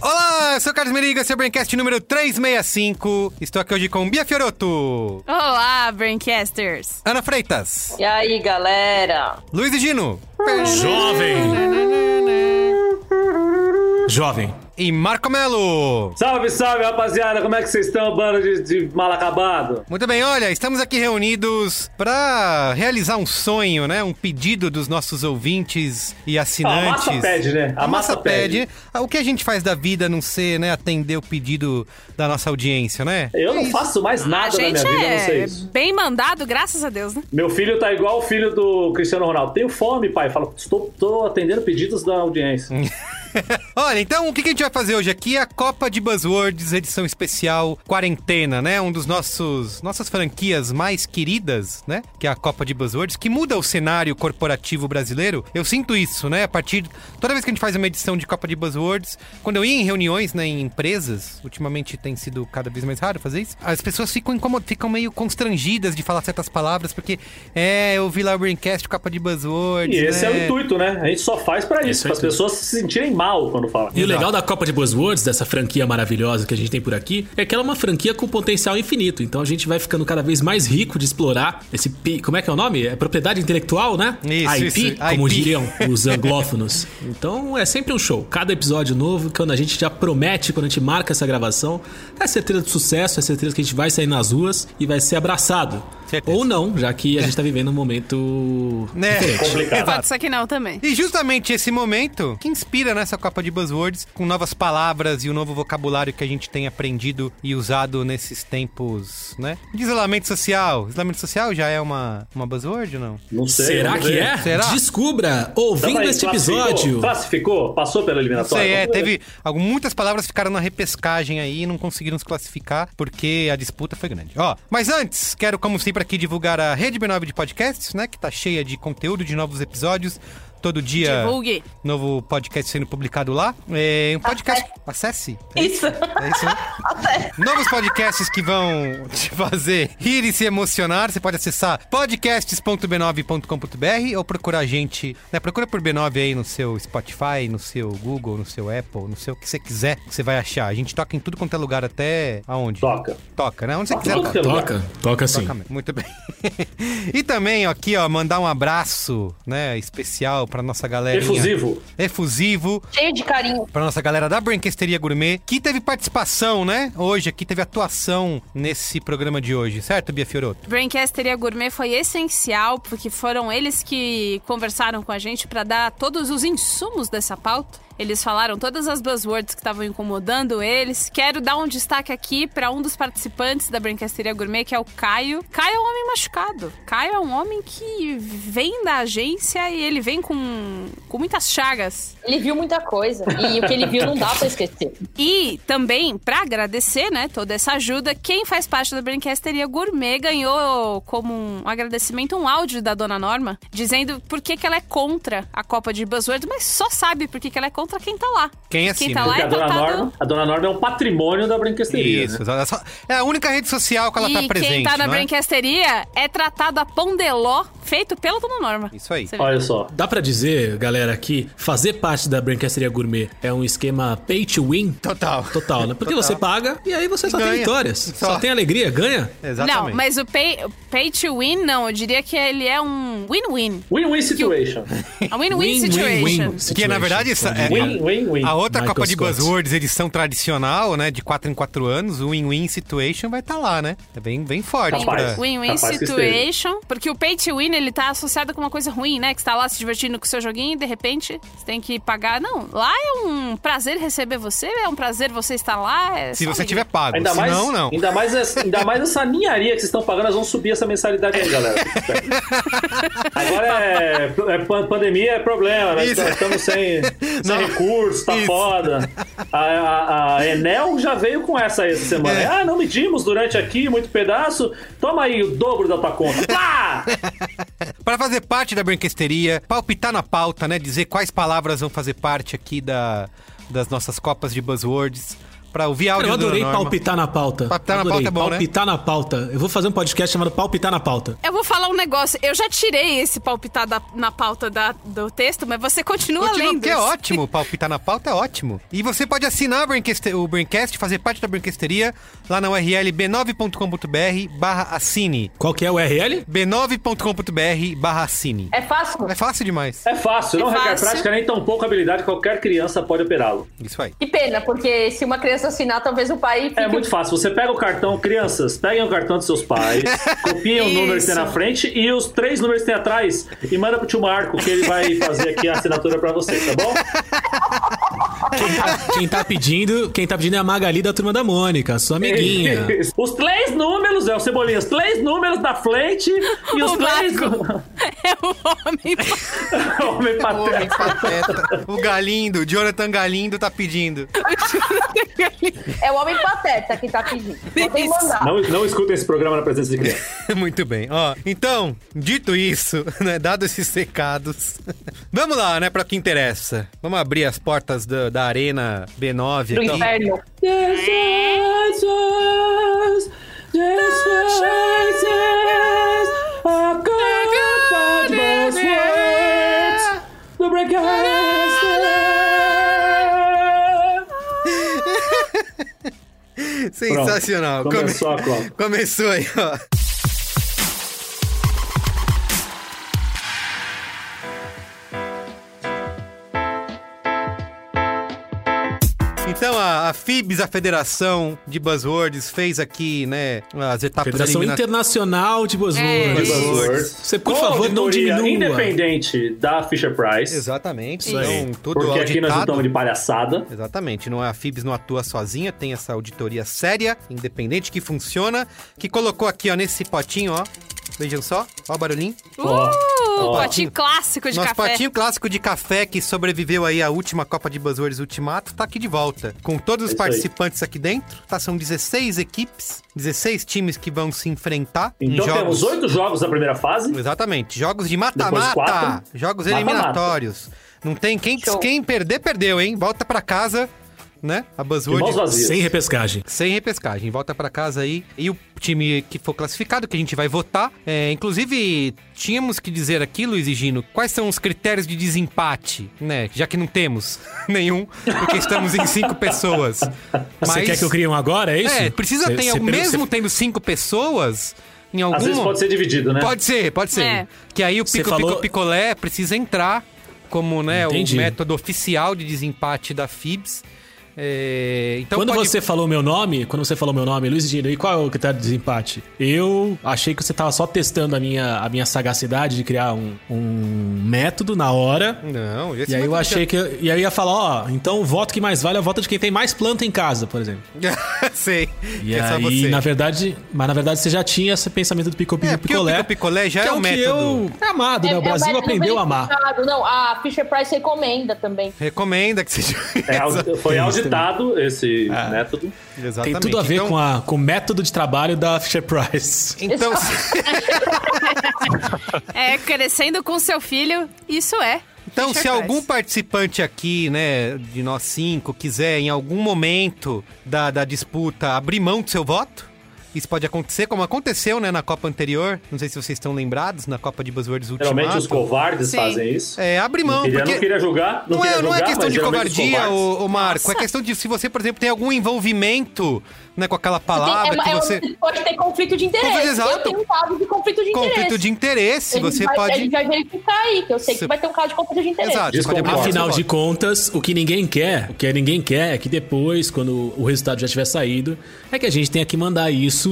Olá, eu sou o Carlos Meriga, esse é o Braincast número 365. Estou aqui hoje com Bia Fioroto, Olá, Braincasters! Ana Freitas, E aí, galera? Luiz e Gino Jovem! Jovem. e Marco Melo. Salve, salve, rapaziada! Como é que vocês estão, bando de, de mal acabado? Muito bem, olha, estamos aqui reunidos para realizar um sonho, né? Um pedido dos nossos ouvintes e assinantes. Ah, A massa pede, né? A, massa, pede. O que a gente faz da vida a não ser, né, atender o pedido da nossa audiência, né? Eu não faço mais a nada na minha gente vida, eu não sei é isso. bem mandado, graças a Deus, né? Meu filho tá igual o filho do Cristiano Ronaldo. Tenho fome, pai. Fala, estou tô atendendo pedidos da audiência. Olha, então o que que a gente vai fazer hoje aqui é a Copa de Buzzwords, edição especial Quarentena, né? Um dos nossos nossas franquias mais queridas, né? Que é a Copa de Buzzwords, que muda o cenário corporativo brasileiro. Eu sinto isso, né? A partir toda vez que a gente faz uma edição de Copa de Buzzwords, quando eu ia em reuniões, né, em empresas, ultimamente tem sido cada vez mais raro fazer isso. As pessoas ficam incomo- ficam meio constrangidas de falar certas palavras porque é, eu vi lá o Braincast, Copa de Buzzwords, E esse é né? o intuito, né? A gente só faz pra Esse isso, é o para as intuito. pessoas se sentirem mal quando Tá falam. E o legal da Copa de Buzzwords, dessa franquia maravilhosa que a gente tem por aqui, é que ela é uma franquia com potencial infinito. Então a gente vai ficando cada vez mais rico de explorar esse. P... Como é que é o nome? É propriedade intelectual, né? Isso, IP, isso, como IP. diriam os anglófonos. Então é sempre um show. Cada episódio novo, quando a gente já promete, quando a gente marca essa gravação, é certeza de sucesso, é certeza que a gente vai sair nas ruas e vai ser abraçado. Certeza. Ou não, já que a gente tá vivendo um momento. Né? diferente. Complicado. Pode ser que não também. E justamente esse momento que inspira nessa Copa de Buzzwords, com novas palavras e o novo vocabulário que a gente tem aprendido e usado nesses tempos, né? De isolamento social. Isolamento social já é uma, uma buzzword ou não? Não sei. Será vamos que ver. é? Será? Descubra Tamo ouvindo aí, este classificou? episódio. Classificou? Passou pela Não eliminatória? sei, é, Vamos ver. teve algum- muitas palavras ficaram na repescagem aí e não conseguiram se classificar porque a disputa foi grande. Ó, mas antes, quero como sempre aqui divulgar a Rede B9 de podcasts, né, que tá cheia de conteúdo de novos episódios. Todo é. dia, Divulgue. novo podcast sendo publicado lá. É um podcast. Acesse. Isso. É isso, né? Novos podcasts que vão te fazer rir e se emocionar. Você pode acessar podcasts.b9.com.br ou procurar a gente, né? Procura por B9 aí no seu Spotify, no seu Google, no seu Apple, no seu o que você quiser, que você vai achar. A gente toca em tudo quanto é lugar até aonde? Toca. Toca, né? Onde você quiser. Tudo Toca. pelo lugar. Toca, é toca sim. Toca mesmo. Muito bem. e também ó, aqui, ó, mandar um abraço, né, especial pra nossa galera. Efusivo. Efusivo Cheio de carinho. pra nossa galera da Branquesteria Gourmet, que teve participação, né? Hoje aqui teve atuação nesse programa de hoje, certo, Bia Fioroto? Braincasteria Gourmet foi essencial, porque foram eles que conversaram com a gente para dar todos os insumos dessa pauta. Eles falaram todas as buzzwords que estavam incomodando eles. Quero dar um destaque aqui para um dos participantes da Brancasteria Gourmet, que é o Caio. Caio é um homem machucado. Caio é um homem que vem da agência e ele vem com, com muitas chagas. Ele viu muita coisa. E o que ele viu não dá pra esquecer. E também, pra agradecer, né, toda essa ajuda, quem faz parte da Brancasteria Gourmet ganhou como um agradecimento um áudio da Dona Norma, dizendo por que, que ela é contra a Copa de Buzzwords, mas só sabe por que, que ela é contra quem tá lá. Quem é Quem assim, tá né? lá Porque é a dona, votado... Norma, a dona Norma é um patrimônio da branquesteria. né? Isso, ela só- é a única rede social que ela e tá presente. quem tá na não é? Brancasteria é tratado a pondeló feito pela Dona Norma. Isso aí. Você vê. Olha só. Dá pra dizer, galera, que fazer parte da Brancasteria Gourmet é um esquema pay to win? Total. Total, né? Porque Total. você paga e aí você só Ganha. tem vitórias. Só. Só. tem alegria, ganha. Exatamente. Não, mas o pay, pay to win, não. Eu diria que ele é um win-win. Win-win situation. A win-win situation. Que na verdade isso é- Win-win-win. A outra Michael Copa de Scott. Buzzwords, edição tradicional, né? De 4 em 4 anos, o win-win situation vai estar tá lá, né? É bem, bem forte. Capaz. pra- Win-win Capaz que situation. Porque o pay to win, ele tá associado com uma coisa ruim, né? Que você tá lá se divertindo com o seu joguinho e de repente você tem que pagar. Não, lá é um prazer receber você, é um prazer você estar lá. é Se só você alegria. tiver pago. Ainda Se mais, não, não. Ainda mais, essa, ainda mais essa ninharia que vocês estão pagando, elas vão subir essa mensalidade aí, galera. Agora é, é pan- pandemia, é problema, né? Isso. Estamos sem, sem Não recurso, tá Isso. foda. A, a- a Enel já veio com essa essa semana. É. Ah, não medimos durante aqui muito pedaço. Toma aí o dobro da tua conta. Pá! Para fazer parte da brinquesteria, palpitar na pauta, né? Dizer quais palavras vão fazer parte aqui da, das nossas copas de buzzwords. Pra ouvir Cara, áudio eu da adorei Norma. palpitar na pauta. Palpitar na Adorei. pauta é bom, né? Palpitar na pauta. Eu vou fazer um podcast chamado Palpitar na pauta. Eu vou falar um negócio. Eu já tirei esse palpitar da- na pauta da- do texto, mas você continua, Continua, lendo. porque é ótimo, palpitar na pauta é ótimo. E você pode assinar a Brinqueste- o Brincast, fazer parte da Brinquesteria lá na URL b9.com.br barra assine. Qual que é o URL? b9.com.br barra assine. É fácil. É fácil demais. É fácil, não É requer fácil. prática nem tão pouca habilidade, qualquer criança pode operá-lo. Isso aí. Que pena, porque se uma criança assinar, talvez o pai fique... É muito fácil. Você pega o cartão, crianças, peguem o cartão dos seus pais, copiem o número que tem na Isso. frente e os três números que tem atrás e manda pro tio Marco que ele vai fazer aqui a assinatura pra vocês, tá bom? Quem tá, quem tá pedindo, quem tá pedindo é a Magali da turma da Mônica, sua amiguinha. Os três números, é o Cebolinha, os três números da frente e os O três... Marco. É o homem. Homem O homem pateta. pateta. o Galindo, o Jonathan Galindo tá pedindo. É o homem pateta que tá pedindo. Podem Isso. mandar. Não, não escutem esse programa na presença de criança. Muito bem, ó. Então, dito isso, né, dado esses recados, vamos lá, né, pra que interessa. Vamos abrir as portas da, da Arena B9 Do aqui. inferno. Sensacional. Pronto, começou a Copa. Começou aí, ó. Então a, a FIBS, a Federação de Buzzwords, fez aqui, né, as etapas Federação elimina- Internacional de Buzzwords. É, isso. Você, por favor, não auditoria diminua. Independente da Fisher Price. Exatamente. Isso aí. Então, tudo Porque aqui nós não auditado. estamos de palhaçada. Exatamente, não é a FIBS não atua sozinha, tem essa auditoria séria, independente, que funciona, que colocou aqui, ó, nesse potinho, ó. Vejam só, ó o barulhinho. Uh, Ó. potinho clássico de Nosso café. potinho clássico de café que sobreviveu aí à última Copa de Buzzwords Ultimato tá aqui de volta. Com todos os É Isso aí. participantes aqui dentro, tá? São 16 equipes, 16 times que vão se enfrentar em Então jogos. temos oito jogos da primeira fase. Exatamente, jogos de Depois mata-mata, quatro, jogos mata-mata. eliminatórios. Não tem quem, Show. quem perder, perdeu, hein? Volta pra casa, né? A De mãos Buzzword vazias. Sem repescagem. sem repescagem, volta pra casa aí. E o time que for classificado, que a gente vai votar. É, inclusive, tínhamos que dizer aqui, Luiz e Gino, quais são os critérios de desempate, né? Já que não temos nenhum, porque estamos em cinco pessoas. Você quer que eu crie um agora, é isso? É, precisa Você- ter, você- mesmo você- tendo cinco pessoas, em algum Às vezes pode ser dividido, né? Pode ser, pode ser. É. Que aí o Você Pico falou- Pico Picolé precisa entrar como né, o Entendi. método oficial de desempate da FIBS. É, então quando pode- você falou meu nome, quando você falou meu nome, Luiz Dino, e qual é o critério de desempate? Eu achei que você tava só testando a minha, a minha sagacidade de criar um, um método na hora. Não, esse E aí eu método- achei que. eu- E aí eu ia falar, ó, então o voto que mais vale é o voto de quem tem mais planta em casa, por exemplo. Sei. E que é só aí, você. na verdade, mas na verdade você já tinha esse pensamento do pico É, pico porque o picolé. Pico Picolé já que é é um o que método. eu é amado, né? O Brasil método aprendeu a amar. verificado. Não, a Fisher Price recomenda também. Recomenda que seja. É, au- foi Tem isso auditado esse É. método. Tem Exatamente. tudo a ver então, com, a, com o método de trabalho da Fisher Price. Então, se- É, crescendo com seu filho, isso é. então Fisher se Price. algum participante aqui, né, de nós cinco, quiser em algum momento da, da disputa abrir mão do seu voto, isso pode acontecer, como aconteceu, né, na Copa anterior. Não sei se vocês estão lembrados, na Copa de Buzzwords Geralmente os Ultimato. covardes Sim. fazem isso. É, abre mão, Ele porque... não queria julgar, não, Não, queria é, não julgar, é questão mas de geralmente os covardia, covardes- ô, ô Marco. É questão de se você, por exemplo, tem algum envolvimento né, com aquela palavra Tem- é- que é- você. um Pode ter conflito de interesse. Conflito, exato. Eu tenho um caso de conflito de interesse. Conflito de interesse, A gente você vai- A pode. gente vai verificar aí, que eu sei Você- que vai ter um caso de conflito de interesse. Exato, você pode Desconcordo. abrir Afinal mão do de seu voto. contas, o que ninguém quer, o que ninguém quer é que depois, quando o resultado já tiver saído, é que a gente tenha que mandar isso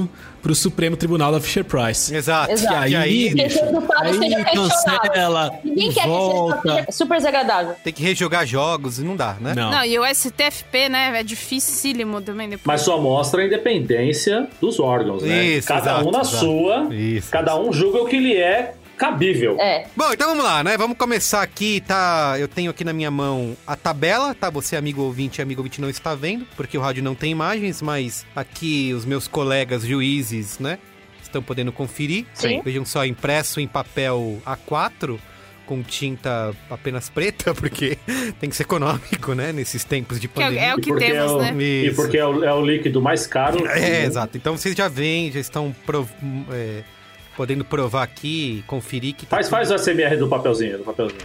pro Supremo Tribunal da Fisher Price. Exato. Exato. E aí Que esse resultado aí seja questionável. cancela, Ninguém quer que esse volta. resultado seja super desagradável. tem que rejogar jogos e não dá, né? Não. Não, e o STFP, né? É dificílimo também depois. Mas só mostra a independência dos órgãos, né? Isso, cada exato, um na exato. sua, Isso, cada um julga o que lhe é cabível. É. Bom, então vamos lá, né? Vamos começar aqui, tá? Eu tenho aqui na minha mão a tabela, tá? Você, amigo ouvinte e amigo ouvinte, não está vendo, porque o rádio não tem imagens, mas aqui os meus colegas juízes, né? Estão podendo conferir. Sim. Vejam só, impresso em papel A4, com tinta apenas preta, porque tem que ser econômico, né? Nesses tempos de Que é, pandemia. é o E que porque temos, é o- né? E porque é o, é o líquido mais caro. né? É, exato. Então vocês já veem, já estão prov- é, podendo provar aqui, conferir que tá Faz, tudo- faz o ACMR do papelzinho, do papelzinho.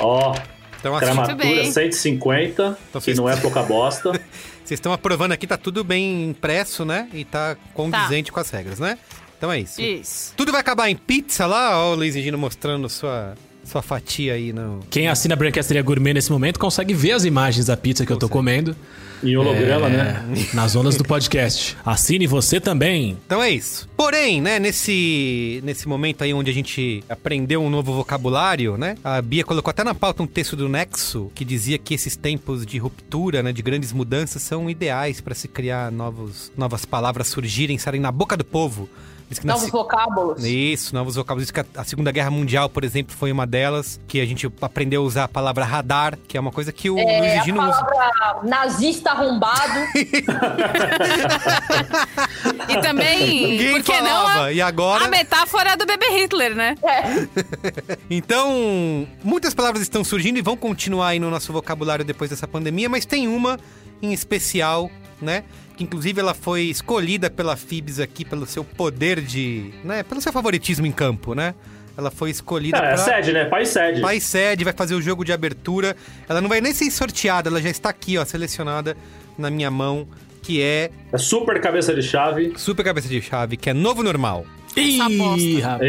Ó, Então, assim, cramatura bem. 150, Então que fez- não é pouca bosta. vocês estão aprovando aqui, tá tudo bem impresso, né? E tá condizente com as regras, né? Então é isso. Isso. Tudo vai acabar em pizza lá, ó, o Luiz Gino mostrando sua, sua fatia aí no. Quem assina a Brancasteria Gourmet nesse momento consegue ver as imagens da pizza que eu tô comendo Em holograma, né? é, nas ondas do podcast. Assine você também. Então é isso. Porém, né, nesse, nesse momento aí onde a gente aprendeu um novo vocabulário, né? A Bia colocou até na pauta um texto do Nexo que dizia que esses tempos de ruptura, né, de grandes mudanças são ideais para se criar novos, novas palavras surgirem, estarem na boca do povo. Diz que na Novos se- vocábulos. Isso, novos vocábulos. Diz que a- A Segunda Guerra Mundial, por exemplo, foi uma delas, que a gente aprendeu a usar a palavra radar, que é uma coisa que o Luiz É, a Egino usa. palavra nazista arrombado. E também, Ninguém por que não falava, a, e agora... a metáfora do bebê Hitler, né? É. Então, muitas palavras estão surgindo e vão continuar aí no nosso vocabulário depois dessa pandemia, mas tem uma em especial, né? Que inclusive ela foi escolhida pela Fibs aqui pelo seu poder de, né, pelo seu favoritismo em campo, né? Ela foi escolhida É, pra- sede, né? País sede. Vai sede, vai fazer o jogo de abertura. Ela não vai nem ser sorteada, ela já está aqui, ó, selecionada na minha mão, que é É super cabeça de chave. Super Cabeça de Chave, que é novo normal. Essa Ih, bosta. rapaz.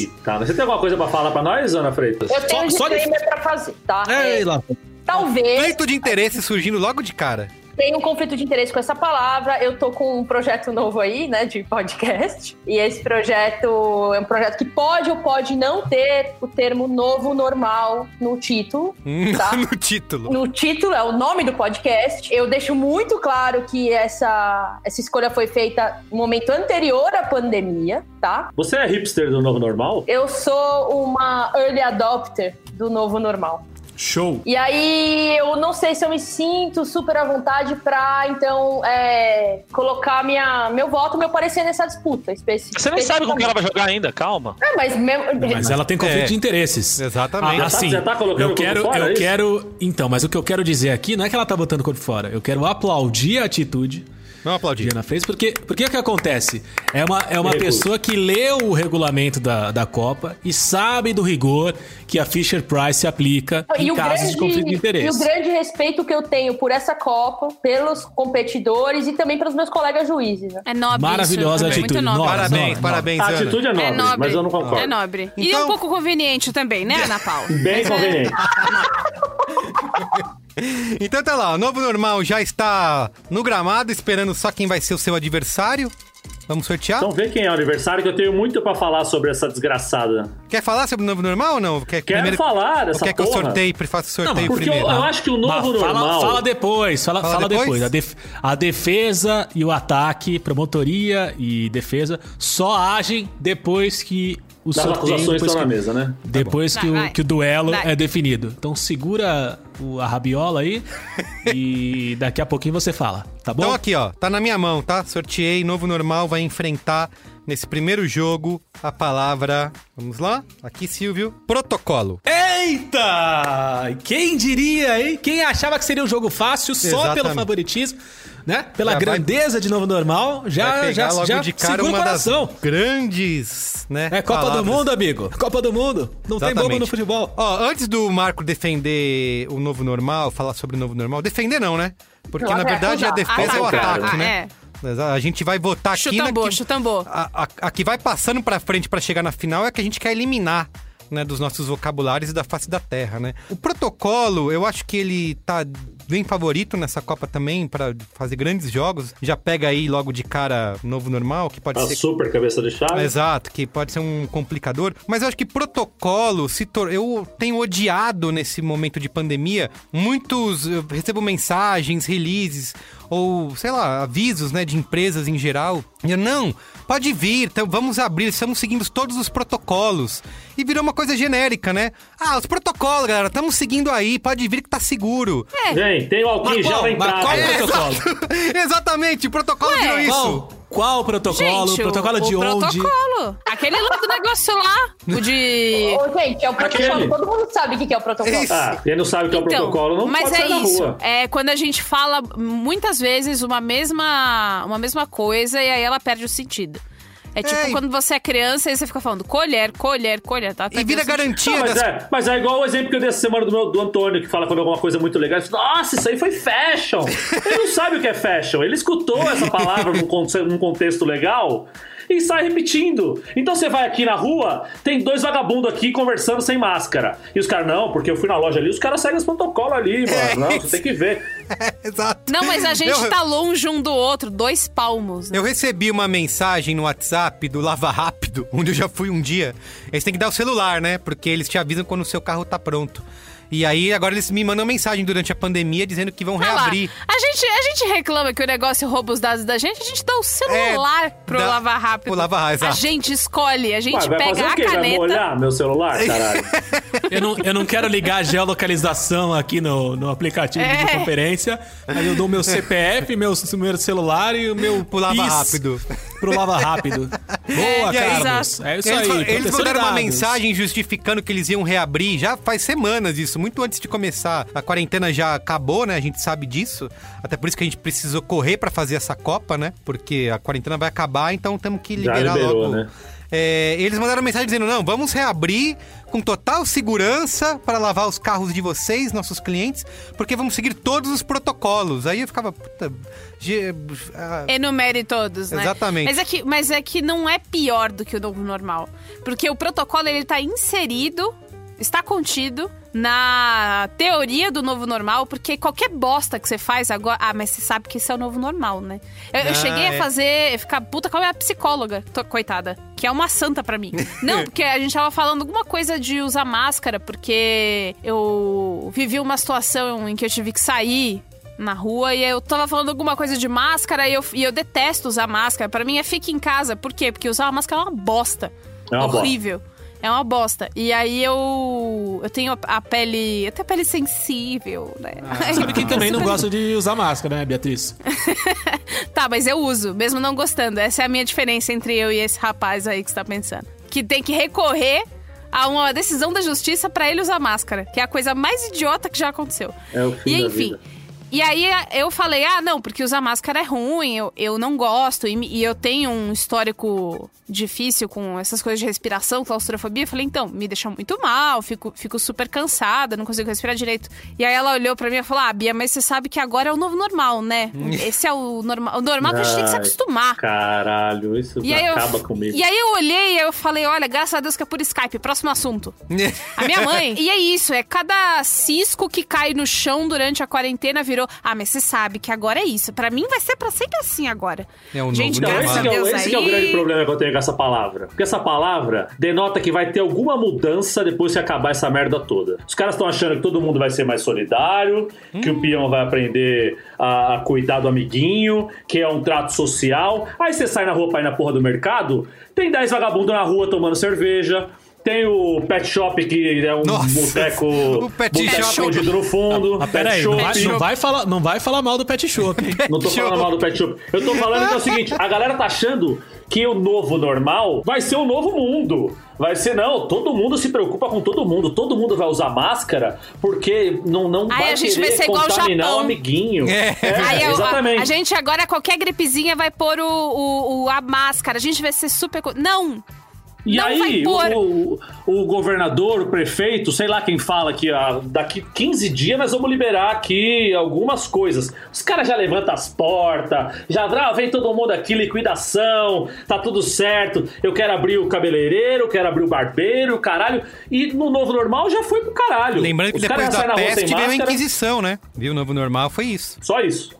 Eita, você tem alguma coisa pra falar pra nós, Ana Freitas? Eu tenho um Só- só de- disclaimer pra fazer, tá? Ei, É, lá. talvez Conflito de interesse surgindo logo de cara. tenha um conflito de interesse com essa palavra. Eu tô com um projeto novo aí, né, de podcast. E esse projeto é um projeto que pode ou pode não ter o termo novo normal no título. Hum. Tá. no título. No título, é o nome do podcast. Eu deixo muito claro que essa, essa escolha foi feita no momento anterior à pandemia, tá? Você é hipster do novo normal? Eu sou uma early adopter do novo normal. Show. E aí eu não sei se eu me sinto super à vontade pra, então, é, colocar minha, meu voto, meu parecer nessa disputa específica. Você nem sabe com quem ela vai jogar ainda, calma. É, mas, mesmo- Mas ela tem conflito É. de interesses. Exatamente. Ah, tá- assim, já tá colocando eu quero, o corpo fora, eu é isso? quero, então, mas o que eu quero dizer aqui não é que ela tá botando o corpo fora. Eu quero aplaudir a atitude Não aplaudir. de Ana Freitas, porque porque o que acontece? É uma é uma Erro. pessoa que leu o regulamento da, da Copa e sabe do rigor que a Fisher Price se aplica em casos de conflito de e interesse. o grande respeito que eu tenho por essa Copa, pelos competidores e também pelos meus colegas juízes. né? É nobre Maravilhosa isso. é atitude. Muito nobre. Nossa, Parabéns, Nossa, parabéns, A Ana. atitude é nobre, É nobre. mas eu não concordo. É nobre. E Então- um pouco conveniente também, né, Ana Paula? Bem conveniente. Então tá lá, o novo normal já está no gramado, esperando só quem vai ser o seu adversário. Vamos sortear? Então vê quem é o aniversário, que eu tenho muito pra falar sobre essa desgraçada. Quer falar sobre o novo normal ou não? Quer, Quero primeiro- falar Ou dessa quer que eu porra. sorteie, pre- faça o sorteio mas Porque eu, primeiro? eu acho que o novo Mas fala, normal. fala depois, fala, Fala fala depois. depois? A, def- a defesa e o ataque, promotoria e defesa, só agem depois que o das sorteio... acusações depois estão na que- mesa, né? Depois que, Vai, o, vai. que o duelo Vai. é definido. Então segura o- a rabiola aí e daqui a pouquinho você fala, tá bom? Então aqui, ó, tá na minha mão, tá? Sorteei, novo normal vai enfrentar nesse primeiro jogo a palavra. Vamos lá? Aqui, Silvio. Protocolo. Eita! Quem diria, hein? Quem achava que seria um jogo fácil só pelo Exatamente. favoritismo, né? Pela Já vai- grandeza de novo normal, Vai já pegar já logo já de cara segura o uma das coração. grandes, né? É Copa palavras. do Mundo, amigo. Copa do Mundo. Não tem bobo Exatamente. no futebol. Ó, antes do Marco defender o novo normal, falar sobre o novo normal, defender não, né? Porque Não, na é, verdade a não dá. defesa é o Atacar, ataque, ah, né? Mas A gente vai votar aqui Chuta na tambor, que, chuta tambor. a, a- a que vai passando pra frente pra chegar na final é a que a gente quer eliminar, né, dos nossos vocabulários e da face da terra, né? O protocolo, eu acho que ele tá bem favorito nessa Copa também pra fazer grandes jogos. Já pega aí logo de cara novo normal, que pode A ser Tá super cabeça de chave. Exato, que pode ser um complicador. Mas eu acho que protocolo se tor... Eu tenho odiado nesse momento de pandemia. Muitos. Eu recebo mensagens, releases. ou, sei lá, avisos, né, de empresas em geral. E eu, não, pode vir, então vamos abrir, estamos seguindo todos os protocolos. E virou uma coisa genérica, né? Ah, os protocolos, galera, estamos seguindo aí, pode vir que tá seguro. É. Vem, tem o Alquim Mas já qual? vai Mas entrar. qual né? é? protocolo. Exatamente, o protocolo Ué, virou isso. Qual, qual o protocolo? Gente, o protocolo de o onde? protocolo. Aquele lá do negócio lá, o de... Ô, gente, é o protocolo. Aquele. Todo mundo sabe o que que é o protocolo. Isso. Ah, quem não sabe o que é o protocolo, não Então, mas pode é sair na isso. rua. É quando a gente fala muitas vezes uma mesma, uma mesma coisa e aí ela perde o sentido. É tipo Ei. quando você é criança e você fica falando colher, colher, colher, tá? E perdendo vira o garantia sentido. Não, mas, das... é, mas é igual o exemplo que eu dei essa semana do, meu, do Antônio, que fala quando alguma coisa muito legal. Ele fala, Nossa, isso aí foi fashion. Ele não sabe o que é fashion. Ele escutou essa palavra num, con- num contexto legal e sai repetindo. Então você vai aqui na rua, tem dois vagabundos aqui conversando sem máscara. E os caras, não, porque eu fui na loja ali, os caras seguem os protocolos ali, É mano. Não, isso. você tem que ver. É, Exato. Não, mas a gente Eu- tá longe um do outro, dois palmos. né? Eu recebi uma mensagem no WhatsApp do Lava Rápido, onde eu já fui um dia. Eles têm que dar o celular, né? Porque eles te avisam quando o seu carro tá pronto. E aí, agora eles me mandam mensagem durante a pandemia dizendo que vão Ah lá, reabrir. a gente, a gente reclama que o negócio rouba os dados da gente, a gente dá o celular É, pro dá- lavar rápido. pro Lava Rápido, A exato. gente escolhe, a gente Ué, vai fazer pega o a quê? Vai caneta. molhar meu celular, caralho? Eu não, eu não quero ligar a geolocalização aqui no, no aplicativo É. de conferência, mas eu dou meu CPF, meu número de celular e o meu Pro Lava PIS Rápido. Pro Lava Rápido. Boa, E aí, Carlos. exato. É isso eles, aí. fa- eles proteção de mandaram uma dados. mensagem justificando que eles iam reabrir já faz semanas isso, muito antes de começar. A quarentena já acabou, né? A gente sabe disso. Até por isso que a gente precisou correr pra fazer essa Copa, né? Porque a quarentena vai acabar, então temos que Já liberar liberou, logo. né? É, eles mandaram mensagem dizendo: não, vamos reabrir com total segurança para lavar os carros de vocês, nossos clientes, porque vamos seguir todos os protocolos. Aí eu ficava, puta. ge- ah, Enumere É todos, né? Exatamente. Mas é, que, mas é que não é pior do que o novo normal. Porque o protocolo, ele tá inserido, está contido na teoria do novo normal, porque qualquer bosta que você faz agora... Ah, mas você sabe que isso é o novo normal, né? Eu, eu Ah, cheguei é. a fazer... Ficar puta com a minha psicóloga, tô- coitada. Que é uma santa pra mim. Não, porque a gente tava falando alguma coisa de usar máscara, porque eu vivi uma situação em que eu tive que sair na rua e eu tava falando alguma coisa de máscara e eu, e eu detesto usar máscara. Pra mim é fique em casa. Por quê? Porque usar uma máscara é uma bosta. É uma bosta. Horrível. É uma bosta. E aí eu. Eu tenho a, a pele. Até pele sensível, né? Ah. Sabe quem também não gosta de usar máscara, né, Beatriz? Tá, mas eu uso, mesmo não gostando. Essa é a minha diferença entre eu e esse rapaz aí que você tá pensando. Que tem que recorrer a uma decisão da justiça pra ele usar máscara, que é a coisa mais idiota que já aconteceu. É o e fim da enfim. vida. E aí eu falei, ah, não, porque usar máscara é ruim, eu, eu não gosto, e, me- e eu tenho um histórico difícil com essas coisas de respiração, claustrofobia. Eu falei, então, me deixa muito mal, fico, fico super cansada, não consigo respirar direito. E aí ela olhou pra mim e falou, ah, Bia, mas você sabe que agora é o novo normal, né? Esse é o normal, o normal que a gente tem que se Ai, acostumar. Caralho, isso E aí, eu, acaba comigo. e aí eu olhei e eu falei, olha, graças a Deus que é por Skype, próximo assunto. A minha mãe. E é isso, é cada cisco que cai no chão durante a quarentena virou. Ah, mas você sabe que agora é isso. Pra mim vai ser pra sempre assim agora. É o Gente, novo Então, normal. graças a esse, que é, o- Deus esse que é o aí. grande problema que eu tenho com essa palavra. Porque essa palavra denota que vai ter alguma mudança depois que acabar essa merda toda. Os caras estão achando que todo mundo vai ser mais solidário, que o peão vai aprender a, a cuidar do amiguinho, que é um trato social. Aí você sai na rua pra ir na porra do mercado, tem 10 vagabundos na rua tomando cerveja. Tem o pet shop que é um Nossa, boteco. o pet boteco shop. Ah, escondido no fundo. Mas pera aí, não vai, não, vai falar, não vai falar mal do Pet Shop, hein? Não tô Pet falando Shop. mal do Pet Shop. Eu tô falando que é o seguinte, a galera tá achando que o novo normal vai ser o novo mundo. Vai ser, não, todo mundo se preocupa com todo mundo. Todo mundo vai usar máscara porque não, não Aí vai a gente querer vai ser igual ao contaminar Japão. o amiguinho. É. Aí eu- a- exatamente. A, gente agora, qualquer gripezinha, vai pôr o, o- o- a máscara. A gente vai ser super. co- Não! E não vai aí, pôr. o, o governador, o prefeito, sei lá quem fala que ah, daqui 15 dias nós vamos liberar aqui algumas coisas. Os caras já levantam as portas, já ah, vem todo mundo aqui, liquidação, tá tudo certo. Eu quero abrir o cabeleireiro, eu quero abrir o barbeiro, caralho. E no novo normal já foi pro caralho. Lembrando que Os depois caras já saem da na rua sem peste veio a máscara, Inquisição, né? Viu? O novo normal foi isso. Só isso.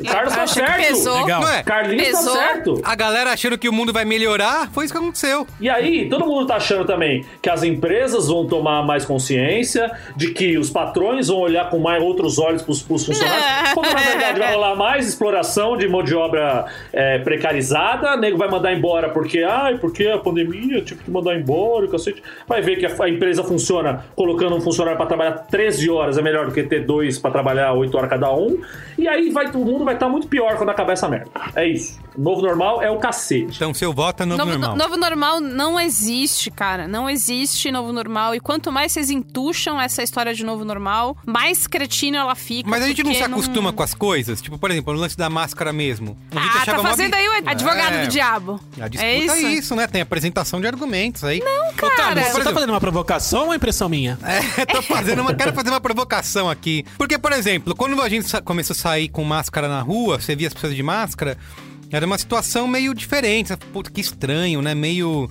O Carlos tá Acho que certo. pesou. Legal. Não é? Carlinhos Pesou. tá certo. A galera achando que o mundo vai melhorar, foi isso que aconteceu. E aí, todo mundo tá achando também que as empresas vão tomar mais consciência, de que os patrões vão olhar com mais outros olhos pros, pros funcionários. Como na verdade vai rolar mais exploração de mão de obra é, precarizada, nego vai mandar embora porque, ai, porque a pandemia, tive que mandar embora, cacete. Vai ver que a, a empresa funciona colocando um funcionário pra trabalhar 13 horas, é melhor do que ter dois pra trabalhar 8 horas cada um. E aí vai, o mundo vai estar muito pior quando acabar essa merda. É isso. O novo normal é o cacete. Então seu voto é novo, Novo, normal. novo normal não existe, cara. Não existe novo normal. E quanto mais vocês entucham essa história de novo normal, mais cretina ela fica. Mas a gente não se porque acostuma com as coisas? Tipo, por exemplo, no lance da máscara mesmo. A gente Ah, tá achava mó fazendo bi- aí o advogado É, do diabo. A disputa é isso? né? Tem apresentação de argumentos aí. Não, cara. Carlos, por você tá exemplo- fazendo uma provocação ou uma impressão minha? É, tô fazendo uma, quero fazer uma provocação aqui. Porque, por exemplo, quando a gente sa- começou a sair com máscara na rua, você via as pessoas de máscara, era uma situação meio diferente. Você, Puta, que estranho, né? Meio.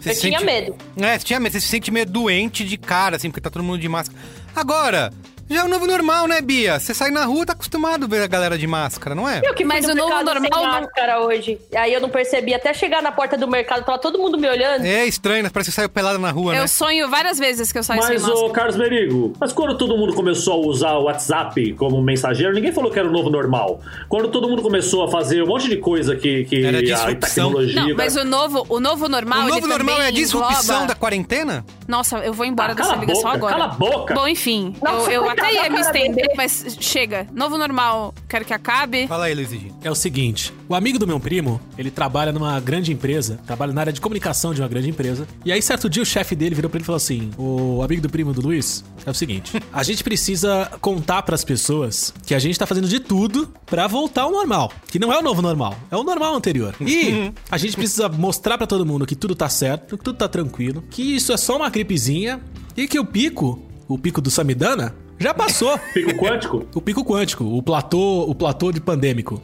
Você Eu se tinha sente- medo. É, você tinha medo. Você se sente meio doente de cara, assim, porque tá todo mundo de máscara. Agora, já é o novo normal, né, Bia? Você sai na rua, tá acostumado a ver a galera de máscara, não é? Eu que fui Mas no o novo mercado sem normal não- máscara hoje. Aí eu não percebi. Até chegar na porta do mercado, tava todo mundo me olhando. É estranho, né? parece que saiu pelada na rua, né? Eu sonho várias vezes que eu saio sem Mas, máscara. ô Carlos Merigo, mas quando todo mundo começou a usar o WhatsApp como mensageiro, ninguém falou que era o novo normal. Quando todo mundo começou a fazer um monte de coisa que, que Era a disrupção. tecnologia. Não, mas o novo, o novo normal. O ele novo normal é a também disrupção engloba- da quarentena? Nossa, eu vou embora Ah, dessa cala a ligação boca, agora. cala a boca. Bom, enfim, Nossa, eu, eu coitada até ia da me cara estender, dele. mas chega. Novo normal, quero que acabe. Fala aí, Luiz Egídio. É o seguinte, o amigo do meu primo, ele trabalha numa grande empresa, trabalha na área de comunicação de uma grande empresa. E aí, certo dia, o chefe dele virou pra ele e falou assim: O amigo do primo do Luiz, é o seguinte, a gente precisa contar pras pessoas que a gente tá fazendo de tudo pra voltar ao normal. Que não é o novo normal, é o normal anterior. E a gente precisa mostrar pra todo mundo que tudo tá certo, que tudo tá tranquilo, que isso é só uma gripezinha e que o pico, o pico do Samidana, já passou. Pico quântico? O pico quântico, o platô, o platô de pandêmico.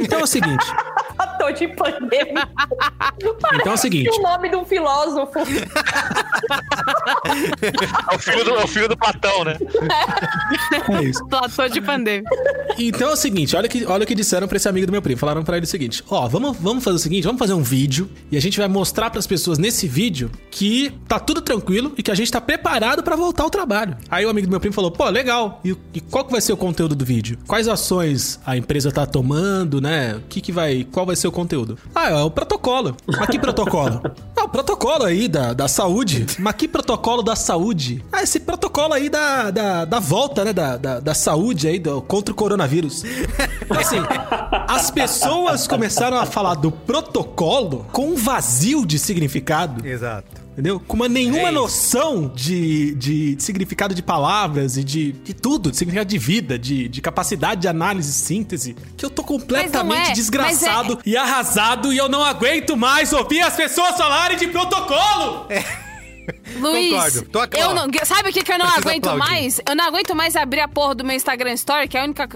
Então é o seguinte, Tô de pandemia. então é o seguinte, o nome de um filósofo. É o filho do, é o filho do Platão, né? é isso. Platô de pandemia. Então é o seguinte, olha o que, olha o que disseram pra esse amigo do meu primo. Falaram pra ele o seguinte: "Ó, vamos, vamos fazer o seguinte, vamos fazer um vídeo e a gente vai mostrar pras pessoas nesse vídeo que tá tudo tranquilo e que a gente tá preparado pra voltar ao trabalho". Aí o amigo do meu primo falou: "Pô, legal. E, e qual que vai ser o conteúdo do vídeo? Quais ações a empresa tá tomando, né? O que que vai, qual vai ser o conteúdo?". Ah, é o protocolo. Mas que protocolo? Ah, o protocolo aí da, da saúde. Mas que protocolo da saúde? Ah, esse protocolo aí da, da, da volta, né? Da, da, da saúde aí, do, contra o coronavírus. Então, assim, as pessoas começaram a falar do protocolo com um vazio de significado, Exato. entendeu? Com uma nenhuma É isso. noção de, de significado de palavras e de, de tudo, de significado de vida, de, de capacidade de análise e síntese, que eu tô Mas completamente não é, desgraçado e arrasado e eu não aguento mais ouvir as pessoas falarem de protocolo! É, Luiz, Concordo. Tô aqui, ó. eu não, sabe o que, que eu não Preciso aguento aplaudir. mais? Eu não aguento mais abrir a porra do meu Instagram Story, que é a única,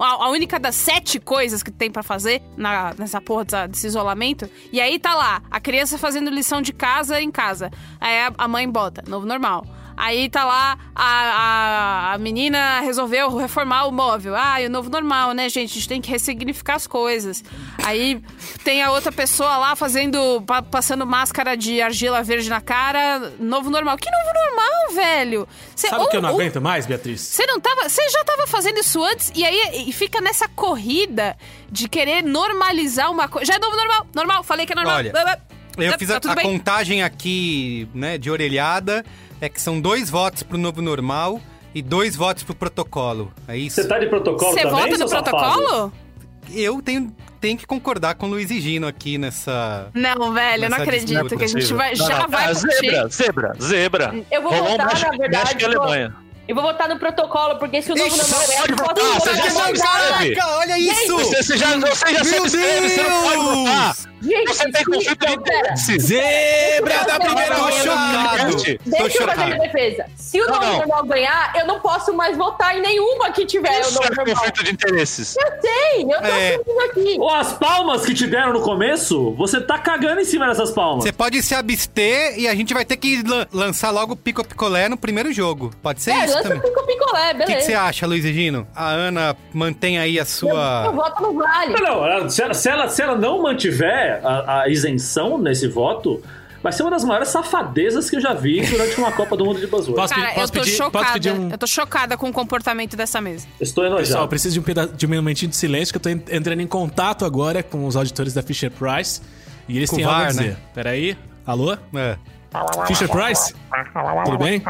a, a única das sete coisas que tem pra fazer na- nessa porra dessa- desse isolamento. E aí tá lá, a criança fazendo lição de casa em casa. Aí a, a mãe bota, novo normal. Aí tá lá, a, a, a menina resolveu reformar o móvel. Ah, e o novo normal, né, gente? A gente tem que ressignificar as coisas. Aí tem a outra pessoa lá fazendo. pa- passando máscara de argila verde na cara. Novo normal. Que novo normal, velho? Cê- Sabe o ou- um- que eu não ou- aguento mais, Beatriz? Você não tava. Você já tava fazendo isso antes e aí e fica nessa corrida de querer normalizar uma coisa. Já é novo normal, normal, falei que é normal. Olha, Blá, blá. Eu Tá- fiz tá a, tudo a bem. contagem aqui, né, de orelhada, é que são dois votos pro novo normal e dois votos pro protocolo. É isso. Você tá de protocolo Você também, vota no seu safado? protocolo? Eu tenho, tenho que concordar com o Luiz e Gino aqui nessa. Não, velho, eu não Nessa acredito disputa, que a gente Silvia. vai, já vai é Ah, partir. zebra, zebra, zebra. Eu vou Rolou um votar, México- na verdade. México e eu vou- Alemanha. Eu vou votar no protocolo, porque se o novo Ixi, normal só é, eu posso votar, votar você já no sabe protocolo. escrever. Escreve! Caraca, olha isso! Você, você já, você já se Meu absteve, você não pode Deus! votar. Gente, Você tem conflito de então, pera, interesses. Zebra da primeira Tô chocado! Gente, Tô Deixa eu fazer minha chocado. defesa. Se o Não, novo não. normal ganhar, eu não posso mais votar em nenhuma que tiver o Isso novo é normal. conflito de interesses. Eu sei, eu tô É. assumindo aqui. Ou as palmas que te deram no começo, você tá cagando em cima dessas palmas. Você pode se abster e a gente vai ter que lan- lançar logo o Pico Picolé no primeiro jogo. Pode ser É, isso? isso lança também. pica o picolé, O que que beleza. você acha, Luiz Egino? A Ana mantém aí a eu, sua. eu voto no Vale. Não, não, ela- se, ela, se, ela, se ela não mantiver a, a isenção nesse voto, vai ser uma das maiores safadezas que eu já vi durante uma Copa do Mundo de Buzzword. Posso- Cara, eu tô pedir- posso chocada. pedir um- Eu tô chocada com o comportamento dessa mesa. Estou enojado. Pessoal, eu preciso de um, peda- de um momentinho de silêncio, que eu tô en- entrando em contato agora com os auditores da Fisher Price. E eles Com têm algo a VAR, né? dizer. Peraí. Alô? É. Fisher Price? Tudo bem?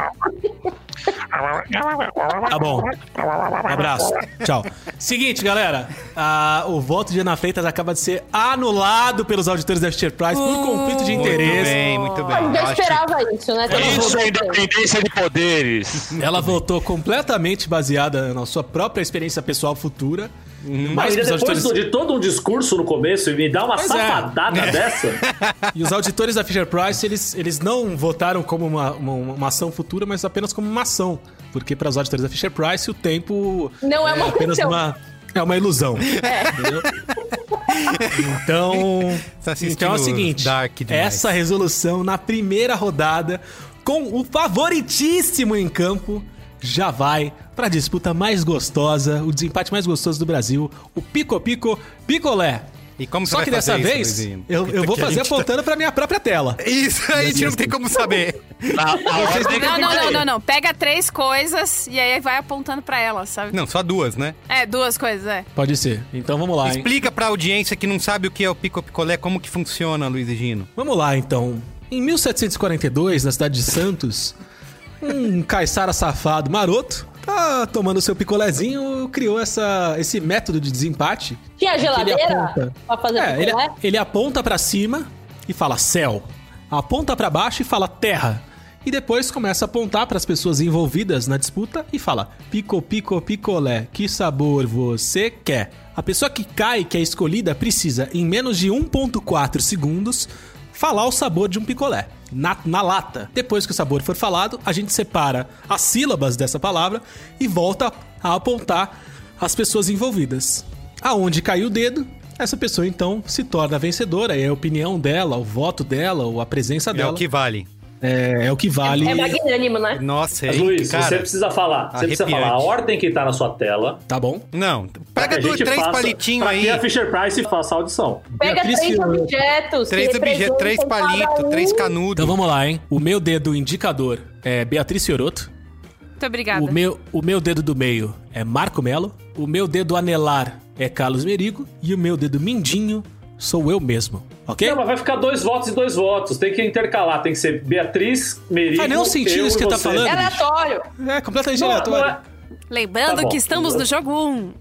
Tá bom. Abraço. Tchau. Seguinte, galera. ah, o voto de Ana Freitas acaba de ser anulado pelos auditores da Fisher Price por conflito de Hum, Muito interesse. bem, muito bem. Eu já Eu acho- esperava isso, né? Todo mundo Isso é votou. independência de poderes. Ela votou completamente baseada na sua própria experiência pessoal futura. Uhum. Mas os Mas depois auditores- do- de todo um discurso no começo e me dá uma Pois é. safadada dessa. E os auditores da Fisher Price, eles, eles não votaram como uma, uma, uma ação futura, mas apenas como uma ação. Porque para os auditores da Fisher Price, o tempo Não é uma É. apenas opção. uma. É uma ilusão. Entendeu? Então. Tá assistindo então é o seguinte: Dark demais. essa resolução na primeira rodada, com o favoritíssimo em campo, já vai para a disputa mais gostosa, o desempate mais gostoso do Brasil, o Pico Pico Picolé. E como Só você que vai dessa fazer isso, vez, Luizinho? eu, eu vou Porque a fazer gente tá- apontando para minha própria tela. Isso a gente não tem como saber. Na, na ah, ordem Não, não, não, que- não, não. Pega três coisas e aí vai apontando pra ela, sabe? Não, só duas, né? É, duas coisas, é. Pode ser. Então vamos lá, hein? Explica pra audiência que não sabe o que é o Pico Picolé, como que funciona, Luiz Egino. Vamos lá, então. Em 1742, na cidade de Santos, um caiçara safado maroto, tá tomando seu picolézinho, criou essa, esse método de desempate. Tinha Ele geladeira aponta. pra fazer né? É, ele, picolé? ele aponta pra cima e fala céu. Aponta pra baixo e fala terra. E depois começa a apontar pras pessoas envolvidas na disputa e fala pico, pico, picolé, que sabor você quer? A pessoa que cai, que é escolhida, precisa, em menos de 1,4 segundos, falar o sabor de um picolé. Na, na lata. Depois que o sabor for falado, a gente separa as sílabas dessa palavra e volta a apontar as pessoas envolvidas. Aonde caiu o dedo, essa pessoa então se torna vencedora. E é a opinião dela, o voto dela, ou a presença É dela. o que vale. é, é o que vale. É magnânimo, né? Nossa, Mas, hein, Luiz, cara. você precisa falar. Você precisa arrepiante. falar a ordem que tá na sua tela. Tá bom? Não, pra pega que a duas, gente três faça- palitinhos pra aí. que a Fisher Price faça a audição. Pega Beatriz três Fiorotto. objetos. que Três objetos, três representam palitos, cada um. três canudos. Então vamos lá, hein? O meu dedo indicador é Beatriz Fioroto. Muito obrigada. O meu, o meu dedo do meio é Marco Melo. O meu dedo anelar é Carlos Merigo. E o meu dedo mindinho sou eu mesmo. Ok? Não, mas vai ficar dois votos e dois votos. Tem que intercalar. Tem que ser Beatriz, Merigo, Faz nenhum sentido eu isso e que tá você. falando. É aleatório. É completamente Não, não aleatório. é- Lembrando Tá bom. que estamos no jogo 1. Um.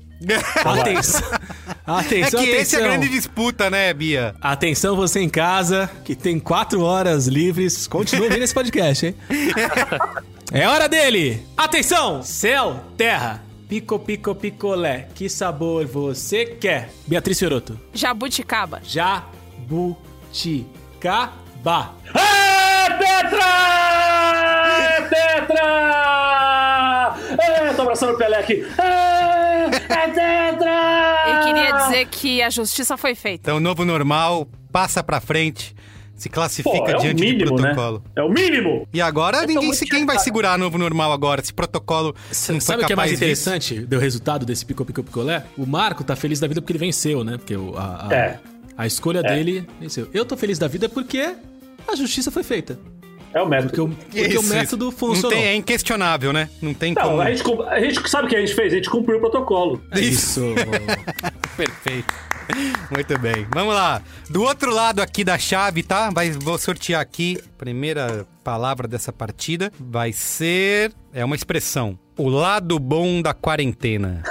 Atenção. É que Atenção, essa é a atenção. grande disputa, né, Bia? Atenção você em casa, que tem quatro horas livres. Continua ouvindo esse podcast, hein? É hora dele! Atenção! Céu, terra, pico, pico, picolé. Que sabor você quer? Beatriz Fioroto. Jabuticaba. Jabuticaba. É tetra! É tetra! É, tô abraçando o Pelé aqui. É, é tetra! Eu queria dizer que a justiça foi feita. Então, novo normal, passa pra frente, se classifica Pô, é o diante de mínimo, né? protocolo. É o mínimo! E agora ninguém muito se quem vai segurar novo normal agora, esse protocolo não foi Sabe o que é capaz mais disso. interessante do resultado desse pico, pico, picolé? O Marco tá feliz da vida porque ele venceu, né? Porque o- a, a, É. a escolha dele venceu. Eu tô feliz da vida porque a justiça foi feita. É o método. Porque o, porque Isso, o isso. método Não funcionou. tem, é inquestionável, né? Não tem Não, como. a gente, cum- a gente sabe o que a gente fez? A gente cumpriu o protocolo. É Isso. Perfeito. Muito bem. Vamos lá. Do outro lado aqui da chave, tá? Vai, vou sortear aqui. Primeira palavra dessa partida vai ser. É uma expressão. O lado bom da quarentena.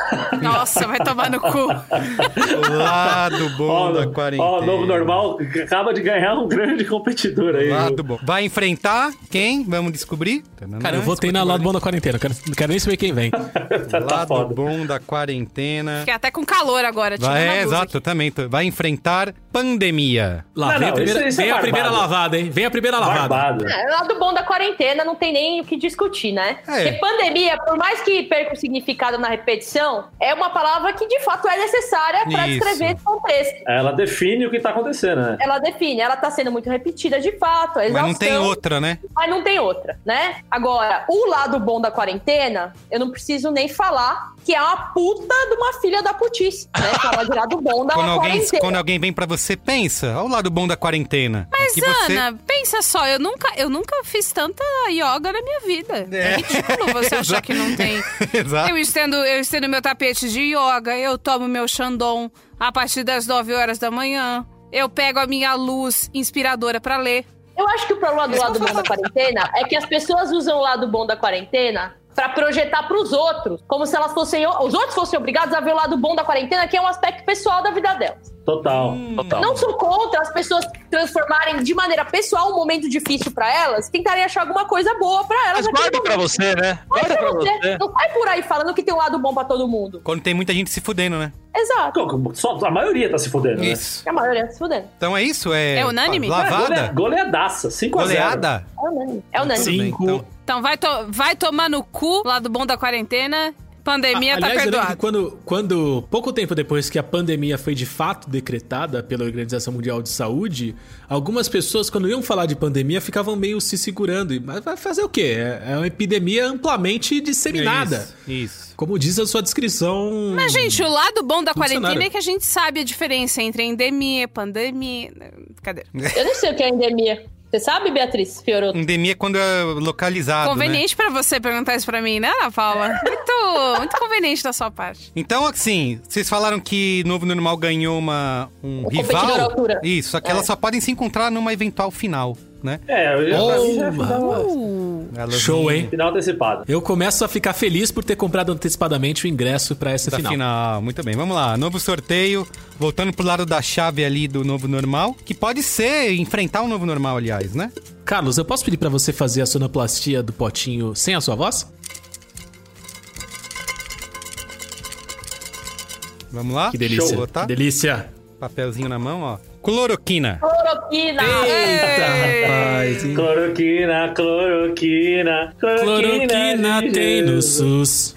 Nossa, vai tomar no cu. O lado bom Ó, da no- quarentena. ó, o novo normal acaba de ganhar um grande competidor aí. Lado viu? bom. Vai enfrentar quem? Vamos descobrir. Cara, eu votei na lado bom da quarentena. eu quero- Não quero nem saber quem vem. Tá, tá Lado foda. bom da quarentena. Fiquei até com calor agora, tirando Vai, a é, blusa exato, eu também. tô- Vai enfrentar pandemia. Lá, Não, vem a não, primeira, isso- isso é vem a primeira barbado. lavada, hein? Vem a primeira lavada. Ah, Barbado. É, Lado bom da quarentena não tem nem o que discutir, né? É. Porque pandemia, por mais que perca o significado na repetição, é uma palavra que de fato é necessária para Isso. descrever esse contexto. Ela define o que tá acontecendo, né? Ela define, ela tá sendo muito repetida de fato, é Mas exaustão. não tem outra, né? Mas não tem outra, né? Agora, o lado bom da quarentena, eu não preciso nem falar que é uma puta de uma filha da putice, né? Falar de lado bom Tá da Quando alguém, quarentena. quando alguém vem pra você, pensa. Olha o lado bom da quarentena. Mas, Ana, pensa só, eu nunca, eu nunca fiz tanta yoga na minha vida. É, É. ridículo você achar que não tem. Exato. Eu estendo, eu estendo meu tapete de yoga, eu tomo meu Xandon a partir das 9 horas da manhã. Eu pego a minha luz inspiradora pra ler. Eu acho que o problema do lado bom da quarentena é que as pessoas usam o lado bom da quarentena pra projetar pros outros, como se elas fossem os outros fossem obrigados a ver o lado bom da quarentena, que é um aspecto pessoal da vida delas. Total. Hum. Total. Não sou contra as pessoas transformarem de maneira pessoal um momento difícil pra elas, tentarem achar alguma coisa boa pra Mas elas. naquele guarda pra momento. você, né? Guarda Guarda pra você. Não sai por aí falando que tem um lado bom pra todo mundo. Quando tem muita gente se fudendo, né? Exato. Só a maioria tá se fudendo, né? Isso. A maioria se fudendo. Então é isso? É, É unânime? Gole- Lavada? Goleadaça, 5 a 0. Goleada? É unânime. É unânime. Sim. Cinco. então. Então vai, to- vai tomar no cu, lado bom da quarentena. Pandemia A- tá Aliás, eu lembro perdoada. que quando, quando, pouco tempo depois que a pandemia foi de fato decretada pela Organização Mundial de Saúde, algumas pessoas, quando iam falar de pandemia, ficavam meio se segurando. E, Mas vai fazer o quê? É é uma epidemia amplamente disseminada. então. É Isso. isso. Como diz a sua descrição. Mas, Hum. gente, o lado bom da Do quarentena cenário. é que a gente sabe a diferença entre endemia, pandemia. Cadê? Eu não sei o que é endemia. Você sabe, Beatriz Fioroto? Endemia é quando é localizado, né? É. Conveniente pra você perguntar isso pra mim, né, Ana Paula? Muito, muito conveniente da sua parte. Então, assim, vocês falaram que Novo Normal ganhou uma, um competidor à rival. altura. É. Isso, só que elas só podem se encontrar numa eventual final, né? É, eu já, pra mim já é Uma. final, uh. Elas Show, não- hein? final antecipado. Eu começo a ficar feliz por ter comprado antecipadamente o ingresso pra essa Da final. Ah, final. Muito bem, vamos lá. Novo sorteio. Voltando pro lado da chave ali do novo normal. Que pode ser enfrentar o novo normal, aliás, né? Carlos, eu posso pedir pra você fazer a sonoplastia do potinho sem a sua voz? Vamos lá? Que delícia. Show, tá? Que delícia. Papelzinho na mão, ó. Cloroquina. Cloroquina! Eita, rapaz. hein? Cloroquina, cloroquina, cloroquina. Cloroquina de tem no Jesus. SUS.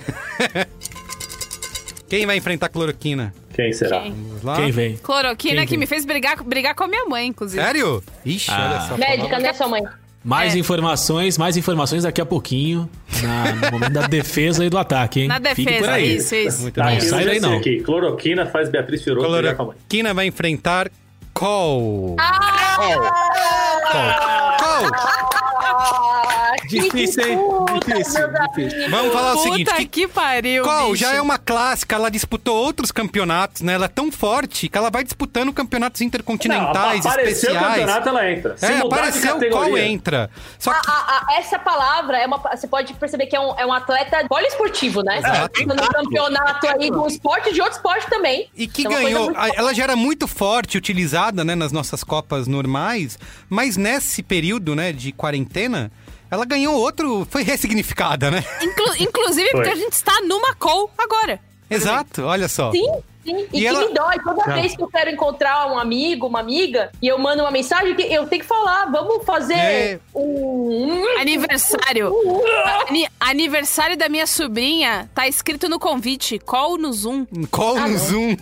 Quem vai enfrentar a cloroquina? Quem será? Vamos lá. Quem vem? Cloroquina que Quem que- me fez brigar, brigar com a minha mãe, inclusive. Sério? Ixi, Ah. olha só. Médica, né, sua mãe? Mais informações, mais informações daqui a pouquinho, na- no momento da defesa e do ataque, hein? Na Fique por defesa, aí. isso, isso. Muito Tá, bem. eu sai já daí sei não. Aqui. Cloroquina faz Beatriz Fiorotto brigar com a mãe. Cloroquina vai enfrentar Col. Col. Col. Ah, Difícil, hein? puta, Difícil, meu difícil. amigo. Vamos falar o seguinte. Puta que- que, pariu. Col bicho. já é uma clássica, ela disputou outros campeonatos, né? Ela é tão forte que ela vai disputando campeonatos intercontinentais, Não, apareceu o tá especiais. campeonato, ela entra. Se É, mudar apareceu de Col categoria. entra. Só Ah, que ah, ah, essa palavra é uma. Você pode perceber que é um, é um atleta poliesportivo, né? Exato. Tá no campeonato aí do esporte e de outro esporte também. E que É uma coisa ganhou. muito- a- Ela já era muito forte, utilizada né, nas nossas Copas normais, mas nesse período né, de quarentena, ela ganhou outro. Foi ressignificada, né? Inclu- inclusive, porque a gente está numa call agora. Exato, olha só. Sim, sim. E, E que ela- me dói. Toda vez que eu quero encontrar um amigo, uma amiga, e eu mando uma mensagem, que eu tenho que falar, vamos fazer É. um. Aniversário. Ani- aniversário da minha sobrinha. Tá escrito no convite. Call no Zoom. Call Tá no Zoom.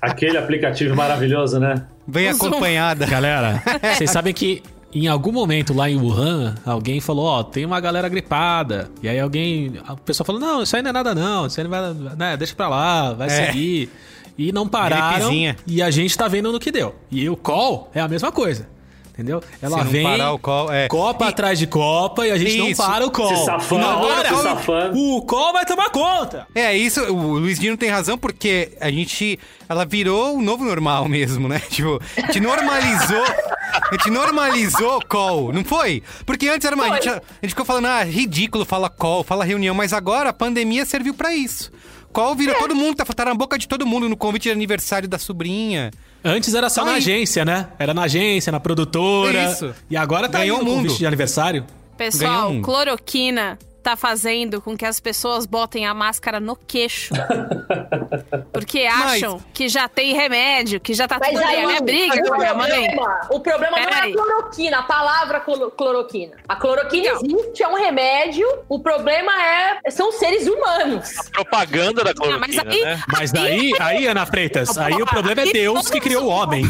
Aquele aplicativo maravilhoso, né? Bem No Zoom. acompanhada. Galera, vocês sabem que em algum momento lá em Wuhan, alguém falou, ó, tem uma galera gripada. E aí alguém, a pessoa falou, não, isso aí não é nada não, isso aí não vai, né, deixa pra lá, vai É. seguir. E não pararam. Gripezinha. E a gente tá vendo no que deu. E o call é a mesma coisa. Entendeu? Ela Se não vem, parar o call, é. Copa atrás de Copa e a gente Isso. não para o call. Se safando, Na hora, se safando. o call vai tomar conta. É, isso, o Luiz Dino tem razão, porque a gente. Ela virou o novo normal mesmo, né? Tipo, a gente normalizou. A gente normalizou call, não foi? Porque antes era uma. A gente, a gente ficou falando, ah, ridículo, fala call, fala reunião, mas agora a pandemia serviu pra isso. Call É. virou todo mundo, tá, tá na boca de todo mundo no convite de aniversário da sobrinha. Antes era só Só na aí. agência, né? Era na agência, na produtora. Isso. E agora tá Ganhou aí no o mundo. convite de aniversário. Pessoal, Ganhou um. cloroquina tá fazendo com que as pessoas botem a máscara no queixo. Porque acham que já tem remédio, que já tá Mas tudo bem. aí, É minha briga mas com o a minha mãe. um problema, o problema não é a Peraí. cloroquina, a palavra clo- cloroquina. A cloroquina Não. existe, é um remédio. O problema é são seres humanos. Propaganda da Ah, mas cloroquina, aí, né? Mas daí, aí, Ana Freitas, aí o problema é Deus que criou o homem.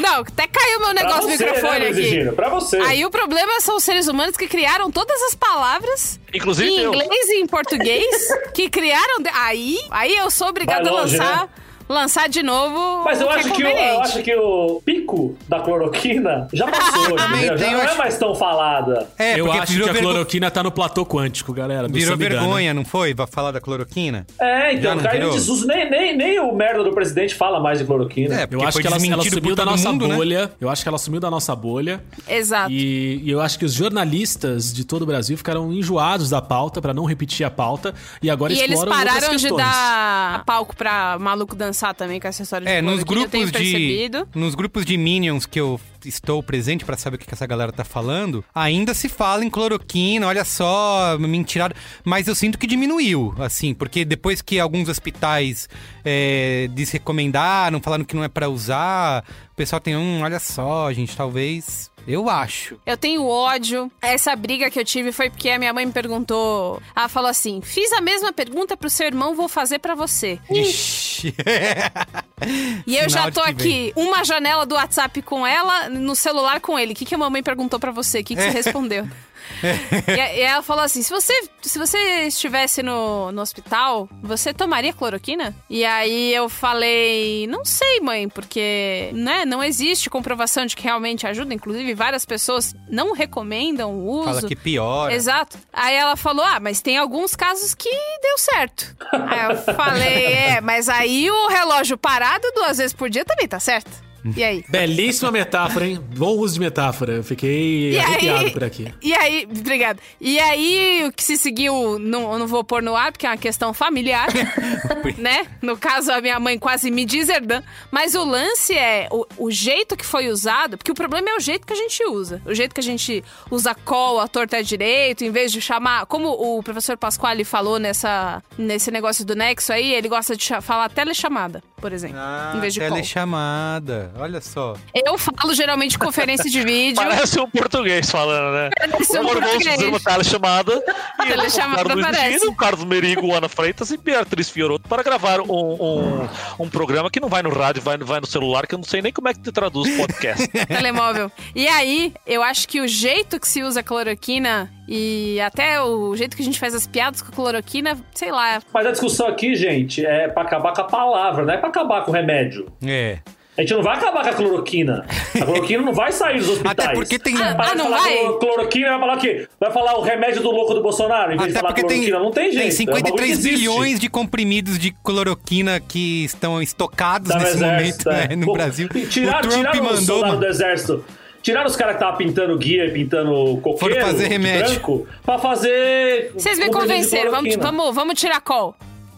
Não, até caiu meu Pra negócio do você, microfone né, aqui. Luizigino? Pra você. Aí o problema são os seres humanos que criaram todas as palavras Inclusive em eu. inglês e em português que criaram. de- Aí, aí eu sou obrigada Vai a longe, lançar, né? lançar de novo. Mas eu o que acho, é que o, eu conveniente. acho que o pico da cloroquina já passou, entendeu? Já tem, não eu é acho- mais tão falada. É, eu porque acho que virou, a vergo- cloroquina tá no platô quântico, galera. do virou Samidana. vergonha, não foi? Vai falar da cloroquina? É, Já então, não caiu em virou? desuso. Nem, nem, nem o merda do presidente fala mais de cloroquina. É, Eu Porque acho foi que ela, ela desmentido sumiu por da todo nossa mundo, né? bolha. Eu acho que ela sumiu da nossa bolha. Exato. E, e eu acho que os jornalistas de todo o Brasil ficaram enjoados da pauta pra não repetir a pauta e agora E eles exploram outras pararam de questões. dar palco pra maluco dançar também com essa história de É, nos cloroquina, eu tenho grupos de percebido. nos grupos de minions que eu estou presente pra saber o que que essa galera tá falando, ainda se fala em cloroquina, olha só, mentirada, mas eu sinto que diminuiu, assim, porque depois que alguns hospitais é, desrecomendaram, falaram que não é pra usar, o pessoal tem um, olha só, gente, talvez, eu acho. Eu tenho ódio. Essa briga que eu tive foi porque a minha mãe me perguntou. Ela falou assim: fiz a mesma pergunta pro seu irmão, vou fazer pra você. Ixi. E eu Sinal já de tô que vem. aqui, uma janela do WhatsApp com ela, no celular com ele. O que, que a mamãe perguntou pra você? O que, que É. você respondeu? e, e ela falou assim: se você, se você estivesse no, no hospital, você tomaria cloroquina? E aí eu falei: não sei, mãe, porque né, não existe comprovação de que realmente ajuda. Inclusive, várias pessoas não recomendam o uso. Fala que piora. Exato. Aí ela falou: Ah, mas tem alguns casos que deu certo. aí eu falei: É, mas aí o relógio parado duas vezes por dia também tá certo. E aí? Belíssima metáfora, hein? Bom uso de metáfora. Eu fiquei E arrepiado aí- por aqui. E aí, obrigada. E aí, o que se seguiu, não, eu não vou pôr no ar, porque é uma questão familiar, né? No caso, a minha mãe quase me deserdã. Mas o lance é o, o jeito que foi usado, porque o problema é o jeito que a gente usa. O jeito que a gente usa call, a torta é direito, em vez de chamar. Como o professor Pasquale falou nessa, nesse negócio do Nexo aí, ele gosta de cha- falar telechamada, por exemplo. Ah, em vez de call. telechamada, olha só. Eu falo geralmente conferência de vídeo. Parece um português falando, né? Parece um Foram bons português. fazer uma telechamada e eu, Telechamada o Carlos parece. Gino, o Carlos Merigo, Ana Freitas e Beatriz Fiorotto para gravar um, um, um programa que não vai no rádio, vai, vai no celular, que eu não sei nem como é que te traduz podcast. telemóvel. E aí, eu acho que o jeito que se usa a cloroquina e até o jeito que a gente faz as piadas com a cloroquina, sei lá. Mas a discussão aqui, gente, é pra acabar com a palavra, não é pra acabar com o remédio. É. A gente não vai acabar com a cloroquina. A cloroquina não vai sair dos hospitais. Até porque tem um- Ah, Para ah, de não falar vai? cloro- cloroquina vai falar o quê? Vai falar o remédio do louco do Bolsonaro em vez de Até falar porque tem, cloroquina. não tem jeito. tem é um bagulho que 53 existe. bilhões de comprimidos de cloroquina que estão estocados Tá no nesse exército, momento é. né, no Pô, Brasil. e Tiraram, o Trump tiraram o mandou. soldado uma- do exército. Tiraram os caras que estavam pintando guia e pintando coqueiro Foram fazer de remédio. branco pra fazer... Vocês me comprimido de convenceram, vamos, cloroquina. vamos, vamos tirar call.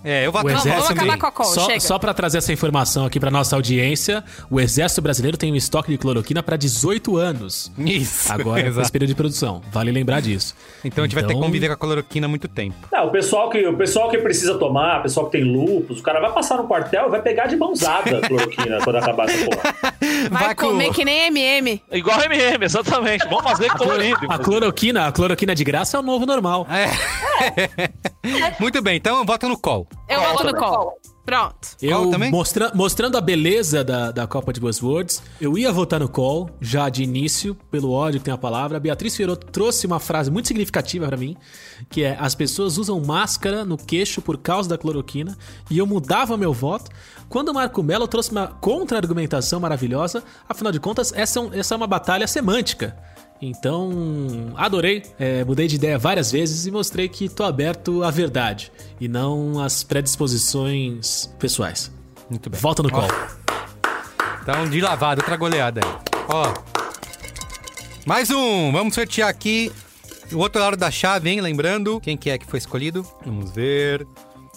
É, eu vou O atrás. exército- exército acabar também- com a call, só, chega. só para trazer essa informação aqui pra nossa audiência, o exército brasileiro tem um estoque de cloroquina pra 18 anos. Isso. Agora com esse exato. período de produção. Vale lembrar disso. Então a gente vai ter que conviver com a cloroquina há muito tempo. Não, o pessoal que o pessoal que precisa tomar, o pessoal que tem lupus, o cara vai passar no quartel e vai pegar de mãozada a cloroquina quando acabar essa porra. Vai, com- comer que nem MM. Igual MM, exatamente. Vamos fazer colorido. A cloroquina, a cloroquina de graça é o novo normal. É. muito bem, então vota no call. Eu Call volto no também. call. Pronto. Eu, também? mostra- mostrando a beleza da, da Copa de Buzzwords, eu ia votar no call, já de início, pelo ódio que tem a palavra. A Beatriz Fierotto trouxe uma frase muito significativa pra mim, que é: as pessoas usam máscara no queixo por causa da cloroquina, e eu mudava meu voto. Quando o Marco Mello trouxe uma contra-argumentação maravilhosa, afinal de contas, essa é, um- essa é uma batalha semântica. Então, adorei, é, mudei de ideia várias vezes e mostrei que tô aberto à verdade e não às predisposições pessoais. Muito bem. Volta no call. Então, de lavada, outra goleada aí. Ó. Mais um. Vamos sortear aqui. O outro lado da chave, hein? Lembrando. Quem que é que foi escolhido? Vamos ver.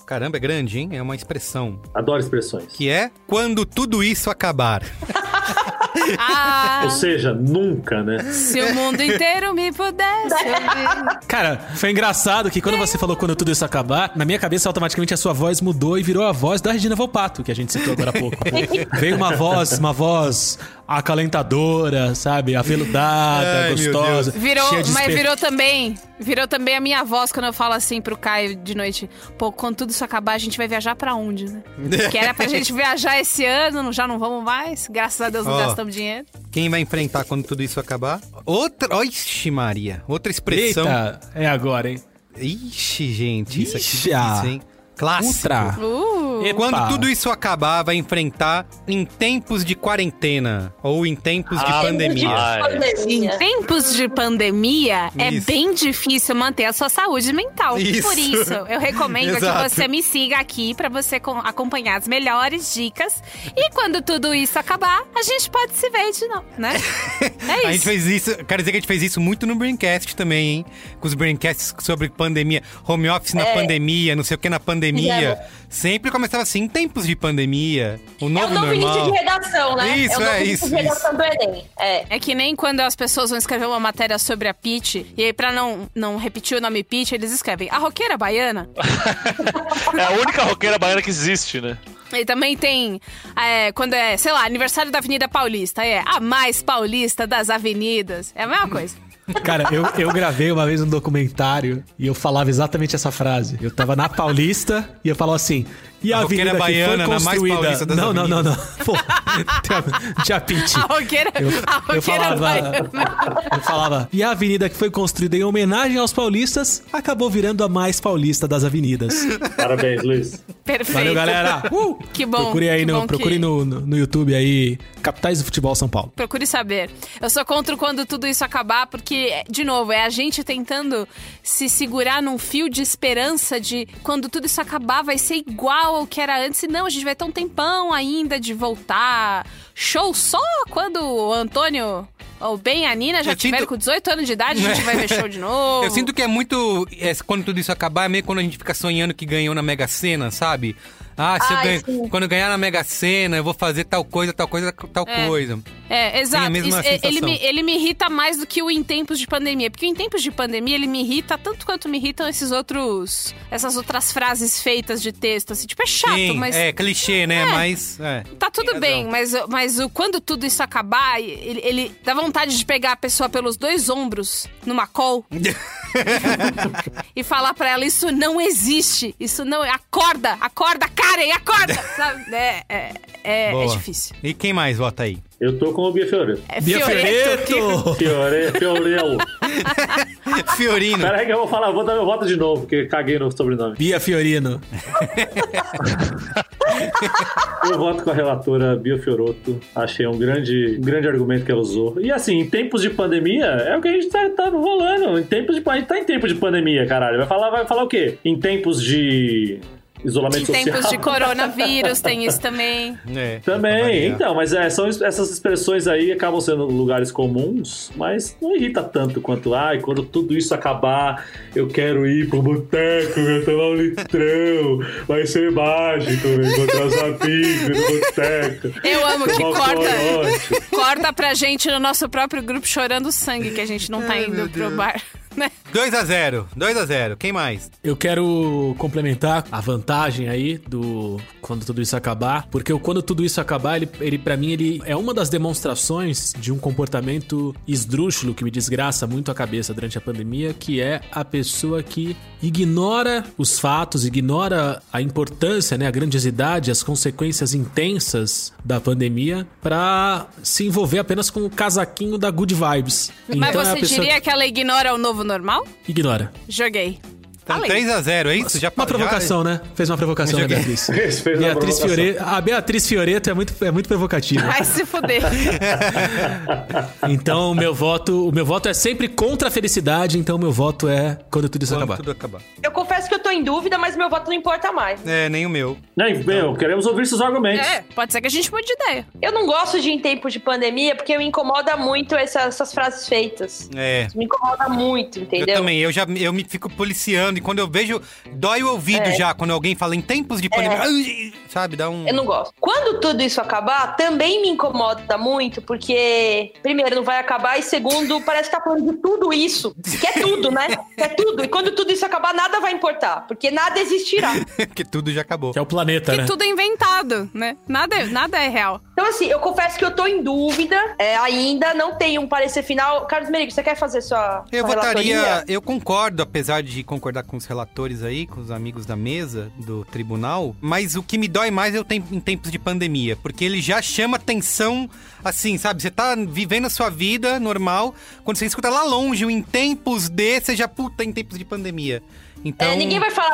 Caramba, é grande, hein? É uma expressão. Adoro expressões. que é quando tudo isso acabar. Ah, Ou seja, nunca, né? se o mundo inteiro me pudesse ouvir. Cara, foi engraçado que quando você falou quando tudo isso acabar, na minha cabeça automaticamente a sua voz mudou e virou a voz da Regina Volpato, que a gente citou agora há pouco. Veio uma voz, uma voz acalentadora, sabe? Aveludada, Ai, meu gostosa. Virou, cheia de mas esper- virou também, virou também a minha voz quando eu falo assim pro Caio de noite, pô, quando tudo isso acabar, a gente vai viajar pra onde, né? Que era pra gente viajar esse ano, não- já não vamos mais, graças a Deus não Ó. gastamos dinheiro. Quem vai enfrentar quando tudo isso acabar? Outra. Oxi, Maria. Outra expressão. Eita, é agora, hein? Ixi, gente. Isso aqui é Ixi, difícil, ah. hein? Clássico. Ultra. Uh, Epa. Quando tudo isso acabar, vai enfrentar em tempos de quarentena ou em tempos de Ah, É pandemia. é. demais. em um tipo Pandemia. tempos de pandemia, é Isso. bem difícil manter a sua saúde mental. Isso. Por isso, eu recomendo que Exato. você me siga aqui pra você com- acompanhar as melhores dicas. E quando tudo isso acabar, a gente pode se ver de novo, né? É isso. A gente fez isso, quero dizer que a gente fez isso muito no Braincast também, hein? Com os Braincasts sobre pandemia, home office na pandemia, não sei o que na pandemia. Sempre começava assim, em tempos de pandemia, o É novo, o novo normal. início de redação, né? Isso, é, o novo é, início isso, de redação do Enem. É. É que nem quando as pessoas vão escrever uma matéria sobre a Pete, e aí pra não, não repetir o nome Pete, eles escrevem a roqueira baiana. É a única roqueira baiana que existe, né? E também tem, é, quando é, sei lá, aniversário da Avenida Paulista, aí é a mais paulista das avenidas. É a mesma coisa. Cara, eu, eu gravei uma vez um documentário e eu falava exatamente essa frase. Eu tava na Paulista e eu falava assim. E a, A roqueira avenida baiana, que na foi mais paulista construída. das não, não, não, não. Pô, Japite. A roqueira, Eu, a eu roqueira falava, baiana. eu falava, e a avenida que foi construída em homenagem aos paulistas acabou virando a mais paulista das avenidas. Parabéns, Luiz. Perfeito. Valeu, galera! Uh! Que bom, Procure aí que no, bom procure que- no, no, no YouTube aí, Capitais do Futebol São Paulo. Procure saber. Eu sou contra o quando tudo isso acabar, porque, de novo, é a gente tentando se segurar num fio de esperança de quando tudo isso acabar vai ser igual ao que era antes. E não, a gente vai ter um tempão ainda de voltar. Show só quando o Antônio ou bem a Nina já Eu tiveram sinto- com 18 anos de idade, a gente vai ver show de novo. Eu sinto que é muito. é, quando tudo isso acabar, é meio quando a gente fica sonhando que ganhou na Mega Sena, sabe? Ah, se eu Ai, ganho- sim. quando eu ganhar na Mega Sena, eu vou fazer tal coisa, tal coisa, tal É. coisa. É, exato. mesma Isso- sensação. ele, me, ele me irrita mais do que o em tempos de pandemia. Porque o em tempos de pandemia, ele me irrita tanto quanto me irritam esses outros. Essas outras frases feitas de texto, assim. Tipo, é chato, Sim, mas. É, clichê, né? Mas. é. Tá tudo Tem bem, mas, mas o, quando tudo isso acabar, ele, ele dá vontade de pegar a pessoa pelos dois ombros numa call e falar pra ela: Isso não existe, isso não. Acorda, acorda, Karen, acorda! Sabe? É, é, é, é Boa. difícil. E quem mais vota aí? Eu tô com o Bia Fioreto. É Bia Fioretto, Ferreto! Fiore, Fiorello. Fiorino. Peraí que eu vou falar, vou dar meu voto de novo, porque caguei no sobrenome. Bia Fiorino. Eu voto com a relatora Bia Fioroto. Achei um grande, um grande argumento que ela usou. E assim, em tempos de pandemia, é o que a gente tá, tá rolando. Em tempos de, a gente tá em tempo de pandemia, caralho. Vai falar, vai falar o quê? Em tempos de isolamento Em social. tempos de coronavírus tem isso também. É, pra Também, variar. então, mas é, são es- essas expressões aí acabam sendo lugares comuns, mas não irrita tanto quanto, ai, quando tudo isso acabar, eu quero ir pro boteco, eu tô lá um litrão, vai ser mágico, eu vou encontrar os amigos no boteco. Eu amo que tomar um corta, corote. corta pra gente no nosso próprio grupo chorando sangue que a gente não tá Ai, meu indo pro Deus. bar. né? 2 a 0 2 a 0 Quem mais? Eu quero complementar a vantagem aí do quando tudo isso acabar, porque o quando tudo isso acabar, ele, ele para mim ele é uma das demonstrações de um comportamento esdrúxulo que me desgraça muito a cabeça durante a pandemia, que é a pessoa que ignora os fatos, ignora a importância, né, a grandiosidade, as consequências intensas da pandemia pra se envolver apenas com o casaquinho da good vibes. Mas é a você pessoa diria que ela ignora o novo normal? que ignora. Joguei. Então, Falei. 3 a 0 é isso? Já, Uma já- é? provocação, né? Fez uma provocação, né, Joguei. Beatriz? Esse fez uma Beatriz provocação. Fioreto, a Beatriz Fioreto é muito, é muito provocativa. Vai se fuder. Então, o meu voto, o meu voto é sempre contra a felicidade, então o meu voto é quando tudo isso Quando acabar. tudo acabar. Eu confesso que eu tô em dúvida, mas meu voto não importa mais. É, nem o meu. Né, meu, queremos ouvir seus argumentos. É, pode ser que a gente mude de ideia. Eu não gosto de em tempo de pandemia porque me incomoda muito essa- essas frases feitas. É. Me incomoda muito, entendeu? Eu também, eu já eu me fico policiando pane. Quando eu vejo, dói o É. ouvido já. Quando alguém fala em tempos de pandemia. Ai, Sabe, dá um. Eu não gosto. Quando tudo isso acabar, também me incomoda muito, porque, primeiro, não vai acabar, e segundo, parece que tá falando de tudo isso. Que é tudo, né? Que é tudo. E quando tudo isso acabar, nada vai importar, porque nada existirá. Porque tudo já acabou. Que é o planeta, né? Que tudo é inventado, né? Nada, é- nada é real. Então, assim, eu confesso que eu tô em dúvida é, ainda, não tenho um parecer final. Carlos Merigo, você quer fazer sua. Eu sua votaria, relatoria? eu concordo, apesar de concordar com os relatores aí, com os amigos da mesa do tribunal, mas o que me dói mais é o tempo em tempos de pandemia, porque ele já chama atenção, assim, sabe? Você tá vivendo a sua vida normal, quando você escuta lá longe, o em tempos de, você já puta em tempos de pandemia. Então, É, ninguém vai falar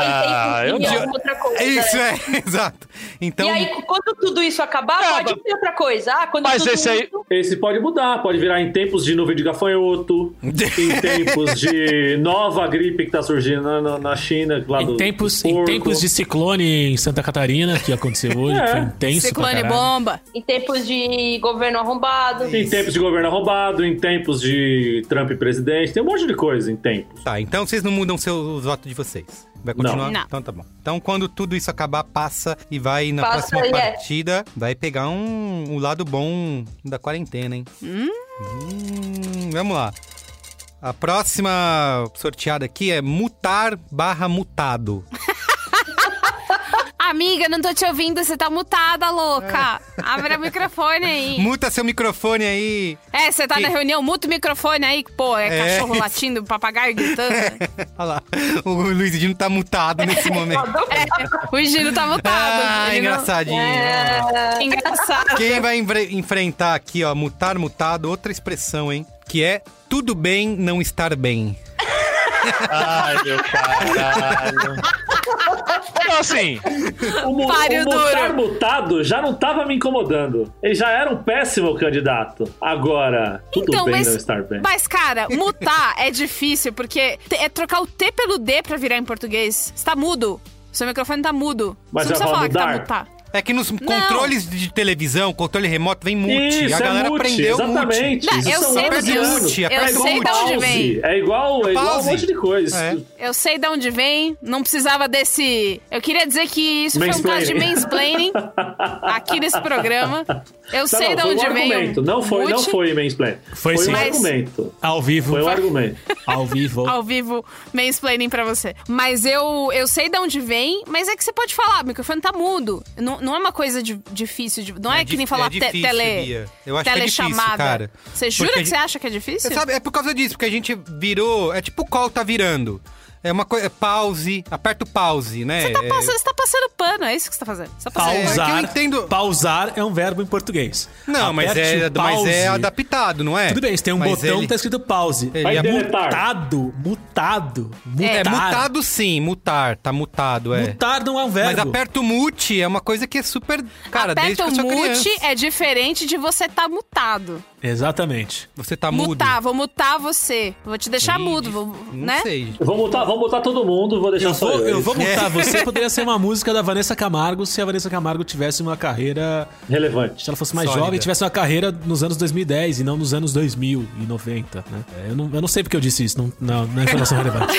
Ah, em eu tempo de não- alguma outra coisa. É isso, né? é, exato. Então, E aí, quando tudo isso acabar, Não, pode mas- ter outra coisa. Ah, quando Mas tudo esse aí- isso- Esse pode mudar, pode virar em tempos de nuvem de gafanhoto, em tempos de nova gripe que tá surgindo na, na- na China, lá do Em tempos, do em porco. tempos de ciclone em Santa Catarina, que aconteceu hoje, É. foi intenso. Ciclone pra caralho. bomba. Em tempos de governo arrombado. Em tempos de governo roubado, em tempos de Trump presidente, tem um monte de coisa em tempos. tá, então vocês não mudam seu, o voto de vocês. Vai continuar? Não. Então tá bom. Então quando tudo isso acabar, passa e vai na Passa próxima e é. partida, vai pegar um, um lado bom da quarentena, hein? Hum, vamos lá. A próxima sorteada aqui é mutar barra mutado. Amiga, não tô te ouvindo, você tá mutada, louca. Abre o microfone aí. Muta seu microfone aí. É, você tá Que- na reunião, muta o microfone aí, que, pô, é É. cachorro latindo, papagaio gritando. Olha lá, o Luiz Dino tá mutado nesse momento. O Gino tá mutado. Ah, Ele não- engraçadinho. Ah. Engraçado. Quem vai enfre- enfrentar aqui, ó, mutar, mutado, outra expressão, hein? Que é tudo bem não estar bem. Ai, meu caralho. Não, assim, O, mu- Páreo o mutar duro. mutado já não tava me incomodando. Ele já era um péssimo candidato. Agora, tudo Então, bem mas- não estar bem. Mas, cara, mutar é difícil, porque te- é trocar o T pelo D pra virar em português. Você tá mudo. Seu microfone tá mudo. Mas você não precisa já falar fala que tá mudar? mutado. É que nos controles de televisão, controle remoto, vem mute. é a galera mute, aprendeu mute. é exatamente. Não, Isso eu são sei de anos e onde- anos. eu é sei igual de onde pause, vem. É igual, é igual um Pause. monte de coisa. É. Eu sei de onde vem, não precisava desse. Eu queria dizer que isso foi um caso de mansplaining É. aqui nesse programa. Eu Tá, sei não, de foi um onde vem. argumento. o Não foi, não mute foi mansplain. Foi sim. um Mas- argumento. Ao vivo. Foi um argumento. Ao vivo. Ao vivo, mansplaining pra você. Mas eu, eu sei de onde vem, mas é que você pode falar, o microfone tá mudo. Não, não é uma coisa de- difícil, de- não é, que dif- nem falar é te- difícil, tele, Bia. Eu acho que é difícil, telechamada. cara. Você jura Porque a que você gente- acha que é difícil? Você sabe, é por causa disso, porque a gente virou. É tipo o call tá virando. É uma coisa. É pause, aperta o pause, né? Você tá, É- passando, você tá passando pano, é isso que você tá fazendo. Você tá passando Pausa. pano. Pausar. É que eu entendo- Pausar é um verbo em português. Não, mas Aperte é, o mas é pause. adaptado, não é? Tudo bem, você tem um Mas botão ele- que tá escrito pause. Ele Vai é deletar. Mutado, mutado, mutado. É, mutado sim, mutar, tá mutado, é. Mutar não é um verbo. Mas aperta o mute é uma coisa que é super. Cara, desde Aperta que eu o sou mute criança. é diferente de você tá mutado. Exatamente. Você tá mudo. Mutar, vou mutar você. Vou te deixar Ih, mudo, vou, Não né? sei. Vamos botar, vamos botar todo mundo, vou deixar Eu só vou, eu vou É. mutar você. Poderia ser uma música da Vanessa Camargo se a Vanessa Camargo tivesse uma carreira. Relevante. Se ela fosse mais Sólida. jovem e tivesse uma carreira nos anos 2010 e não nos anos 2000 e 90, né? É, Eu não, eu não sei porque eu disse isso, não, não, não é informação relevante.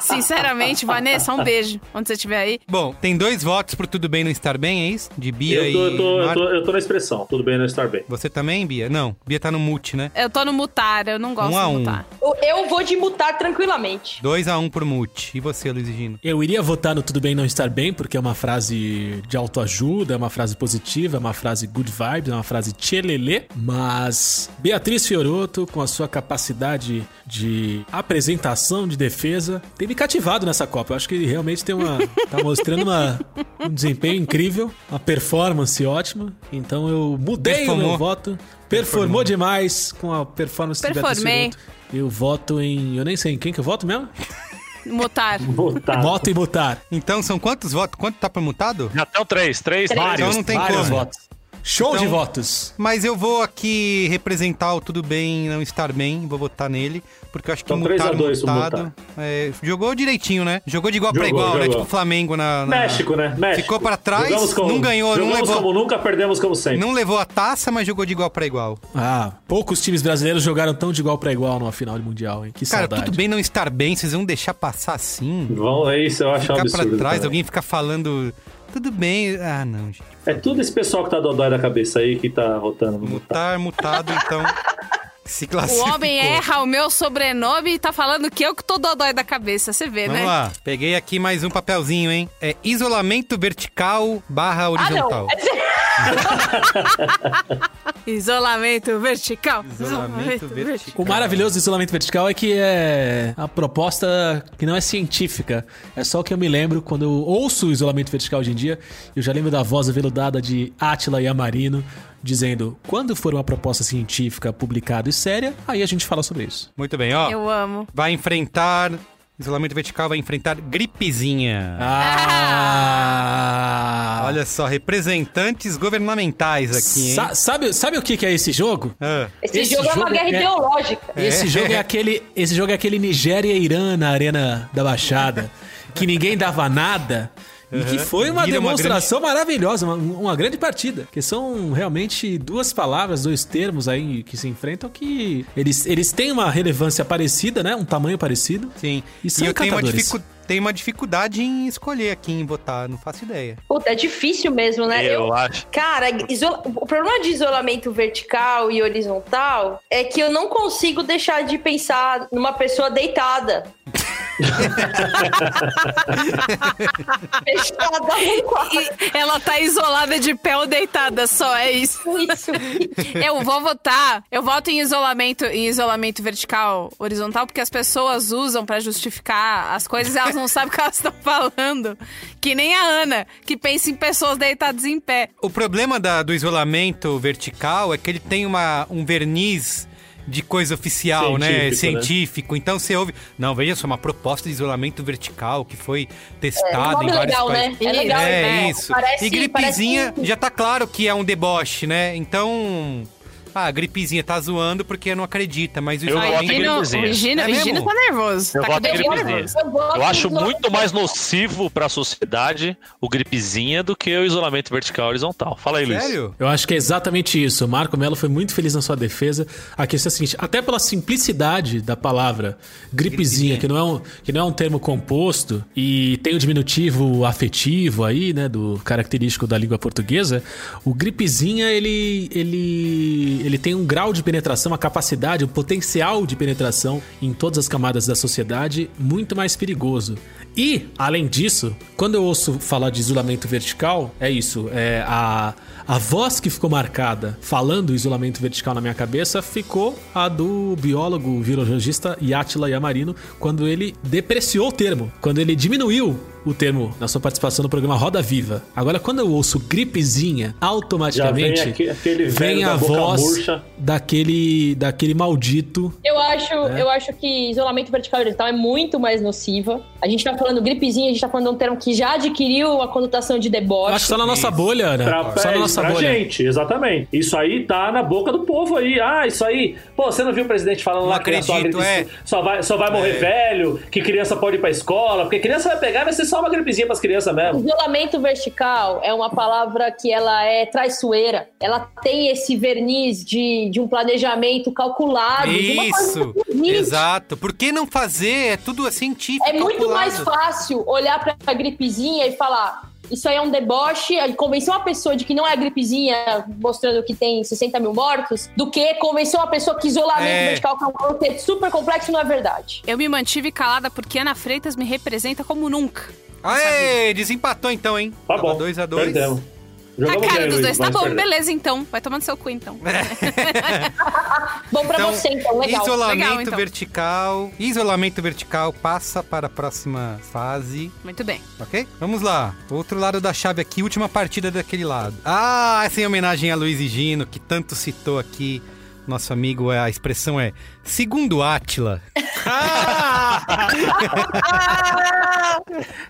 Sinceramente, Vanessa, um beijo. Onde você estiver aí. Bom, tem dois votos pro Tudo Bem Não Estar Bem, é isso? De Bia Eu tô, e eu, tô, eu, Marco. tô, eu tô na expressão. Tudo bem não estar bem. Você também, Bia? Não, Bia tá no mute, né? Eu tô no mutar, eu não gosto Um a de um. mutar. Eu- Eu vou de mutar tranquilamente. 2 a 1 um pro mute. E você, Luiz Gino? Eu iria votar no Tudo Bem Não Estar Bem, porque é uma frase de autoajuda, é uma frase positiva, é uma frase good vibes, é uma frase tchelelê. Mas Beatriz Fioroto, com a sua capacidade de apresentação, de defesa, tem me cativado nessa Copa. Eu acho que realmente tem uma. tá mostrando uma- um desempenho incrível, uma performance ótima. Então eu mudei o Performou. meu voto. Performou demais com a performance de Performei. Beatriz Fioroto. Eu voto em. Eu nem sei em quem que eu voto mesmo? Mutar. Botar. Voto em botar. Então, são quantos votos? Quanto tá pro mutado? já estão três, três, Três. vários. Então não tem vários como. votos. Show Então- de votos. Mas eu vou aqui representar o Tudo Bem Não Estar Bem, vou votar nele, porque eu acho que Então, três a mutar, dois pro mutado. é, jogou direitinho, né? Jogou de igual pra Jogou, igual, né? jogou. Tipo o Flamengo na. na- México, né? México. Ficou pra trás, Jogamos como- não ganhou, não Jogamos levou. como nunca, perdemos como sempre. Não levou a taça, mas jogou de igual pra igual. Ah, poucos times brasileiros jogaram tão de igual pra igual numa final de mundial, hein? Que Cara, saudade. tudo bem não estar bem, vocês vão deixar passar assim? Vão, é isso, eu acho um Ficar pra absurdo. trás, também. alguém ficar falando. Tudo bem. Ah, não, gente. É tudo esse pessoal que tá dodói da cabeça aí, que tá rotando. Mutar, mutado, então. Se O classificou. homem erra o meu sobrenome e tá falando que eu que tô dodói da cabeça, você vê, Vamos né? lá, peguei aqui mais um papelzinho, hein? É isolamento vertical barra Ah, horizontal. não. Isolamento vertical. Isolamento vertical. O maravilhoso do isolamento vertical é que é a proposta que não é científica. É só o que eu me lembro quando eu ouço o isolamento vertical hoje em dia. Eu já lembro da voz aveludada de Átila e Amarino dizendo: quando for uma proposta científica publicada e séria, aí a gente fala sobre isso. Muito bem, ó. Eu amo. Vai enfrentar. Isolamento vertical vai enfrentar gripezinha. Ah! Olha só, representantes governamentais aqui, hein? Sa- sabe, sabe o que que é esse jogo? Ah, Esse, Esse jogo, é uma jogo guerra é- ideológica. Esse jogo é aquele, esse jogo é aquele Nigéria e Irã na arena da Baixada, que ninguém dava nada. E que foi uma Vira uma demonstração maravilhosa, uma, uma grande partida. Que são realmente duas palavras, dois termos aí que se enfrentam que eles, eles têm uma relevância parecida, né? Um tamanho parecido. sim. E são eu tenho uma, encantadores. dificu- tenho uma dificuldade em escolher aqui, em votar, não faço ideia. Puta, é difícil mesmo, né? Eu acho. Cara, iso- o problema de isolamento vertical e horizontal é que eu não consigo deixar de pensar numa pessoa deitada. Fechada no quarto. E ela tá isolada de pé ou deitada só, é isso. Isso. Eu vou votar. Eu voto em isolamento, em isolamento vertical, horizontal, porque as pessoas usam pra justificar as coisas e elas não sabem o que elas estão falando. Que nem a Ana, que pensa em pessoas deitadas em pé. O problema da- do isolamento vertical é que ele tem uma, um verniz de coisa oficial, né? Científico, né? Científico. Então você ouve. Não, veja só, uma proposta de isolamento vertical que foi testada nome em vários legal, países. né? É legal, é, né? isso. Parece- e gripezinha parece- já tá claro que é um deboche, né? Então. Ah, a gripezinha tá zoando porque não acredita, mas o Eu Aí, voto em isolamento. Gino, gripezinha. o Gino, É o Gino mesmo? tá nervoso. Eu tá voto com em nervoso. gripezinha. gosto Eu acho do isolamento muito mais vertical. nocivo pra sociedade o gripezinha do que o isolamento vertical e horizontal. Fala aí, Luiz. Sério? Eu acho que é exatamente isso. O Marco Melo foi muito feliz na sua defesa. A questão é a seguinte: até pela simplicidade da palavra gripezinha, que não, é um, que não é um termo composto e tem o diminutivo afetivo aí, né, do característico da língua portuguesa, o gripezinha ele, ele, ele tem um grau de penetração, a capacidade, o potencial de penetração em todas as camadas da sociedade muito mais perigoso. E, além disso, quando eu ouço falar de isolamento vertical, é isso, é a, a voz que ficou marcada falando isolamento vertical na minha cabeça ficou a do biólogo virologista Yatila Yamarino, quando ele depreciou o termo, quando ele diminuiu o termo na sua participação no programa Roda Viva. Agora, quando eu ouço gripezinha, Já vem automaticamente aque- aquele velho vem da a boca voz murcha. daquele, daquele maldito Eu acho, eu acho que isolamento vertical e horizontal é muito mais nociva. A gente tá falando gripezinha, a gente tá falando de um termo que já adquiriu a conotação de deboche. Acho que só na nossa bolha, Ana. Pra, só é, na nossa pra bolha. gente, exatamente. Isso aí tá na boca do povo aí. Ah, isso aí. Pô, você não viu o presidente falando Não lá que era só acredito, gripe- é. só vai, só vai morrer É. velho, que criança pode ir pra escola, porque criança vai pegar, vai ser só uma gripezinha pras crianças mesmo. Isolamento vertical é uma palavra que ela é traiçoeira. Ela tem esse verniz de, de um planejamento calculado. de uma coisa Isso, bonita. exato. Por que não fazer? É tudo científico. É muito calculado. mais fácil olhar pra a gripezinha e falar. Isso aí é um deboche, é convencer uma pessoa de que não é gripezinha, mostrando que tem 60 mil mortos, do que convencer uma pessoa que isolamento É. vertical, que é um conceito super complexo, não é verdade. Eu me mantive calada porque Ana Freitas me representa como nunca. Aê, desempatou então, hein? Tá Tava bom. 2 a 2 Perdemos. Na Jogamos cara bem, dos Luiz, dois. Tá mas bom, perdemos. beleza então. Vai tomando seu cu então. É. Bom pra Então, você, então, legal. Isolamento Legal, então. vertical. Isolamento vertical passa para a próxima fase, Muito bem. ok? Vamos lá. Outro lado da chave aqui, última partida daquele lado. Ah, essa é em homenagem a Luiz e Gino, que tanto citou aqui. Nosso amigo, é- a expressão é segundo Átila.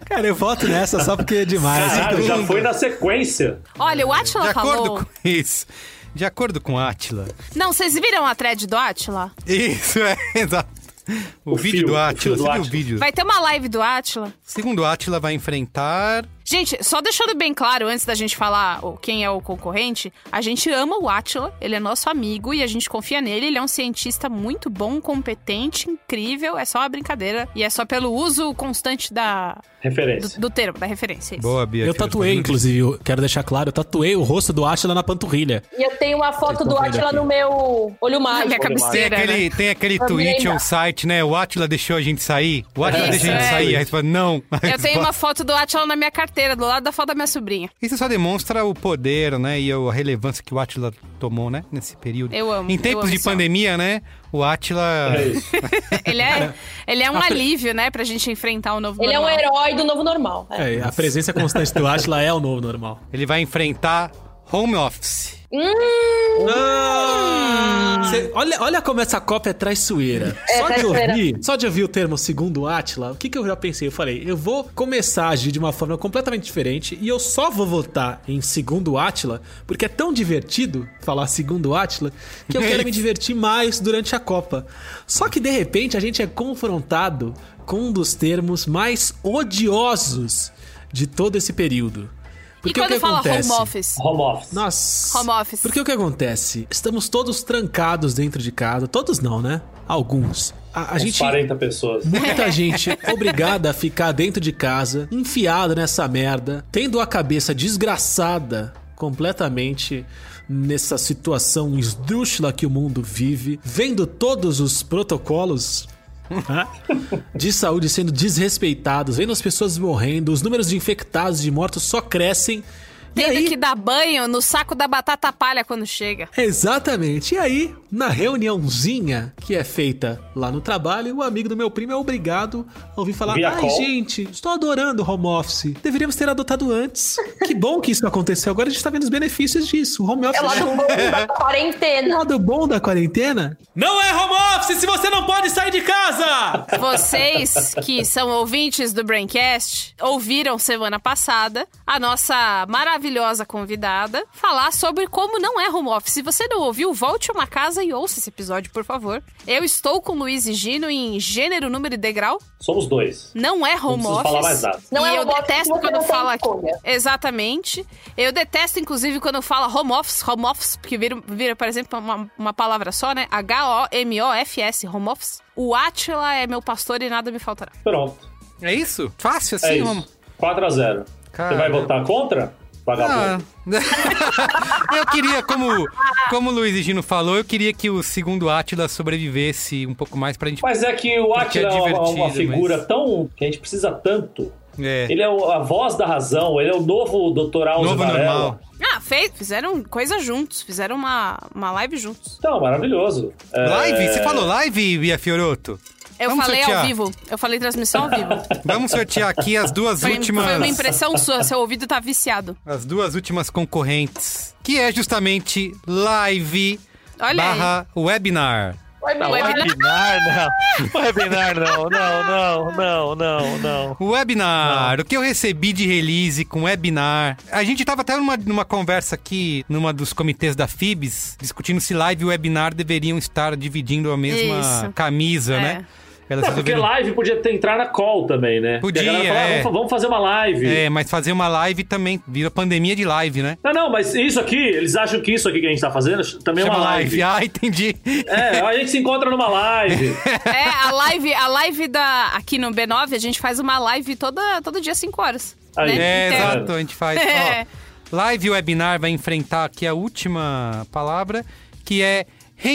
Cara, eu voto nessa só porque é demais. Caralho, já foi na sequência. Olha, o Atila De falou. acordo com isso. De acordo com Atila. Não, vocês viram a thread do Atila? Isso, é, exato. O, O vídeo fio, do o Atila, fio do você viu o Átila. vídeo? Vai ter uma live do Atila. Segundo Atila, vai enfrentar. Gente, só deixando bem claro, antes da gente falar o- quem é o concorrente, a gente ama o Atila, ele é nosso amigo e a gente confia nele. Ele é um cientista muito bom, competente, incrível. É só uma brincadeira. E é só pelo uso constante da, do, Referência. do termo, da referência. isso. Boa, Bia. Eu tira tatuei, foto. inclusive, eu quero deixar claro, eu tatuei o rosto do Ashla na panturrilha. E eu tenho uma Vocês foto do estão vendo Atila aqui. no meu olho Na minha mágico. Tem cabeceira, né? aquele, tem aquele Também tweet dá. ou site, né? O Atila deixou a gente sair. O Atila Isso, deixou a gente é. sair. Aí você fala, não. Eu tenho uma foto do Atila na minha carteira, do lado da foto da minha sobrinha. Isso só demonstra o poder, né? E a relevância que o Atila tomou, né? Nesse período. Eu amo, Em eu tempos amo de esse pandemia, né? O Atila. É isso. Ele é, ele é um alívio, né, pra gente enfrentar o novo Ele é um normal. herói do novo normal. é. É, a presença constante do Ashla é o novo normal. Ele vai enfrentar home office. Cê- olha, olha como essa Copa é traiçoeira. É, só, de traiçoeira. ouvir, só de ouvir o termo segundo Atila, o que, que eu já pensei? Eu falei, eu vou começar a agir de uma forma completamente diferente e eu só vou votar em segundo Atila porque é tão divertido falar segundo Atila que eu quero me divertir mais durante a Copa. Só que de repente a gente é confrontado com um dos termos mais odiosos de todo esse período. E Porque o quando que fala acontece? home office? Home office. Nossa. Home office. Porque o que acontece? Estamos todos trancados dentro de casa. Todos não, né? Alguns. A, a Uns gente. Né? 40 pessoas. Muita gente obrigada a ficar dentro de casa, enfiado nessa merda, tendo a cabeça desgraçada completamente nessa situação esdrúxula que o mundo vive, vendo todos os protocolos né, de saúde sendo desrespeitados, vendo as pessoas morrendo, os números de infectados e de mortos só crescem. e Tendo aí, que dar banho no saco da batata palha quando chega. Exatamente. E aí, na reuniãozinha que é feita lá no trabalho, o amigo do meu primo é obrigado a ouvir falar: Via Ai, call." gente, estou adorando o home office. Deveríamos ter adotado antes. que bom que isso aconteceu. Agora a gente está vendo os benefícios disso. O home office. É o lado bom da O quarentena. lado bom da quarentena? Não é home office se você não pode sair de casa! Vocês que são ouvintes do Braincast ouviram semana passada a nossa maravilhosa convidada falar sobre como não é home office. Se você não ouviu, volte uma casa e ouça esse episódio, por favor. Eu estou com Luiz e Gino em gênero, número e degrau. Somos dois. Não é home preciso office. falar mais nada. Não e é eu home office detesto porque quando não tem fala escolha. Exatamente. Eu detesto, inclusive, quando fala home office, home office, porque vira, vira por exemplo, uma, uma palavra só, né? H-O-M-O-F-S, home office. O Atila é meu pastor e nada me faltará. Pronto. É isso? Fácil assim? É home- isso. 4x0. Você vai Caramba. votar contra? Ah, Vagabundo. eu queria, como, como o Luiz e Gino falou, eu queria que o segundo Atila sobrevivesse um pouco mais pra gente. Mas é que o Porque é Atila é, uma, uma divertido, figura mas- tão. que a gente precisa tanto. É. Ele é o- a voz da razão, ele é o novo Dr. Aldo Novo Varela. normal. Ah, fez, fizeram coisa juntos, fizeram uma, uma live juntos. Então, maravilhoso. É, Live? Você falou live, Bia Fioroto? Eu Vamos falei sortear. ao vivo, eu falei transmissão ao vivo. Vamos sortear aqui as duas Foi, últimas. foi uma impressão sua, seu ouvido tá viciado. As duas últimas concorrentes. Que é justamente live Olha aí. barra webinar. Oi, meu Não, é Ué, amor. webinar não. é Webinar não, não, não, não, não, não. Webinar, Ah. o que eu recebi de release com webinar. A gente tava até numa, numa conversa aqui, numa dos comitês da FIBS, discutindo se live e webinar deveriam estar dividindo a mesma Isso. camisa, É. né? Elas É porque resolveram- live podia ter, entrar na call também, né? Porque Podia, a galera fala, é. "Ah, vamos, vamos fazer uma live. É, mas fazer uma live também vira pandemia de live, né? Não, não, mas isso aqui, eles acham que isso aqui que a gente tá fazendo também é uma live. Ah, entendi. É, a gente se encontra numa live. É, a live, a live da. Aqui no B9, a gente faz uma live toda, todo dia, 5 horas. né? Aí. É, Então- exato, a gente faz. É. Ó, live e webinar vai enfrentar aqui a última palavra, que é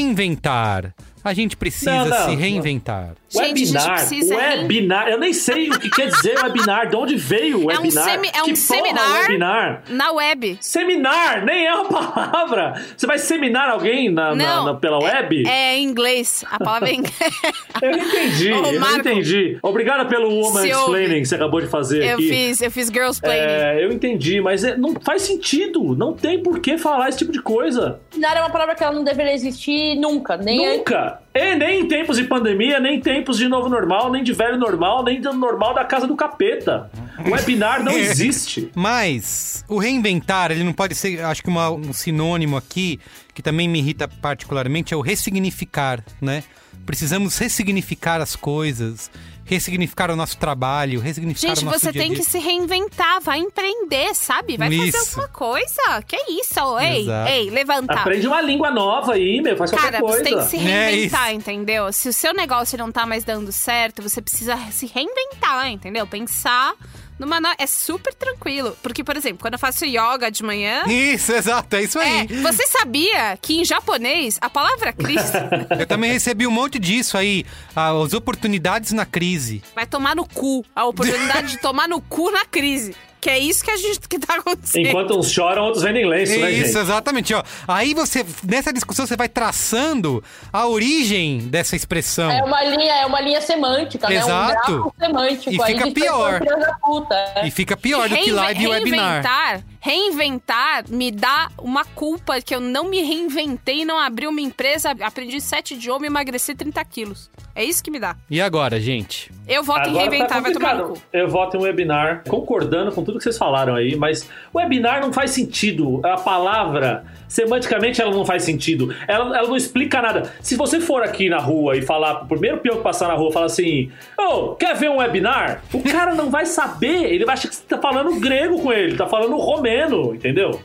reinventar. A gente precisa Não, não, se não. reinventar. Gente, a gente webinar. precisa webinar. Eu nem sei o que quer dizer webinar. De onde veio o É um webinar? semi- é um que porra seminar. webinar? Na web. Seminar, nem é uma palavra. Você vai seminar alguém na, na- Não. na- pela web? É em inglês. A palavra é em inglês. Eu não entendi, Ô, eu não Marco. entendi. Obrigado pelo woman Se ouve. explaining que você acabou de fazer eu aqui. fiz, eu fiz girls planning. É, eu entendi, mas é- não faz sentido. Não tem por que falar esse tipo de coisa. é Não era uma palavra que ela não deveria existir nunca, nem Nunca. Agora, e nem em tempos de pandemia, nem em tempos de novo normal, nem de velho normal, nem do normal da casa do capeta. O webinar não existe. Mas o reinventar, ele não pode ser, acho que uma- um sinônimo aqui, que também me irrita particularmente, é o ressignificar, né? Precisamos ressignificar as coisas, ressignificar o nosso trabalho, ressignificar Gente, o nosso você dia a tem que dia. se reinventar, vai empreender, sabe? Vai fazer Isso. alguma coisa. Que isso? Ei, Exato. ei, levantar. Aprende uma língua nova aí, meu. Faz qualquer Tá. Cara, coisa. você tem que se É reinventar, isso. entendeu? Se o seu negócio não tá mais dando certo, você precisa se reinventar, entendeu? Pensar numa. No... É super tranquilo. Porque, por exemplo, quando eu faço yoga de manhã. Isso, exato, é isso É, aí. você sabia que em japonês a palavra Cristo Eu também recebi um monte disso aí, ah, as oportunidades na crise. vai tomar no cu? A oportunidade de tomar no cu na crise. Que é isso que a gente que tá acontecendo. Enquanto uns choram, outros vendem lenço, né, Isso, gente? exatamente, ó. Aí você, nessa discussão, você vai traçando a origem dessa expressão. É uma linha, é uma linha semântica, né? Exato. Um gráfico semântico. E aí fica de pessoa pior. filha da puta, né? E fica pior do que Reinven- live e webinar. reinventar, reinventar me dá uma culpa que eu não me reinventei, não abri uma empresa, aprendi sete idiomas e emagreci 30 quilos. É isso que me dá. E agora, gente? Eu voto em reinventar, vai tomar no tá complicado. cu. Eu voto em um webinar, concordando com tudo que vocês falaram aí, mas webinar não faz sentido. A palavra, semanticamente, ela não faz sentido. Ela, ela não explica nada. Se você for aqui na rua e falar pro primeiro peão que passar na rua, falar assim, ô, quer ver um webinar? O cara não vai saber. Ele vai achar que você tá falando grego com ele, tá falando romeno, entendeu?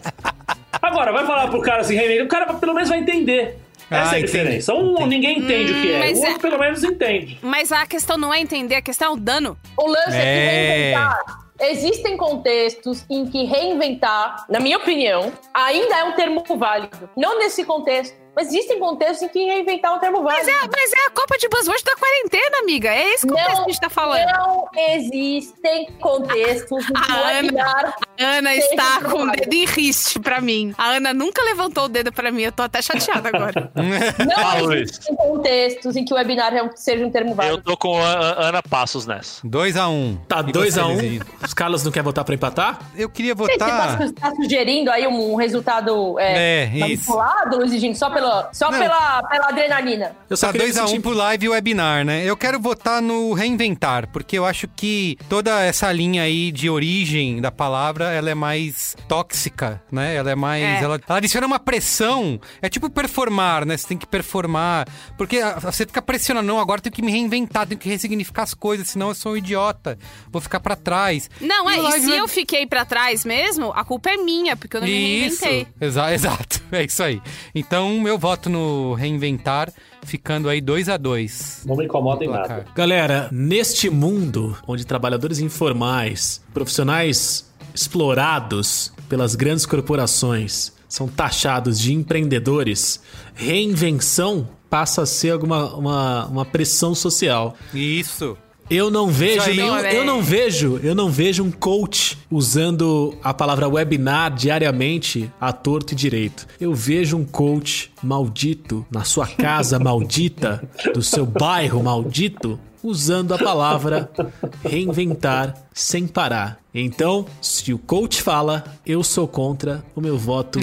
Agora, vai falar pro cara assim, reinventar. O cara pelo menos vai entender. Essa Ah, é a entendi. diferença. Um ninguém entende o que é, mas o outro é- pelo menos entende. Mas a questão não é entender, a questão é o dano. O lance é, É. que reinventar. Existem contextos em que reinventar, na minha opinião, ainda é um termo válido. Não nesse contexto, mas existem contextos em que reinventar é um termo válido. É, mas é a Copa de Buzzword da quarentena, amiga. É esse contexto que a gente tá falando. Não existem contextos em que A Ah, Ana- webinar Ana Seja está com o claro. dedo em riste pra mim. A Ana nunca levantou o dedo pra mim, eu tô até chateada agora. Ah, não Luiz. existem contextos em que webinar é um- seja um termo válido. Eu tô com a- a Ana Passos nessa. 2x1. Um. Tá E 2x1. você, Um. Luizinho? Os Carlos não quer votar pra empatar? Eu queria Você tá, votar. su- tá sugerindo aí um, um resultado É, é, isso. manipulado, Luiz Egino? Só, pela, só Não. pela, pela adrenalina. Eu Tá queria 2x1 sentir- pro live e webinar, né? Eu quero votar no reinventar, porque eu acho que toda essa linha aí de origem da palavra, ela é mais tóxica, né? Ela é mais... É. Ela, ela adiciona uma pressão. É tipo performar, né? Você tem que performar. Porque a- você fica pressionando. Não, agora eu tenho que me reinventar, tenho que ressignificar as coisas, senão eu sou um idiota. Vou ficar pra trás. Não, é, E o e live se web- eu fiquei pra trás mesmo, a culpa é minha, porque eu não me Isso. reinventei. Exa- exato, é isso aí. Então, meu voto no reinventar, ficando aí 2 a 2 Não me incomoda em nada. Galera, neste mundo onde trabalhadores informais, profissionais explorados pelas grandes corporações, são taxados de empreendedores, reinvenção passa a ser alguma uma, uma pressão social. Isso. Eu não vejo aí, nenhum, moleque. eu não vejo, eu não vejo um coach usando a palavra webinar diariamente a torto e direito. Eu vejo um coach maldito na sua casa maldita, do seu bairro maldito, usando a palavra reinventar sem parar. Então, se o coach fala, eu sou contra, o meu voto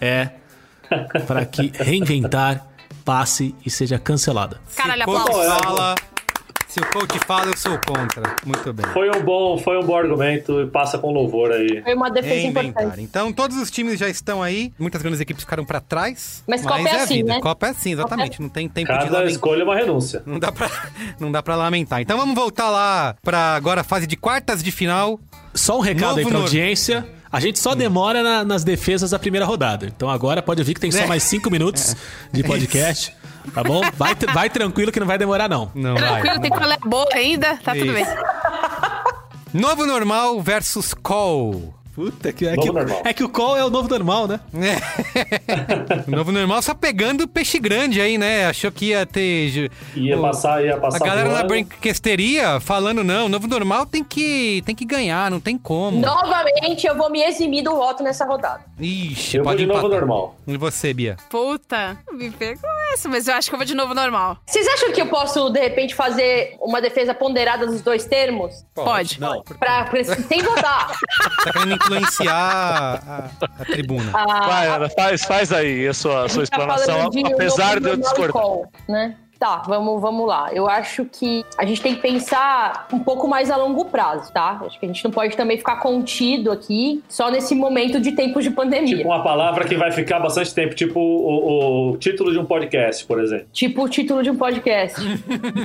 é para que reinventar passe e seja cancelada. Caralho, se o coach aplausos. fala, se o coach fala, eu sou contra. Muito bem. Foi um bom, foi um bom argumento e passa com louvor aí. Foi uma defesa Reinventar. importante. Então, todos os times já estão aí. Muitas grandes equipes ficaram pra trás. Mas Copa é a assim, vida. né? Copa é assim, exatamente. Não tem tempo de Cada lamentar. escolha é uma renúncia. Não dá, pra, não dá pra lamentar. Então vamos voltar lá pra agora a fase de quartas de final. Só um recado Novo aí pra Nor- audiência. A gente só demora na- nas defesas da primeira rodada. Então agora pode vir que tem só É. mais cinco minutos de podcast. Tá bom? Vai, tr- vai tranquilo que não vai demorar, não. Não Tranquilo, vai. tem que falar boa ainda, tá tudo bem. Isso. Novo normal versus call. Puta que é Novo que, normal. é que o call é o novo normal, né? É. O novo normal só pegando peixe grande aí, né? Achou que ia ter. ju- Ia o- passar, ia A passar. galera na voando. brinquesteria falando, não, o novo normal tem que, tem que ganhar, não tem como. Novamente, eu vou me eximir do voto nessa rodada. Ixi, Eu vou pode de novo empatar. normal. E você, Bia? Puta, me pegou essa, mas eu acho que eu vou de novo normal. Vocês acham que eu posso, de repente, fazer uma defesa ponderada dos dois termos? Pode. Não. Pra, pra, sem votar. Tá querendo influenciar a, a tribuna. Ah. Vai, Ana, faz, faz aí a sua, a sua gente tá explanação, falando de apesar novo de eu Normal discordar. Call, né? Tá, vamos, vamos lá. Eu acho que a gente tem que pensar um pouco mais a longo prazo, tá? Acho que a gente não pode também ficar contido aqui só nesse momento de tempos de pandemia. Tipo, uma palavra que vai ficar bastante tempo, tipo o, o título de um podcast, por exemplo. Tipo o título de um podcast.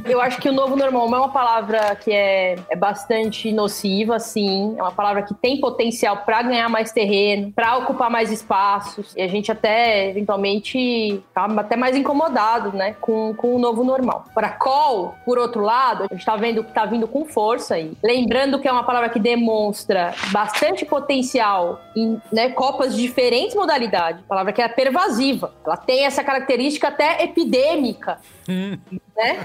Eu acho que o novo normal é uma palavra que é, é bastante nociva, sim. É uma palavra que tem potencial para ganhar mais terreno, para ocupar mais espaços. E a gente até, eventualmente, tá até mais incomodado, né? Com, com o novo normal. Para call, por outro lado, a gente tá vendo que tá vindo com força aí. Lembrando que é uma palavra que demonstra bastante potencial em né, copas de diferentes modalidades. Palavra que é pervasiva. Ela tem essa característica até epidêmica né?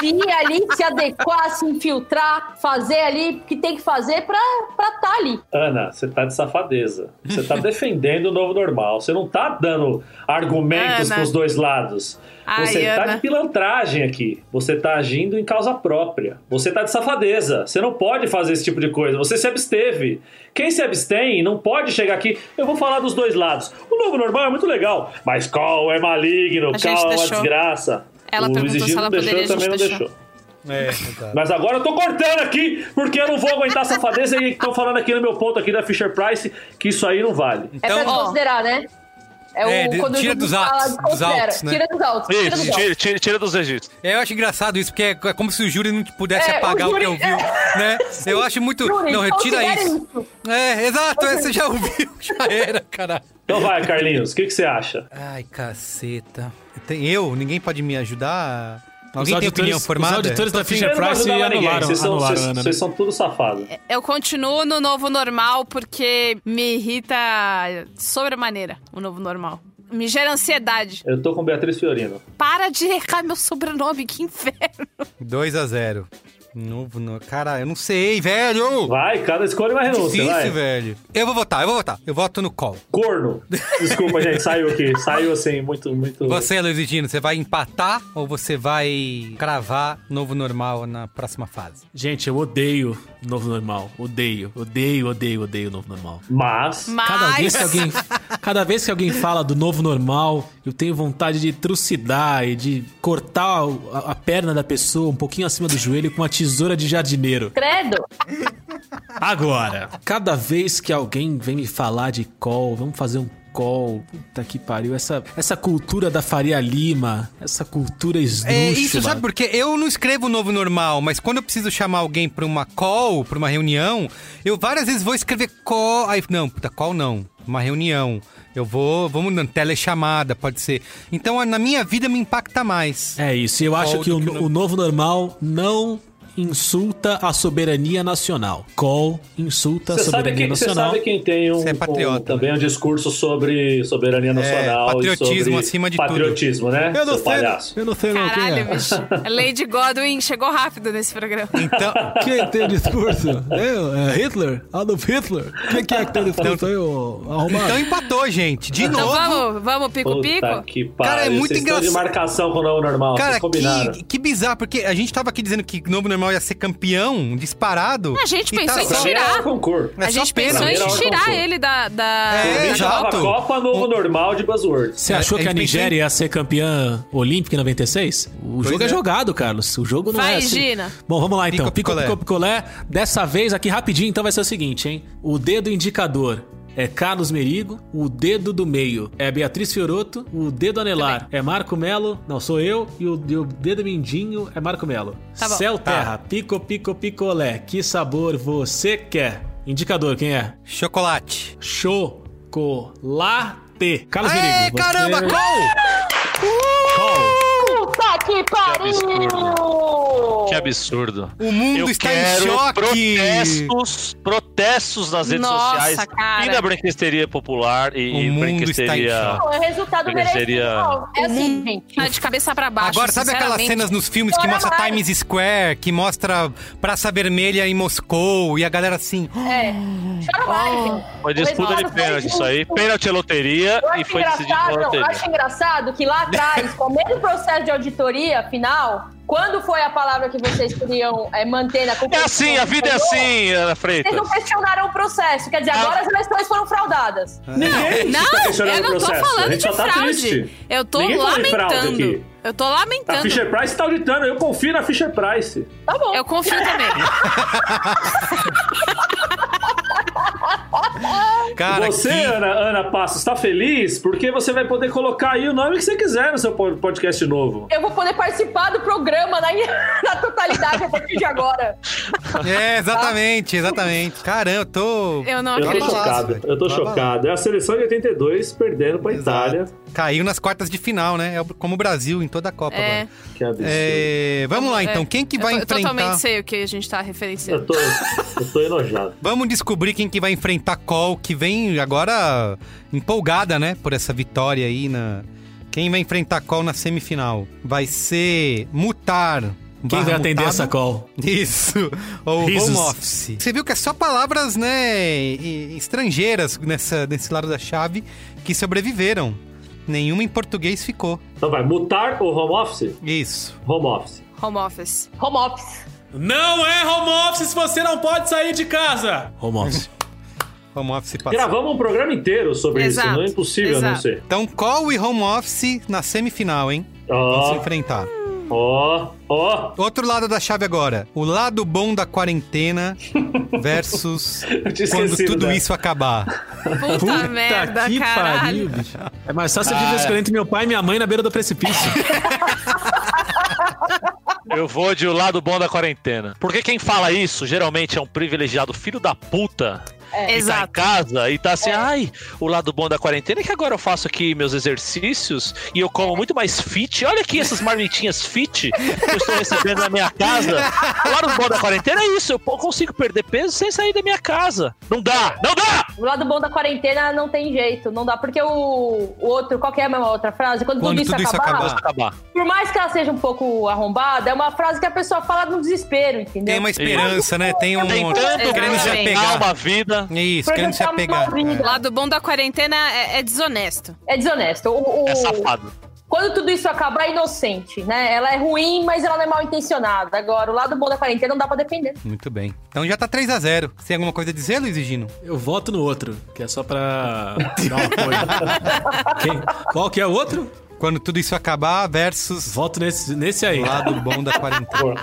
De ir ali, se adequar, se infiltrar, fazer ali o que tem que fazer pra estar tá ali. Ana, você tá de safadeza. Você tá defendendo o novo normal. Você não tá dando argumentos Ana. pros dois lados. Ai, Você tá Ana. de pilantragem aqui. Você tá agindo em causa própria. Você tá de safadeza. Você não pode fazer esse tipo de coisa. Você se absteve. Quem se abstém não pode chegar aqui. Eu vou falar dos dois lados. O novo normal é muito legal, mas qual é maligno, A gente qual é uma deixou. desgraça. Ela o Luiz perguntou se Egídio ela não deixou, poderia, eu a gente também não deixou. deixou. É, exato. Mas agora eu tô cortando aqui, porque eu não vou aguentar safadeza e tô falando aqui no meu ponto aqui da Fisher Price que isso aí não vale. É pra Então- desconsiderar, né? É, de- tira Júlio dos fala, altos, dos desconsidera. altos, né? Tira dos altos, tira dos Isso, altos. tira, tira, tira dos registros. É, Eu acho engraçado isso, porque é é como se o júri não pudesse É, o apagar o, júri- que ouviu, né? Eu acho muito... Júri, então não, retira considera isso. É, exato, é, você já ouviu, já era, caralho. Então vai, Carlinhos, o que, que você acha? Ai, caceta. Tem eu? Ninguém pode me ajudar? Alguém Os tem auditores- opinião os formada? auditores da Fisher Eu não vou Price ajudar mais ninguém, anularam, vocês são, anularam vocês- a Ana. né? vocês são tudo safado. Eu continuo no novo normal porque me irrita sobremaneira o novo normal. Me gera ansiedade. Eu tô com Beatriz Fiorino. Para de errar meu sobrenome, que inferno. 2 a 0 Novo, no... Cara, eu não sei, velho! Vai, cada escolha é uma renúncia, vai. Difícil, velho. Eu vou votar, eu vou votar. Eu voto no call. Corno. Desculpa, gente, saiu aqui. Saiu assim, muito, muito... Você, Luiz Edino, você vai empatar ou você vai cravar novo normal na próxima fase? Gente, eu odeio o novo normal. Odeio, odeio, odeio, odeio o novo normal. Mas... Cada vez, Mas que alguém, cada vez que alguém fala do novo normal, eu tenho vontade de trucidar e de cortar o- a, a perna da pessoa um pouquinho acima do joelho com uma tesoura de jardineiro. Credo. Agora, cada vez que alguém vem me falar de call, vamos fazer um call, puta que pariu, essa, essa cultura da Faria Lima, essa cultura esdrúxula. É isso, sabe por quê? Eu não escrevo novo normal, mas quando eu preciso chamar alguém pra uma call, pra uma reunião, eu várias vezes vou escrever call. Aí, não, puta, call não. Uma reunião. Eu vou, vamos mudando, telechamada, pode ser. Então, a- na minha vida me impacta mais. É isso, e eu acho Call que o, do que o no- o novo normal não insulta a soberania nacional. Call insulta a Você sabe, soberania quem, você nacional. sabe quem tem um, Você é patriota, um- também um discurso sobre soberania nacional patriotismo e sobre acima de tudo. patriotismo, né? Eu não seu sei, palhaço. eu não sei não quem Caralho, é. bicho. Lady Godwin chegou rápido nesse programa. Então, Quem tem o discurso? Eu? É Hitler? Adolf Hitler? Quem que é que tem o discurso aí, ô arrumado? então empatou, gente. De Então novo. vamos, vamos, Puta pico-pico? que pariu. Cara, é muito vocês estão de engraçado. marcação com o novo normal, Cara, vocês combinaram. que, que bizarro, porque a gente tava aqui dizendo que Novo Normal ia ser campeão, disparado. A gente e tá pensou em só- Pra mim era tirar. um concurso. É A só gente pena. pensou Pra mim em era tirar autocontrole. ele da. da... É, Pra mim chamava exato. Copa Novo Normal de Buzzwords. Você achou É, que a eles pensam em- Nigéria ia ser campeã olímpica em 96? O jogo é. é. jogado, Carlos. O jogo não Vai, é assim. Gina. Bom, vamos lá então. Pico, Pico, picolé. picolé. pico, picolé. Dessa vez aqui rapidinho, então vai ser o seguinte, hein? O dedo indicador é Carlos Merigo, o dedo do meio é Beatriz Fioroto, o dedo anelar é Marco Melo, não, sou eu, e o, e o dedo mindinho é Marco Melo. Tá bom. Céu, terra, pico, pico, picolé, que sabor você quer? Indicador, quem é? Chocolate. Chocolate. Carlos Aê, Merigo. você- É, é- caramba, call! Call. Puta que absurdo. pariu! que absurdo. O mundo Eu está quero em choque. protestos, protestos nas redes Nossa, sociais cara. e na branquesteria popular e, O e mundo está em branquesteria. Não, é resultado Ele merecido. seria- não. É assim, gente. Tá de cabeça pra baixo. Agora, sabe aquelas sinceramente. cenas nos filmes que mostra Caralho. Times Square, que mostra Praça Vermelha em Moscou e a galera assim. É. Chora mais, gente. Foi disputa de resultado foi pênalti isso aí. justo. Pênalti é loteria Eu e acho, foi decidido por engraçado, eu loteria. acho engraçado que lá atrás, com o mesmo processo de auditoria final, quando foi a palavra que vocês queriam é, manter na É competição? assim, a vida é assim, Ana Freitas. Vocês não questionaram o processo. Quer Ah. dizer, agora as eleições foram fraudadas. Ninguém Não, está questionando eu o não tô processo. falando a gente de só tá fraude. triste. Eu tô Ninguém falou de fraude lamentando. aqui. Eu tô A lamentando. Fisher Price tá auditando, eu confio na Fisher Price. Tá bom. Eu confio também. "Oh, Cara, você, que- Ana, Ana Passos, está feliz porque você vai poder colocar aí o nome que você quiser no seu po- podcast novo. Eu vou poder participar do programa na, na totalidade a partir de agora. É, exatamente, exatamente. Caramba, eu tô. Eu não Eu Olha tô acredito. lá, chocado, velho. eu tô Olha lá. chocado. É a seleção de 82 perdendo pra Exato. Itália. Caiu nas quartas de final, né? É como o Brasil em toda a Copa É. agora. Que absurdo. É, vamos lá então, quem que vai eu, to- Eu enfrentar? totalmente sei o que a gente tá Eu referenciando. tô, eu tô enojado. Vamos descobrir quem que vai enfrentar Col, que vem agora empolgada, né, por essa vitória aí na Quem vai enfrentar Col na semifinal? Vai ser Mutar. Quem barra vai atender Mutado? essa call? Isso, ou Risos. home office. Você viu que é só palavras, né, e- estrangeiras nessa, nesse lado da chave que sobreviveram. Nenhuma em português ficou. Então vai, mutar ou home office? Isso. Home office. Home office. Home office. Não é home office se você não pode sair de casa. Home office. Home office passou. Gravamos um programa inteiro sobre isso, Exato, não é impossível exato. não ser. Então, Call e Home Office na semifinal, hein? Vão se Ó, enfrentar. ó, ó. Outro lado da chave agora. O lado bom da quarentena versus Eu tinha quando esquecido tudo dela. isso acabar. Puta, merda, que caralho. pariu, bicho. É mais fácil eu viver escolhendo entre meu pai e minha mãe na beira do precipício. Eu vou de o lado bom da quarentena. Porque quem fala isso geralmente é um privilegiado filho da puta que É, tá em Exato. casa e tá assim, É. ai, o lado bom da quarentena é que agora eu faço aqui meus exercícios e eu como muito mais fit. Olha aqui essas marmitinhas fit que eu estou recebendo na minha casa. O lado bom da quarentena é isso, eu po- consigo perder peso sem sair da minha casa. Não dá, não dá! O lado bom da quarentena não tem jeito, não dá. Porque o, o outro, qual que é a mesma outra frase? Quando, Quando tudo, isso, tudo isso acabar, acabar. Acabar. por mais que ela seja um pouco arrombada, é uma frase que a pessoa fala no desespero, entendeu? Tem uma esperança, né? Tem um. Tentando Querendo se Exatamente. ganhar apegar. É uma vida. Isso, querendo se Projetar uma apegar. tá né? vida. Lado bom da quarentena é, é desonesto. É desonesto. O- o- É safado. Quando tudo isso acabar, é inocente, né? Ela é ruim, mas ela não é mal intencionada. Agora, o lado bom da quarentena não dá pra defender. Muito bem. Então já tá 3x0. Você tem alguma coisa a dizer, Luiz e Gino? Eu voto no outro, que é só pra dar um apoio. Quem- Qual que é o outro? Quando tudo isso acabar versus Voto nesse, nesse aí. o lado bom da quarentena. Pô,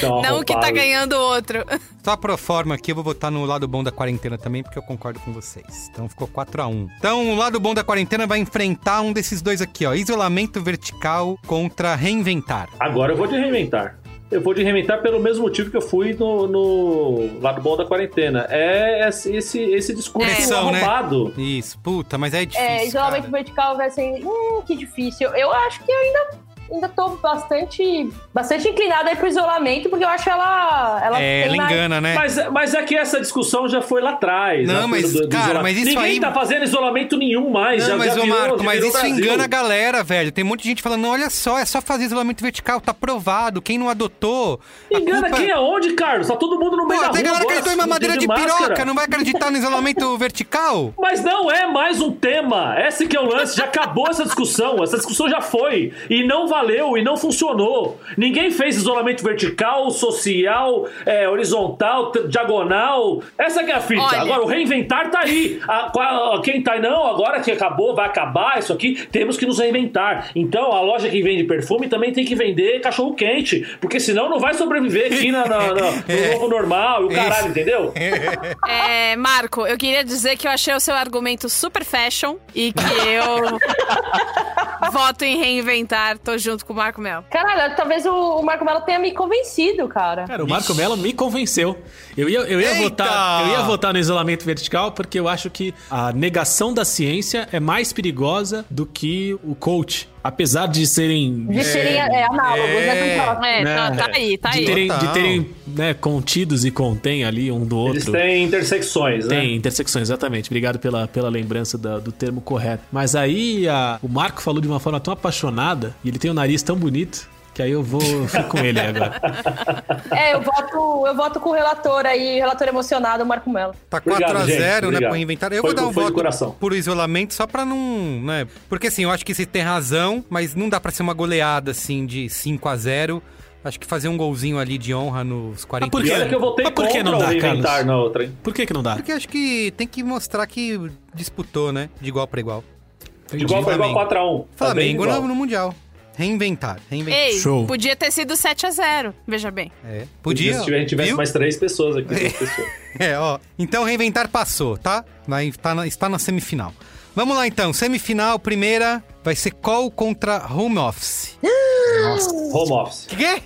dá uma Não o que tá roubada. ganhando o outro. Só pro forma aqui, eu vou botar no lado bom da quarentena também, porque eu concordo com vocês. Então ficou 4x1. Então o lado bom da quarentena vai enfrentar um desses dois aqui, ó. Isolamento vertical contra reinventar. Agora eu vou de reinventar. Eu vou de reinventar pelo mesmo motivo que eu fui no, no lado bom da quarentena. É esse, esse, esse discurso Pressão, né? arrombado. Isso, puta, mas aí é difícil. É, isolamento cara. vertical vai ser. Hum, que difícil. Eu acho que eu ainda. Ainda tô bastante, bastante inclinada aí pro isolamento, porque eu acho ela. ela É, ela tem mais- engana, né? Mas, mas é que essa discussão já foi lá atrás. Não, na mas, coisa cara, isolamento. mas isso Ninguém aí- tá fazendo isolamento nenhum mais. já, Não, mas, já ô virou, Marco, já mas virou isso Brasil. engana a galera, velho. Tem um monte de gente falando, não, olha só, é só fazer isolamento vertical, tá provado. Quem não adotou. a Engana culpa- é quem aonde, Carlos? Tá todo mundo no meio Pô, da tem galera rua que agora, tipo acreditou em mamadeira de, de piroca, máscara. não vai acreditar no isolamento vertical? Mas não é mais um tema. Esse que é o lance. Já acabou essa discussão. Essa discussão já foi. E não valeu, e não funcionou. Ninguém fez isolamento vertical, social, é, horizontal, t- diagonal. Essa que é a fita. Olha. Agora, o reinventar tá aí. A- qua- quem tá aí, não, agora que acabou, vai acabar isso aqui, temos que nos reinventar. Então, a loja que vende perfume também tem que vender cachorro quente. Porque senão não vai sobreviver aqui na, na- na- no novo normal e o caralho, entendeu? É, Marco, eu queria dizer que eu achei o seu argumento super fashion e que eu voto em reinventar. Tô junto com o Marco Mel. Caralho, talvez o, o Marco Mello tenha me convencido, cara. Cara, o Marco Mello me convenceu. Eu ia, eu, ia Eita! votar, eu ia votar no isolamento vertical porque eu acho que a negação da ciência é mais perigosa do que o coach. apesar de serem. De serem é, análogos, né? com próximo. É, Né? tá, tá aí, tá de aí. terem, Total. de terem né, contidos e contém ali um do outro. Eles têm intersecções, né? Tem intersecções, exatamente. Obrigado pela, pela lembrança da- do termo correto. Mas aí a- o Marco falou de uma forma tão apaixonada e ele tem um nariz tão bonito que aí eu vou eu fico com ele agora. É, eu voto, eu voto com o relator aí, relator emocionado, o Marco Mello. Tá Obrigado, 4x0, gente, né, obrigado. pro inventário. Eu Foi vou dar do- um foi do voto coração. por isolamento só pra não, né? Porque assim, eu acho que você tem razão, mas não dá pra ser uma goleada assim de 5x0. Acho que fazer um golzinho ali de honra nos 40 por E quê? olha que eu voltei Mas por que contra não dá, o inventar Carlos? na outra, hein? Por que que não dá? Porque acho que tem que mostrar que disputou, né? De igual pra igual. De igual pra igual Flamengo. 4x1. Flamengo no, no Mundial. Reinventar. reinventar. Ei, Show. podia ter sido 7x0, veja bem. É. Podia. Podia. Se tiver- tivesse viu? mais três pessoas aqui. três pessoas. É, ó. Então reinventar passou, tá? Vai, tá na- está na semifinal. Vamos lá então. Semifinal, primeira, vai ser Call contra Home Office. Home office. Quê?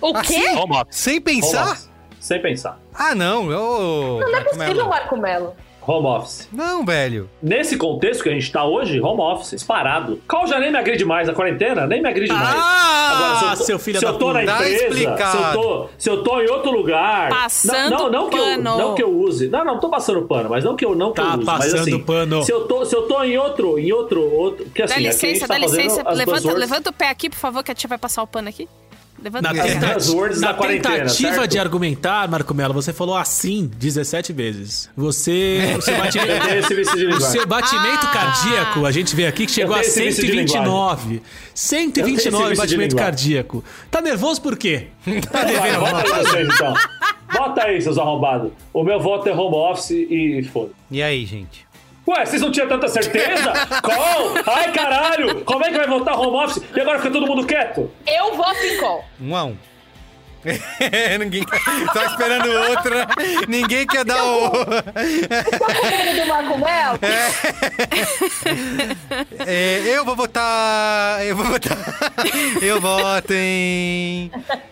O quê? Assim? Home office. Sem Home pensar? office. Sem pensar. Ah, não. ô, Não é Marco possível, Melo. Marco Mello. Home office. Não, velho. Nesse contexto que a gente tá hoje, home office, parado. Qual já nem me agride mais, a quarentena nem me agride mais. Ah, se eu seu filho se da eu tô na puta. Tá empresa, se eu, explicado. tô, se eu tô em outro lugar. Passando não, não, não que eu, pano. não que eu use. Não, não tô passando pano, mas não que eu não que Tá eu use, passando mas assim, pano. Se eu tô, se eu tô em outro, em outro, outro, que assim, dá aqui a licença, gente dá tá fazendo licença. as Levanta, buzzwords- levanta o pé aqui, por favor, que a tia vai passar o pano aqui. Levanta o Na, pé. tenta- cara. As words na da quarentena, tentativa certo? de argumentar, Marco Mello, você falou assim 17 vezes. Você. O seu Eu tenho batimento, esse vício de o linguagem. seu batimento Ah! cardíaco, a gente vê aqui que chegou Eu a tenho esse vício de 129. Eu tenho 129 esse vício de batimento linguagem. cardíaco. Tá nervoso por quê? Vai, Bota aí vocês, então. Bota aí, seus arrombados. O meu voto é home office e foda. E aí, gente? Ué, vocês não tinham tanta certeza? Qual? Ai, caralho! Como é que vai votar home office? E agora fica todo mundo quieto? Eu voto em qual? Um a um. Ninguém quer... Tava esperando outro, né? Ninguém quer dar o... Ele do Marco Mello? É, eu vou votar... Eu vou votar... Eu voto em...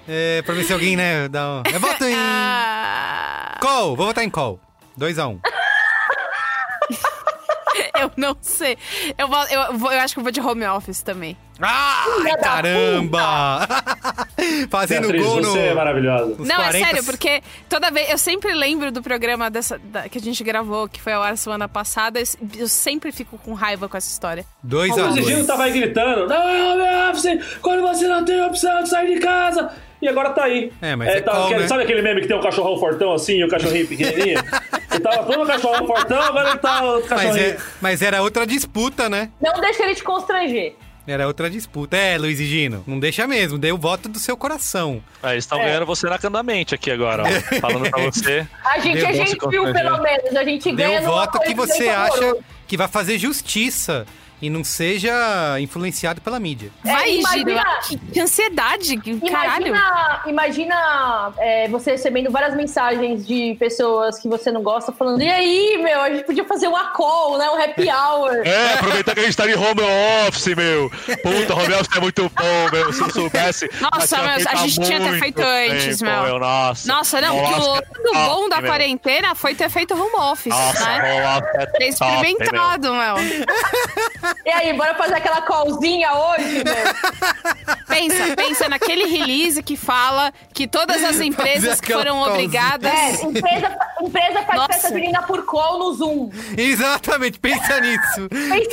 É, pra ver se alguém, né, dá um... Eu voto em... Ah, Call. Vou votar em Call. 2x1. eu não sei. Eu, vou- eu, vou- eu acho que eu vou de home office também. Ai, caramba! Fazendo Beatriz, gol no... você é maravilhosa. nos não, 40. é sério, porque toda vez. Eu sempre lembro do programa dessa, da- que a gente gravou, que foi ao ar semana passada. Eu, eu sempre fico com raiva com essa história. O Gigino 2x2. tava aí gritando, não é home office, quando você não tem opção de sair de casa. E agora tá aí. É, mas é tá- call, aquele- né? Sabe aquele meme que tem um cachorrão fortão assim e o cachorrinho pequenininho? ele tava todo cachorrão fortão, agora ele tá o Mas, cachorrinho. é- mas era outra disputa, né? Não deixa ele te constranger. Era outra disputa. É, Luiz e Gino, não deixa mesmo. Dei o voto do seu coração. Ah, eles estão É. ganhando você na candamente aqui agora, ó. Falando pra você. A gente é Deu bom se gentil, constranger. pelo menos. A gente Dei ganha o numa voto coisa que você bem acha saborosa. que vai fazer justiça e não seja influenciado pela mídia. Vai, É, imagina- Giro. Que, que ansiedade, que- caralho. Imagina, imagina é, você recebendo várias mensagens de pessoas que você não gosta, falando: e aí, meu, a gente podia fazer uma call, né? Um happy hour. É, aproveitar que a gente tá de home office, meu. Puta, home office é muito bom, meu. Se eu soubesse. Nossa, eu tinha meu, a feito gente há tinha até muito feito antes, tempo, meu. Nossa, Nossa, não, porque o Nossa, lado top, bom da meu. quarentena foi ter feito home office, Nossa, né? home office é Ter top, hein, meu. experimentado, meu. E aí, bora fazer aquela callzinha hoje, meu? Pensa, pensa naquele release que fala que todas as empresas que aquela foram pausinha. obrigadas. É, empresa, empresa faz Nossa. festa junina por call no Zoom. Exatamente, pensa nisso.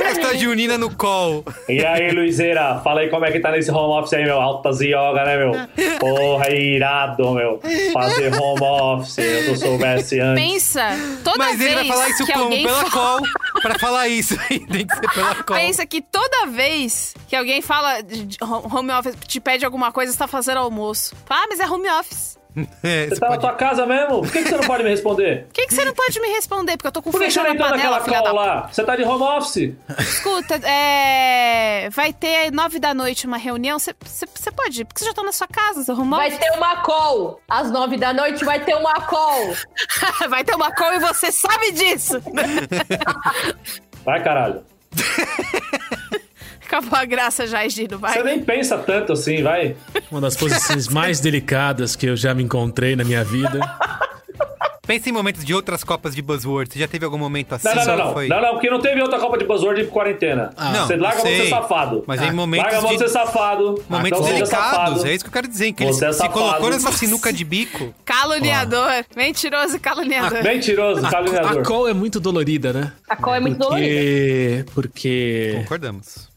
Festa nisso. junina no call. E aí, Luizeira, fala aí como é que tá nesse home office aí, meu. Altas yoga, né, meu? Porra, é irado, meu. Fazer home office, eu não soubesse antes. Pensa, toda Mas vez ele vai falar isso que como? alguém Pela fala- call. Pra falar isso aí, tem que ser pela call. Pensa que toda vez que alguém fala de de home office, te pede alguma coisa, você tá fazendo almoço. Ah, mas é home office. É, Você você tá na pode- tua casa mesmo? Por que, que você não pode me responder? Por que, que você não pode me responder? Porque eu tô com Por que, que você feijão não na entrou panela, naquela filha da call lá? Você tá de home office? Escuta, é. Vai ter nove da noite uma reunião. Você pode ir, porque você já tá na sua casa, você arrumou. Vai ter uma call. Às nove da noite vai ter uma call. Vai ter uma call e você sabe disso! Vai, caralho. Acabou a graça já, Gino, vai. Você nem pensa tanto assim, vai. Uma das posições mais delicadas que eu já me encontrei na minha vida. Pensa em momentos de outras copas de buzzword. Você já teve algum momento assim? Não, não, Só não, não. Foi... Ah, Não, não, porque não teve outra Copa de Buzzword de quarentena. Não, você larga a mão de sei. ser safado. Ah, Mas em momentos Larga a mão de de- ser safado. Momentos Não seja delicados, safado. é isso que eu quero dizer. Que ele Você é se safado. colocou nessa sinuca de bico. Caluniador. Mentiroso e Ah, caluniador. Mentiroso, A caluniador. call é muito dolorida, né? A call é muito dolorida. Porque... Porque... Concordamos.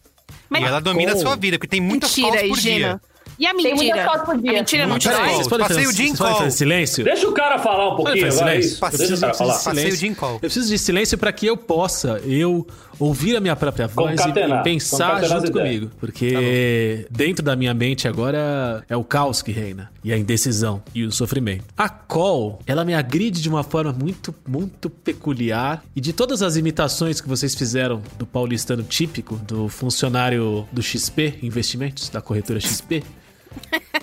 Mas- e ela domina a sua vida, porque tem muitas Mentira, calls por Gina. dia. E a Tem mentira? muitas fotos por A dia. mentira não Muitas Peraí, calls. dói? vocês podem Passei fazer- o dia em vocês podem call. fazer silêncio? Deixa o cara falar um Olha, pouquinho, faz agora é silêncio. isso. Eu Deixa o cara preciso falar. de Passei o silêncio. dia em call. Eu preciso de silêncio para que eu possa eu ouvir a minha própria voz e- Concatenar. e pensar Concatenar as junto ideias. Tá comigo. Porque dentro da minha mente agora é o caos que reina. E a indecisão e o sofrimento. A Call, ela me agride de uma forma muito, muito peculiar. E de todas as imitações que vocês fizeram do paulistano típico, do funcionário do XP Investimentos, da corretora XP,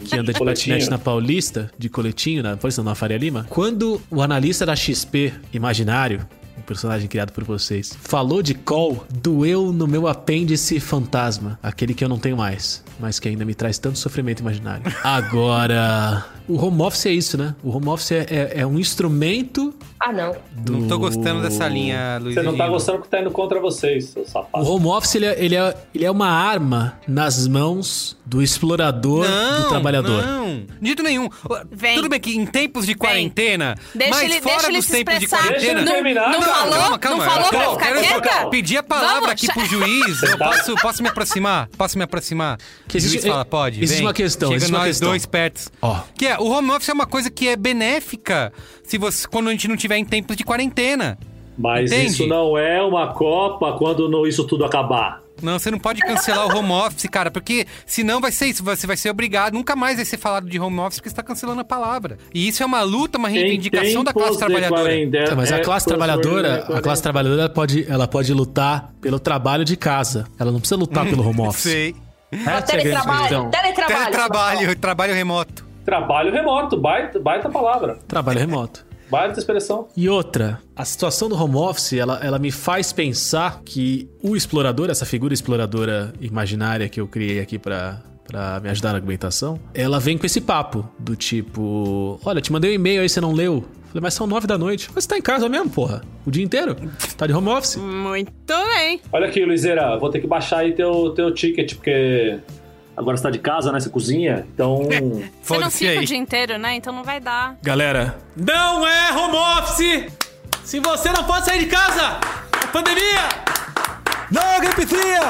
que anda de Coletinho. patinete na Paulista, de coletinho, na Paulista não, na Faria Lima, quando o analista da XP imaginário, um personagem criado por vocês, falou de call, doeu no meu apêndice fantasma, aquele que eu não tenho mais, mas que ainda me traz tanto sofrimento imaginário. Agora, o home office é isso, né? O home office é, é- é um instrumento Ah, não. do... Não tô gostando dessa linha, Luiz. Você não tá Henrique. gostando que tá indo contra vocês, seu O safado. home office, ele é, ele é- ele é uma arma nas mãos do explorador, Não, do trabalhador. Não, de jeito nenhum. Vem. Tudo bem que em tempos de quarentena, Deixa mas ele- fora deixa ele dos se tempos de expressar. Deixa quarentena... ele terminar. Não cara. falou? Não falou pra eu ficar quero quieta? só pedir a palavra Vamos, aqui cha- pro juiz. Eu posso, posso me aproximar? Posso me aproximar? Tá. Que o existe- juiz fala, pode, existe vem. uma questão, Chega existe uma nós questão. dois perto. Ó. Que é, o home office é uma coisa que é benéfica se você, quando a gente não tiver em tempos de quarentena. Mas Entende? isso não é uma Copa quando não- isso tudo acabar. Não, você não pode cancelar o home office, cara, porque senão vai ser isso, você vai ser obrigado, nunca mais vai ser falado de home office porque você tá cancelando a palavra. E isso é uma luta, uma reivindicação da classe trabalhadora. É, Tá, mas a classe trabalhadora, a classe trabalhadora pode, ela pode lutar pelo trabalho de casa. Ela não precisa lutar pelo home office. Sei. Essa é a grande Teletrabalho. questão. Teletrabalho. Teletrabalho, trabalho remoto. Trabalho remoto, baita, baita palavra. Trabalho remoto. Baita expressão. E outra, a situação do home office, ela, ela me faz pensar que o explorador, essa figura exploradora imaginária que eu criei aqui pra para me ajudar na argumentação, ela vem com esse papo do tipo, olha, eu te mandei um e-mail aí você não leu. Falei, mas são nove da noite. Mas você tá em casa mesmo, porra? O dia inteiro? Tá de home office? Muito bem. Olha aqui, Luizeira, vou ter que baixar aí teu, teu ticket, porque agora você tá de casa, né? Você cozinha. Então. Você não Foda-se fica o aí. dia inteiro, né? Então não vai dar. Galera, não é home office se você não pode sair de casa! é Pandemia! Não, é gripezinha!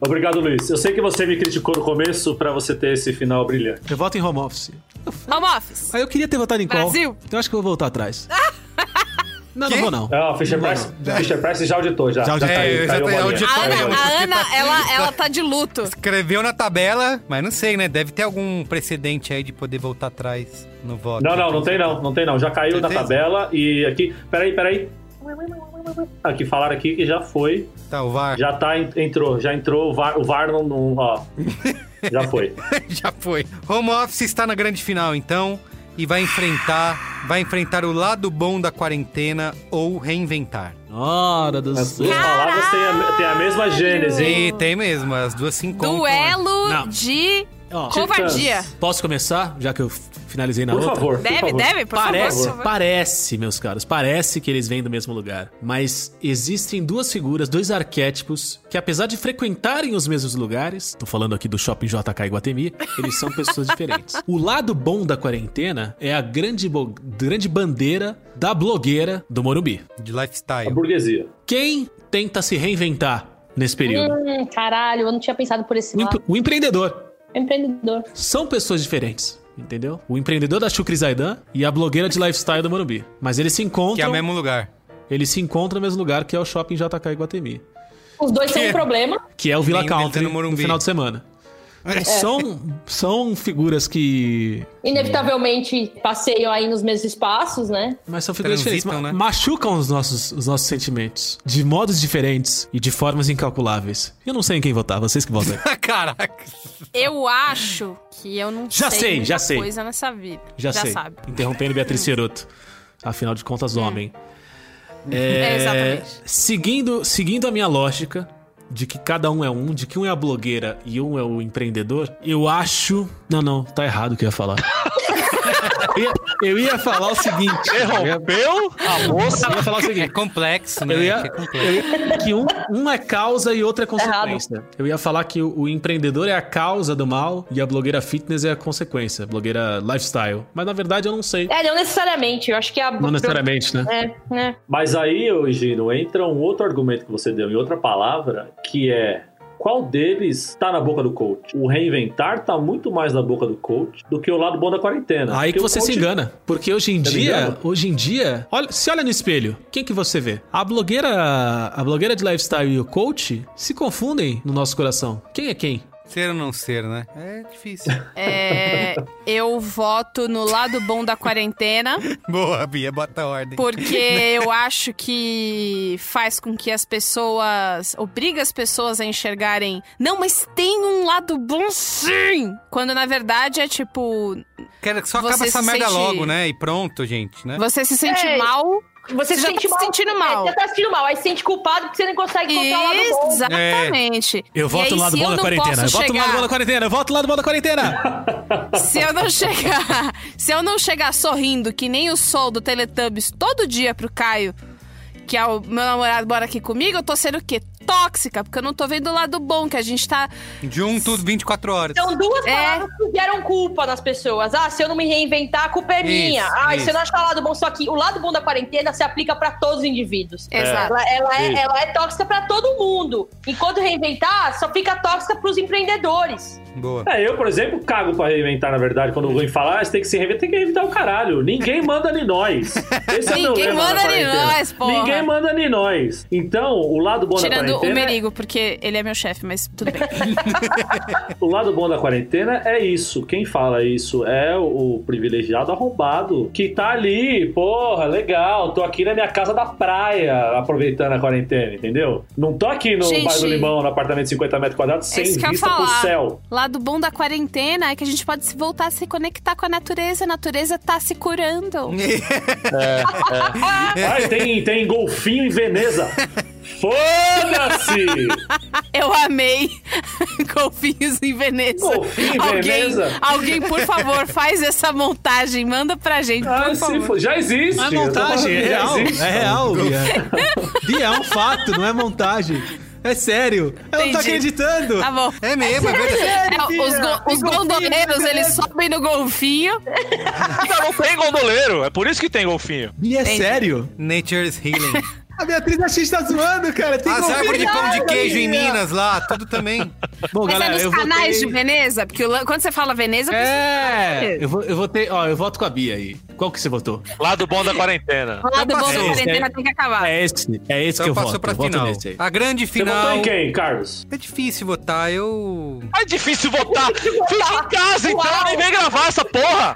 Obrigado, Luiz. Eu sei que você me criticou no começo pra você ter esse final brilhante. Eu voto em home office. Home office. Aí Ah, eu queria ter votado em call. Brasil. Eu acho que eu vou voltar atrás. não, Quê? não vou não. Ah, o Fisher Não, Price, Fisher Price já auditou, já. Já auditou. caiu- É, eu já caiu a tenho bolinha. auditado. Tá, A Ana, eu- a Ana ela, ela tá de luto. Escreveu na tabela, mas não sei, né? Deve ter algum precedente aí de poder voltar atrás no voto. Não, não, não tem não, não tem não. Já caiu na Certeza? tabela e aqui. Peraí, peraí. Aqui falaram aqui que já foi. Tá, o VAR já, Já tá, en- entrou, já entrou o VAR, o VAR não, não- ó. Já foi. foi. Home office está na grande final, então, e vai enfrentar, vai enfrentar o lado bom da quarentena ou reinventar. Hora do As céu. duas palavras têm a, têm a mesma gênese, hein? E tem mesmo, as duas se encontram. né, Duelo Não. tá de Ó, covardia. posso começar, já que eu finalizei na Por outra? favor. por Deve, favor. deve, por Parece, favor. parece, meus caros, parece que eles vêm do mesmo lugar. Mas existem duas figuras, dois arquétipos que, apesar de frequentarem os mesmos lugares, tô falando aqui do shopping JK Iguatemi, eles são pessoas diferentes. O lado bom da quarentena é a grande, bo- grande bandeira da blogueira do Morumbi. De A lifestyle. burguesia. Quem tenta se reinventar nesse período? Hum, caralho, eu não tinha pensado por esse O, lado. empre- o empreendedor. Empreendedor. São pessoas diferentes. Entendeu? O empreendedor da Chucri Zaidan e a blogueira de lifestyle do Morumbi. Mas eles se encontram. Que é o mesmo lugar. Eles se encontram no mesmo lugar que é o shopping JK Iguatemi, Os dois têm um problema. que é o Vila Nem inventando Country no tá Morumbi. final de semana. São, são figuras que. Inevitavelmente passeiam aí nos mesmos espaços, né? Mas são figuras Transitam, diferentes. né? ma- Machucam os nossos, os nossos sentimentos. De modos diferentes e de formas incalculáveis. Eu não sei em quem votar, vocês que votam. Caraca. Eu acho que eu não Já sei, muita já sei. coisa nessa vida. Já, sei. sabe. Interrompendo Beatriz Ceroto. Afinal de contas, homem. É, exatamente. Seguindo, seguindo a minha lógica de que cada um é um, de que um é a blogueira e um é o empreendedor, eu acho. Não, não, tá errado o que eu ia falar. eu, ia, Eu ia falar o seguinte. Eu ia- Interrompeu a moça. eu ia falar o seguinte. É complexo, né? Eu ia, É complexo. eu ia- que um, um é causa e outra é consequência. Eu ia falar que o, o empreendedor é a causa do mal e a blogueira fitness é a consequência, a blogueira lifestyle. Mas na verdade eu não sei. É, não necessariamente. Eu acho que é a. Não necessariamente, né? É, né? Mas aí, ô, Gino, entra um outro argumento que você deu em outra palavra, que é qual deles tá na boca do coach? O reinventar tá muito mais na boca do coach do que o lado bom da quarentena. Aí que Porque o você se coach- engana. Porque hoje em Tá dia, ligado? hoje em dia, olha, se olha no espelho, quem que você vê? A blogueira, a blogueira de lifestyle e o coach se confundem no nosso coração. Quem é quem? Ser ou não ser, né? É difícil. É, eu voto no lado bom da quarentena, Boa, Bia, bota a ordem. porque eu acho que faz com que as pessoas. obriga as pessoas a enxergarem. Não, mas tem um lado bom sim! Quando na verdade é tipo. Quero que só Você acaba essa se merda sente- logo, né? E pronto, gente, né? Você se sente É, mal. Você, já tá se sentindo mal. Você tá se sentindo mal. Aí se sente culpado porque você não consegue encontrar o lado bom. Exatamente. É. Eu e voto aí, no lado se bom eu da não quarentena. Eu posso voto no lado chegar- bom da quarentena. Eu voto no lado bom da quarentena. Se eu não chegar, se eu não chegar sorrindo que nem o sol do Teletubbies todo dia pro Caio, que é o meu namorado mora aqui comigo, eu tô sendo o quê? Tóxica, porque eu não tô vendo o lado bom, que a gente tá. Junto 24 horas. São Então, duas É. palavras que geram culpa nas pessoas. Ah, se eu não me reinventar, a culpa é Isso, minha. Ah, e isso. se eu não achar o lado bom, só que o lado bom da quarentena se aplica pra todos os indivíduos. Exato. Ela, ela é, Isso. ela é tóxica pra todo mundo. Enquanto reinventar, só fica tóxica pros empreendedores. Boa. É, eu, por exemplo, cago pra reinventar, na verdade. Quando alguém fala, ah, você tem que se reinventar, tem que reinventar o caralho. Ninguém manda em nós. Esse é o meu Ninguém lema na manda em quarentena. nós, porra. Ninguém manda em nós. Então, o lado bom da Tirando o quarentena... é- Merigo, porque ele é meu chefe, mas tudo bem. O lado bom da quarentena é isso. Quem fala isso é o privilegiado arrombado que tá ali, porra, legal, tô aqui na minha casa da praia, aproveitando a quarentena, entendeu? Não tô aqui no Gente, é bairro do Limão, no apartamento de 50 metros quadrados, sem isso que eu ia vista pro falar. céu. Lado bom da quarentena é que a gente pode se voltar a se conectar com a natureza. A natureza tá se curando. Ai, tem, tem golfinho em Veneza. Foda-se! Eu amei golfinhos em Veneza. Golfinho em alguém, Veneza? alguém, por favor, faz essa montagem, manda pra gente, Ah, por se favor. for- já existe. Não é montagem, é Já real. existe. É real, Bia. Bia, é um fato, não é montagem. É sério. Eu não tô Entendi. acreditando. Tá bom. É mesmo, é verdade. É, os go- os gondoleiros, eles sobem no golfinho. Não, não tem gondoleiro. É por isso que tem golfinho. Bia, é Entendi. sério. Nature's Healing. Ah, A Beatriz achei que tá zoando, cara. Tem As árvores de pão de golfinho, queijo em Bia. Minas lá, tudo também. Bom, Mas galera, é eu nos canais de votei... Veneza, porque o lan- quando você fala Veneza, É, eu vou, eu votei, ó, eu voto com a Bia aí. Qual que você votou? Lado bom da quarentena. o lado Então bom da passou. quarentena É. tem que acabar. É esse, é esse que Só eu Então passou voto. pra eu voto final. nesse aí. A grande Você votou final. em quem, Carlos? É difícil votar, eu. É difícil votar. Fica em casa, então, nem vem gravar essa porra.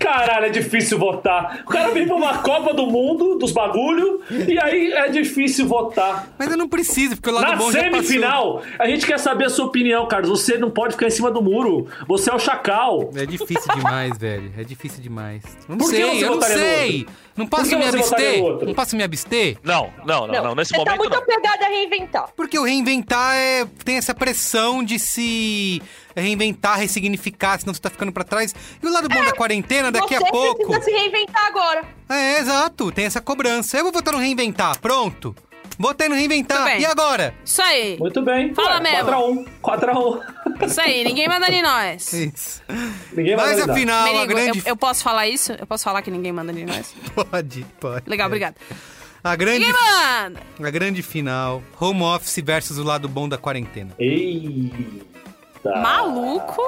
Caralho, é difícil votar. O cara vem pra uma Copa do Mundo, dos bagulho, e aí é difícil votar. Mas eu não preciso, porque o lado Na bom já passou. semifinal, a gente quer saber a sua opinião, Carlos. Você não pode ficar em cima do muro. Você é o chacal. É difícil demais, velho. É difícil demais. Eu Não Por que sei, você eu não votaria no sei. outro? Não Por posso que me você votaria abster. no outro? Não posso me abster. Não, não, não, não. Nesse você tá momento, muito não. apegado a reinventar. Porque o reinventar é, tem essa pressão de se reinventar, ressignificar, senão você tá ficando pra trás. E o lado bom da É, quarentena, daqui você a pouco. precisa se reinventar agora. É, exato, tem essa cobrança. Eu vou votar no reinventar, pronto. Votei no Tudo reinventar. bem. E agora? Isso aí, Muito bem. Fala mesmo. 4x1. 4x1. isso aí, ninguém manda em É. nós. Isso. Ninguém vai Mas validar. afinal, a Merigo, grande. eu, eu posso falar isso? Eu posso falar que ninguém manda em nós? Pode, pode. É. Legal, obrigada. A grande, Ninguém manda! a grande final: home office versus o lado bom da quarentena. Eita. Maluco?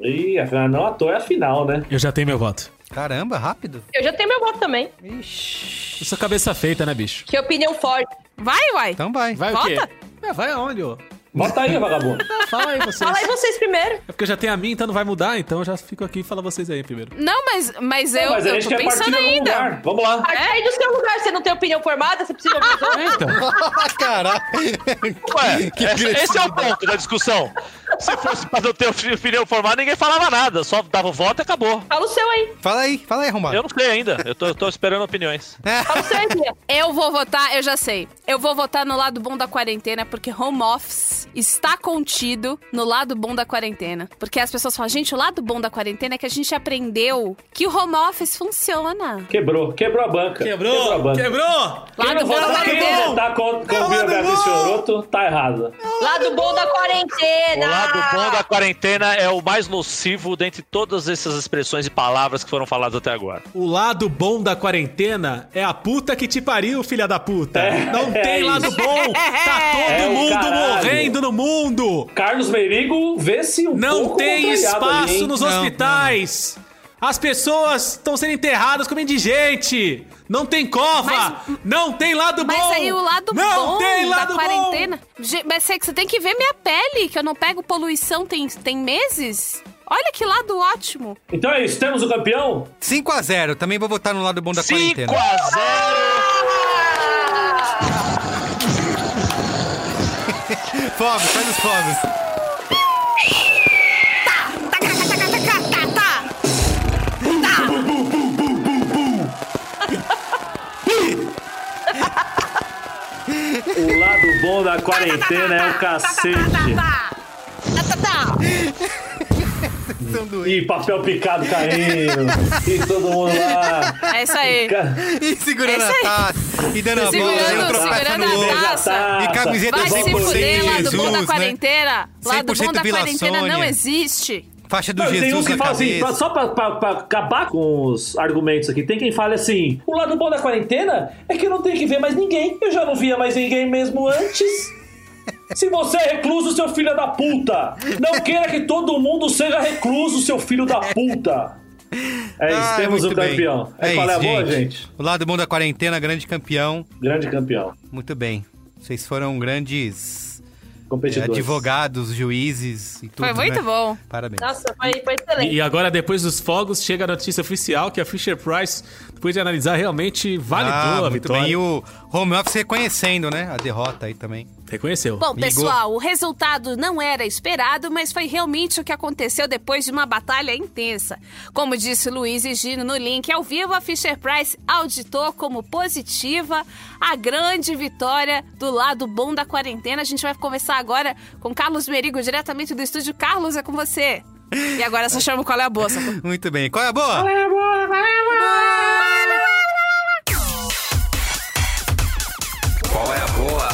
Ih, afinal, não à toa é a final, né? Eu já tenho meu voto. Caramba, rápido. Eu já tenho meu voto também. Eu sou cabeça feita, né, bicho? Que opinião forte. Vai, uai. Então vai. Vai Vota. o quê? É, vai aonde, ô? Ah, Bota aí, vagabundo. Fala aí vocês. Fala aí vocês primeiro. É porque eu já tenho a minha, então não vai mudar, então eu já fico aqui e falo vocês aí primeiro. Não, mas, mas eu, Mas a eu tô gente quer partir de pensando algum ainda. lugar. Vamos lá. Parte aí do seu lugar. Você não tem opinião formada, você precisa ouvir os outros. É, então. Caralho. Ué, essa- esse é o ponto é da discussão. Se fosse pra não ter opinião formada, ninguém falava nada. Só dava o voto e acabou. Fala o seu aí. Fala aí, fala aí, Romano. Eu não sei ainda. Eu tô, eu tô esperando opiniões. Fala o seu aí, Bia. Eu vou votar, eu já sei. Eu vou votar no lado bom da quarentena, porque home office está contido no lado bom da quarentena. Porque as pessoas falam, gente, o lado bom da quarentena é que a gente aprendeu que o home office funciona. Quebrou, quebrou a banca. a Quebrou! banca. Quebrou! Quem Lado não bom da votar, quem não quarentena. votar contra É o com lado Bia Beatriz bom. Choroto, tá errado. Lado bom da O quarentena. lado bom da quarentena é o mais nocivo dentre todas essas expressões e palavras que foram faladas até agora. O lado bom da quarentena é a puta que te pariu, filha da puta. É, Não é tem isso. lado bom. Tá todo É o mundo caralho. morrendo no mundo. Carlos Merigo vê-se um Não pouco tem contrariado espaço ali, hein? nos Não, hospitais. As pessoas estão sendo enterradas como indigente. Não tem cova. não tem lado bom. Mas aí o lado não bom tem lado da quarentena. Ge- Mas é que você tem que ver minha pele, que eu não pego poluição tem, tem meses. Olha que lado ótimo. Então é isso, temos o campeão? 5x0, também vou votar no lado bom da 5 quarentena. a 0 Fome, faz os fomes. O lado bom da quarentena é o cacete. E papel picado caindo. E todo mundo lá. É isso aí. Ca- E segurando É isso a aí. taça, e dando a bola, Segurando- e tropeçando segurando a no outro. taça. E camiseta Vai Deus se 100% fuder, de lado bom da Jesus, né? quarentena. Lado 100% bom da Vila quarentena não Sônia. existe. Faixa do Não, tem um Jesus que na fala assim, pra- cabeça. só pra, pra- pra acabar com os argumentos aqui, tem quem fale assim: o lado bom da quarentena é que eu não tenho que ver mais ninguém. Eu já não via mais ninguém mesmo antes. Se você é recluso, seu filho da puta! Não queira que todo mundo seja recluso, seu filho da puta! É isso, Ah, temos o muito bem. campeão. É, qual é a isso, boa, gente? O lado bom da quarentena, grande campeão. Grande campeão. Muito bem. Vocês foram grandes eh, Competidor. advogados, juízes e tudo. Foi muito né? bom. Parabéns. Nossa, foi, foi excelente. E agora, depois dos fogos, chega a notícia oficial que a Fisher Price, depois de analisar, realmente validou ah, a muito vitória. bem. E o home office reconhecendo, né? A derrota aí também. Reconheceu. Bom, Ligou. pessoal, o resultado não era esperado, mas foi realmente o que aconteceu depois de uma batalha intensa. Como disse Luiz e Gino no link ao vivo, a Fisher Price auditou como positiva a grande vitória do lado bom da quarentena. A gente vai conversar agora com Carlos Merigo, diretamente do estúdio. Carlos, é com você. E agora só chama o qual é a bolsa. Muito bem. Qual é a boa? é Qual é a boa?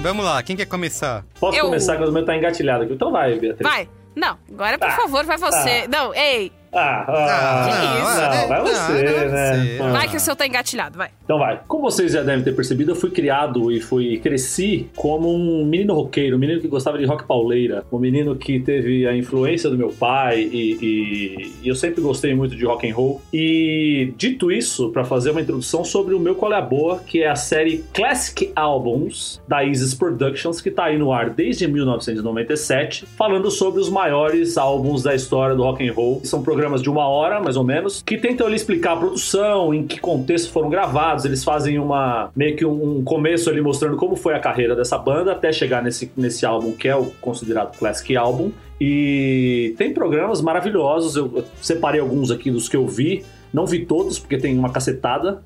Vamos lá, quem quer começar? Posso Eu- começar, que o meu tá engatilhado aqui. Então vai, Beatriz. Vai. Não, agora por Tá. favor vai você. Tá. Não, ei, Ah, ah, Que não, isso? não, vai Não, você, não, né? você. Ah. vai que o seu tá engatilhado, vai. Então vai. Como vocês já devem ter percebido, eu fui criado e fui cresci como um menino roqueiro, um menino que gostava de rock pauleira, um menino que teve a influência do meu pai e, e- e eu sempre gostei muito de rock and roll. E dito isso, pra fazer uma introdução sobre o meu qual é a boa, que é a série Classic Albums da Isis Productions, que tá aí no ar desde 1997, falando sobre os maiores álbuns da história do rock and roll. São programas de uma hora, mais ou menos, que tentam ali explicar a produção, em que contexto foram gravados. Eles fazem uma meio que um, um começo ali mostrando como foi a carreira dessa banda até chegar nesse, nesse álbum que é o considerado classic álbum. E tem programas maravilhosos. Eu eu separei alguns aqui dos que eu vi. Não vi todos porque tem uma cacetada.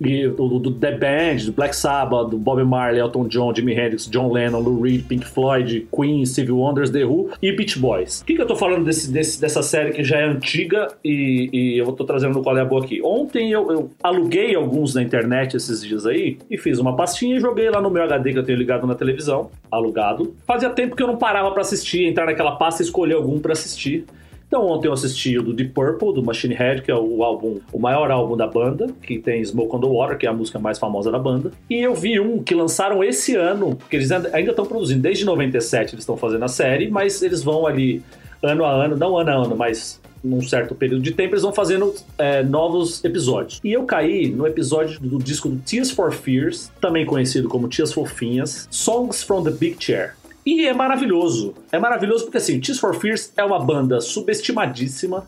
E do, do The Band, do Black Sabbath, do Bob Marley, Elton John, Jimi Hendrix, John Lennon, Lou Reed, Pink Floyd, Queen, Stevie Wonders, The Who e Beach Boys. Por que, que eu tô falando desse, desse- dessa série que já é antiga e, e eu tô trazendo no Qual é a Boa aqui? Ontem eu, eu aluguei alguns na internet esses dias aí e fiz uma pastinha e joguei lá no meu HD que eu tenho ligado na televisão, alugado. Fazia tempo que eu não parava pra assistir, entrar naquela pasta e escolher algum pra assistir. Então ontem eu assisti o do Deep Purple, do Machine Head, que é o álbum, o maior álbum da banda, que tem Smoke on the Water, que é a música mais famosa da banda. E eu vi um que lançaram esse ano, porque eles ainda ainda estão produzindo, desde 97 eles estão fazendo a série, mas eles vão ali ano a ano, não ano a ano, mas num certo período de tempo, eles vão fazendo é, novos episódios. E eu caí no episódio do disco do Tears for Fears, também conhecido como Tias Fofinhas, Songs from the Big Chair. E é maravilhoso. É maravilhoso porque assim, Tears for Fears é uma banda subestimadíssima.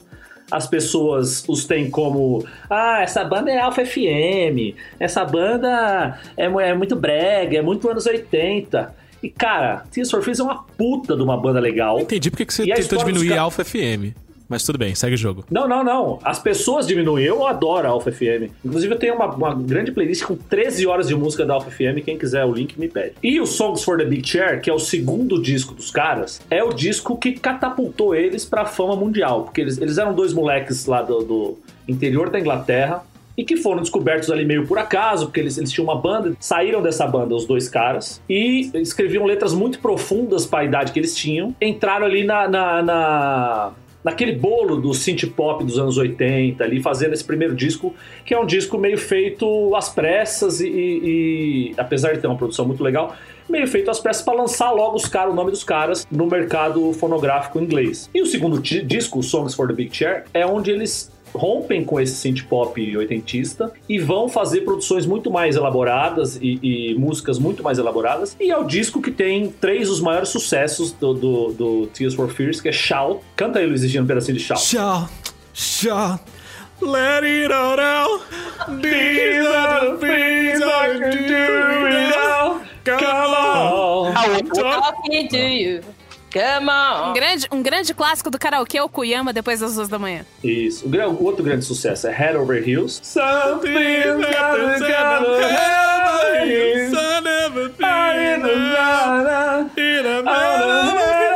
as pessoas os têm como ah, essa banda é Alpha FM, essa banda é, mu- é muito brega, é muito anos 80. E cara, Tears for Fears é uma puta de uma banda legal. Eu entendi porque que você E a tentou história dos diminuir ca- a Alpha FM. Mas tudo bem, segue o jogo. Não, não, não. As pessoas diminuem. Eu adoro a Alpha FM. Inclusive, eu tenho uma, uma grande playlist com 13 horas de música da Alpha FM. Quem quiser o link, me pede. E o Songs for the Big Chair, que é o segundo disco dos caras, é o disco que catapultou eles pra fama mundial. Porque eles, eles eram dois moleques lá do, do interior da Inglaterra. E que foram descobertos ali meio por acaso, porque eles, eles tinham uma banda, saíram dessa banda os dois caras e escreviam letras muito profundas para a idade que eles tinham. Entraram ali na- na- na naquele bolo do synth pop dos anos 80 ali, fazendo esse primeiro disco, que é um disco meio feito às pressas e, e- e, apesar de ter uma produção muito legal, meio feito às pressas para lançar logo os caras, o nome dos caras no mercado fonográfico inglês. E o segundo ti- disco, Songs for the Big Chair, é onde eles rompem com esse synth pop oitentista e vão fazer produções muito mais elaboradas e, e músicas muito mais elaboradas. E é o disco que tem três dos maiores sucessos do, do, do Tears for Fears, que é Shout. Canta aí, Luiz Egino, um pedacinho de Shout. Tchau, tchau. Let it all out. These are the things I can do without. Come on. Ah, o- Talking to you. Come Um on. grande, um grande clássico do karaokê é o Kuyama depois das duas da manhã. Isso. O, gran- o outro grande sucesso é Head Over Heels. Something's got to come over here. I never feel it.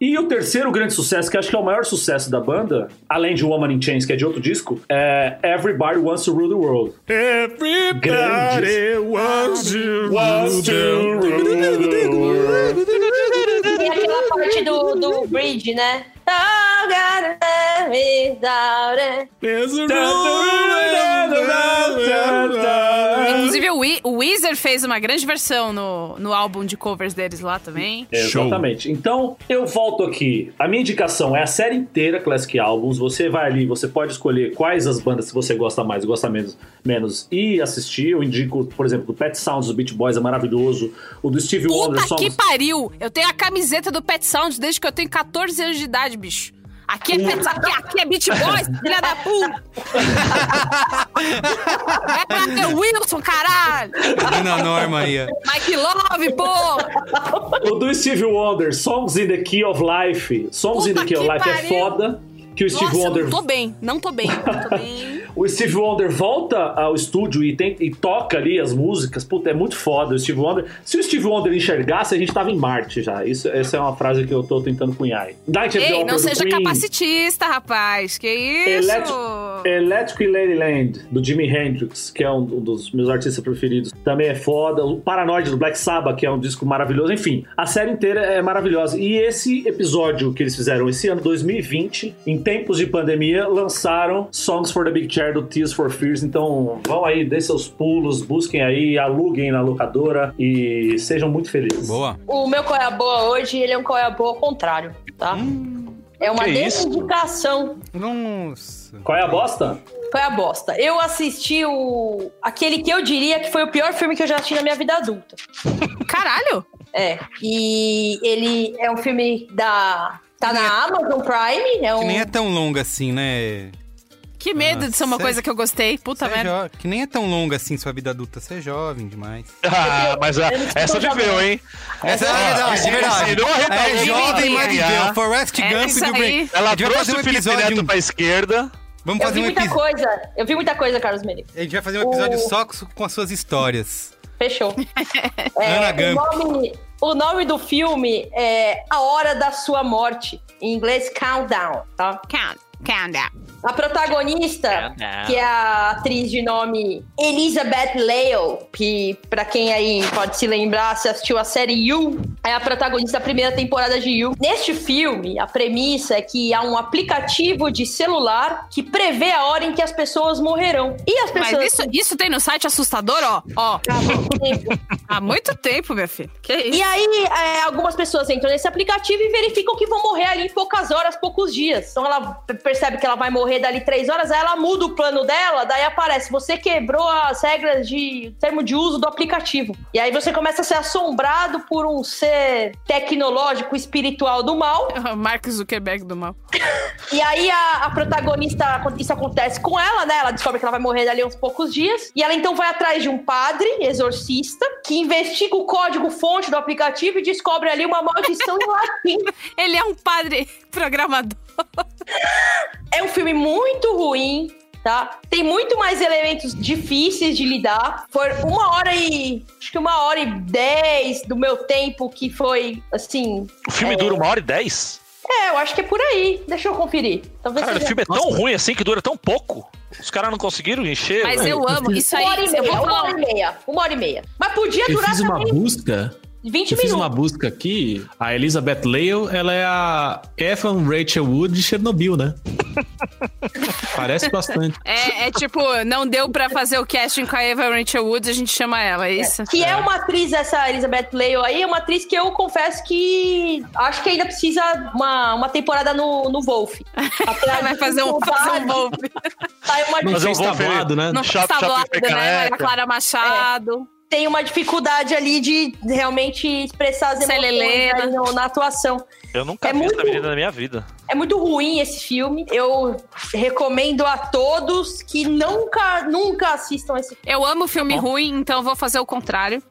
E o terceiro grande sucesso, que acho que é o maior sucesso da banda, além de Woman in Chains, que é de outro disco, é Everybody Wants to Rule the World. Everybody Grandes. wants to Wants to rule rule the E aquela parte do, do bridge, né? Oh, gotta live without it. There's a É. rule Inclusive, o, Wee- o Weezer fez uma grande versão no, no álbum de covers deles lá também. Show. Exatamente. Então, eu volto aqui. A minha indicação é a série inteira Classic Albums. Você vai ali, você pode escolher quais as bandas que você gosta mais, gosta menos, menos e assistir. Eu indico, por exemplo, do Pet Sounds do Beat Boys, é maravilhoso. O do Steve Wonder, Puta Songs que pariu! Eu tenho a camiseta do Pet Sound desde que eu tenho 14 anos de idade, bicho. Aqui é Hum. Pet Sound, aqui, aqui é Beat Boys, filha da puta! é Peter Wilson, caralho! Ana Norma aí. ó. Mike Love, pô! O do Steve Wonder, Songs in the Key of Life. Songs in Puta the Key of que Life é pariu. foda. Que o Steve Nossa, Wonder. não tô bem, não tô bem, não tô bem. O Steve Wonder volta ao estúdio e, tem- e toca ali as músicas. Puta, é muito foda o Steve Wonder. Se o Steve Wonder enxergasse, a gente tava em Marte já. Isso, essa é uma frase que eu tô tentando cunhar aí. Night at the Ei, Opera não do seja Queen. capacitista, rapaz, que isso! Electric, Electric Ladyland, do Jimi Hendrix, que é um dos meus artistas preferidos, também é foda. O Paranoid, do Black Sabbath, que é um disco maravilhoso. Enfim, a série inteira é maravilhosa. E esse episódio que eles fizeram esse ano, 2020, em tempos de pandemia, lançaram Songs for the Big Chair do Tears for Fears. Então vão aí, dê seus pulos, busquem aí, aluguem na locadora e sejam muito felizes. Boa. O meu qual é a boa hoje, ele é um qual é a boa ao contrário, tá? é uma Hum, que isso? desindicação. Nossa. Qual é a bosta? Qual é a bosta? Eu assisti o... aquele que eu diria que foi o pior filme que eu já assisti na minha vida adulta. Caralho! É. E ele é um filme da. Tá na Amazon Prime, é um. Que nem é tão longa assim, né? Que medo Ah, de ser uma sei. coisa que eu gostei, puta Você é merda. jo- Que nem é tão longa assim sua vida adulta. Você é jovem demais. Ah, mas a- essa viveu, hein? Essa é a verdade, é verdade. Ensinou a retalhar. É jovem, mas viveu. Forrest É Gump isso do Brain. aí. ah, Ela A gente vai trouxe fazer um o Felipe episódio- Neto pra esquerda. Vamos Eu fazer vi um muita episódio. coisa. Eu vi muita coisa, Carlos Menezes. A gente vai fazer um episódio O- só com com as suas histórias. Fechou. É, Ana o, Gump. nome, o nome do filme é A Hora da Sua Morte. Em inglês, Countdown, tá? Count, count down. A protagonista, Countdown. que é a atriz de nome Elizabeth Lale, que pra quem aí pode se lembrar, se assistiu a série You, é a protagonista da primeira temporada de You. Neste filme, a premissa é que há um aplicativo de celular que prevê a hora em que as pessoas morrerão. E as pessoas... Mas isso, isso tem no site assustador, ó. Ó, Ah, bom, há muito tempo, minha filha. Que isso? E aí, é, algumas pessoas entram nesse aplicativo e verificam que vão morrer ali em poucas horas, poucos dias. Então ela p- percebe que ela vai morrer morrer dali três horas, aí ela muda o plano dela, daí aparece, você quebrou as regras de termo de uso do aplicativo. E aí você começa a ser assombrado por um ser tecnológico, espiritual do mal. Mark é Zuckerberg do mal. E aí a, a protagonista, isso acontece com ela, né? Ela descobre que ela vai morrer dali uns poucos dias. E ela então vai atrás de um padre, exorcista, que investiga o código-fonte do aplicativo e descobre ali uma maldição em latim. Ele é um padre programador. É um filme muito ruim, tá? Tem muito mais elementos difíceis de lidar. Foi uma hora e. Acho que uma hora e dez do meu tempo que foi, assim. O filme é, dura uma hora e dez? É, eu acho que é por aí. Deixa eu conferir. Talvez Cara, o seja- filme é tão ruim assim que dura tão pouco. Os caras não conseguiram encher. Mas eu amo isso aí. Uma hora e Eu meia, vou uma falar. hora e meia. Uma hora e meia. Mas podia Eu durar fiz uma também busca. 20 Eu fiz uma minutos. busca aqui. A Elizabeth Lale, ela é a Evan Rachel Wood de Chernobyl, né? Parece bastante. É, é tipo, não deu pra fazer o casting com a Eva Rachel Woods, a gente chama ela, é isso? Que é uma atriz, essa Elizabeth Lale aí, é uma atriz que eu confesso que acho que ainda precisa uma, uma temporada no, no Wolf. Apesar Vai de fazer um, que o fazer um Barbie Wolf. né? tá uma Não Fazer um fez Wolf tabuado, né? Não Chato, chato, faz tablado, fica né? Maria careca. Clara Machado. tem uma dificuldade ali de realmente expressar as emoções Celelena. ali no- na atuação. Eu nunca É vi muito- essa menina na minha vida. É muito ruim esse filme. Eu recomendo a todos que nunca, nunca assistam esse filme. Eu amo filme ruim, então vou fazer o contrário.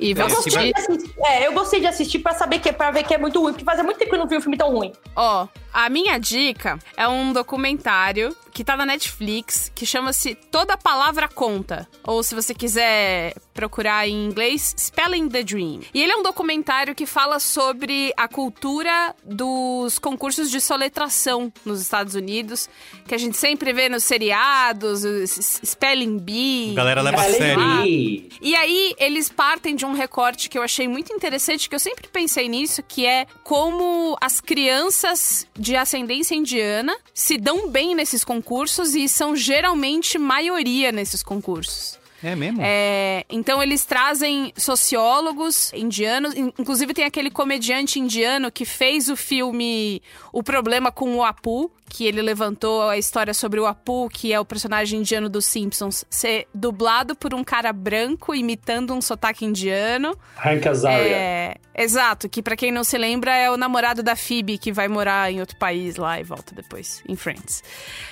E vou Esse Eu gostei, assistir. de assistir, é, eu gostei de assistir pra saber que para ver que é muito ruim, porque fazia muito tempo que eu não vi um filme tão ruim. Ó, a minha dica é um documentário que tá na Netflix que chama-se Toda Palavra Conta. Ou se você quiser procurar em inglês, Spelling the Dream. E ele é um documentário que fala sobre a cultura dos concursos de soletração nos Estados Unidos, que a gente sempre vê nos seriados, os s- Spelling Bee. Galera leva a sei sério. né? lá. Ih, E aí, eles partem de um recorte que eu achei muito interessante, que eu sempre pensei nisso, que é como as crianças de ascendência indiana se dão bem nesses concursos e são geralmente maioria nesses concursos. É mesmo? É, então eles trazem sociólogos indianos, in- inclusive tem aquele comediante indiano que fez o filme O Problema com o Apu, que ele levantou a história sobre o Apu, que é o personagem indiano dos Simpsons, ser dublado por um cara branco imitando um sotaque indiano. Hank Azaria. É, exato, que pra quem não se lembra é o namorado da Phoebe que vai morar em outro país lá e volta depois, em Friends.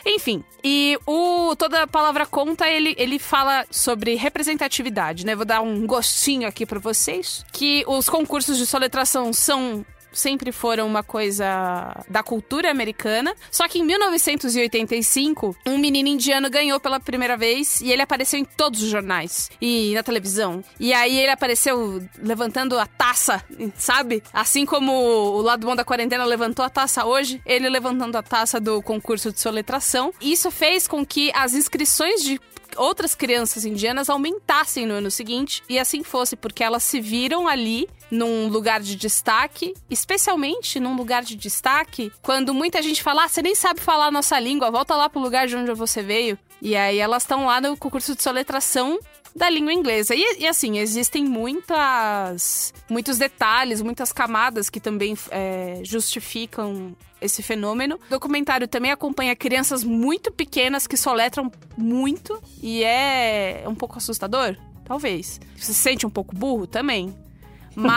Enfim, e o toda a palavra conta, ele, ele fala sobre representatividade, né? Vou dar um gostinho aqui pra vocês, que os concursos de soletração são sempre foram uma coisa da cultura americana. Só que em 1985, um menino indiano ganhou pela primeira vez e ele apareceu em todos os jornais e na televisão. E aí ele apareceu levantando a taça, sabe? Assim como o lado bom da quarentena levantou a taça hoje, ele levantando a taça do concurso de soletração. Isso fez com que as inscrições de outras crianças indianas aumentassem no ano seguinte e assim fosse, porque elas se viram ali num lugar de destaque, especialmente num lugar de destaque quando muita gente fala: ah, você nem sabe falar a nossa língua, volta lá pro lugar de onde você veio. E aí elas estão lá no concurso de soletração da língua inglesa. E, e assim, existem muitas, muitos detalhes, muitas camadas que também é, justificam esse fenômeno. O documentário também acompanha crianças muito pequenas que soletram muito e é um pouco assustador, talvez. Você se sente um pouco burro também.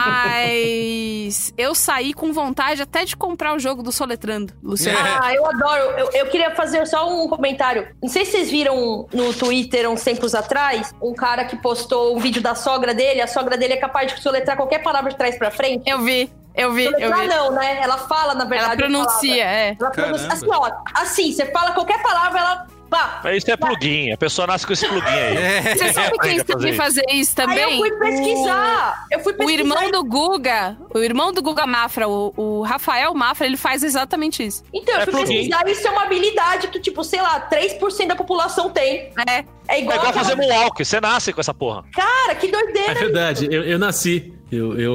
Mas eu saí com vontade até de comprar o jogo do Soletrando, Luciano. Ah, eu adoro. Eu, eu queria fazer só um comentário. Não sei se vocês viram no Twitter uns tempos atrás um cara que postou um vídeo da sogra dele. A sogra dele é capaz de soletrar qualquer palavra de trás pra frente. Eu vi, eu vi, eu Soletrar vi. não, né? Ela fala, na verdade. Ela a palavra. pronuncia, é. Ela pronuncia assim, Caramba. ó. Assim, você fala qualquer palavra, ela. Pá. Mas isso é plugin. A pessoa nasce com esse plugin aí. É. Você sabe quem Aprende a fazer sabe isso. fazer isso também? Aí eu fui pesquisar. Eu fui O pesquisar. irmão do Guga, o irmão do Guga Mafra, o, o Rafael Mafra, ele faz exatamente isso. Então, eu É fui plugin. pesquisar. Isso é uma habilidade que, tipo, sei lá, 3% da população tem. É. É igual. É igual aquela- fazer moonwalk. Você nasce com essa porra. Cara, que É doideira. verdade, eu, eu nasci. Eu, eu, eu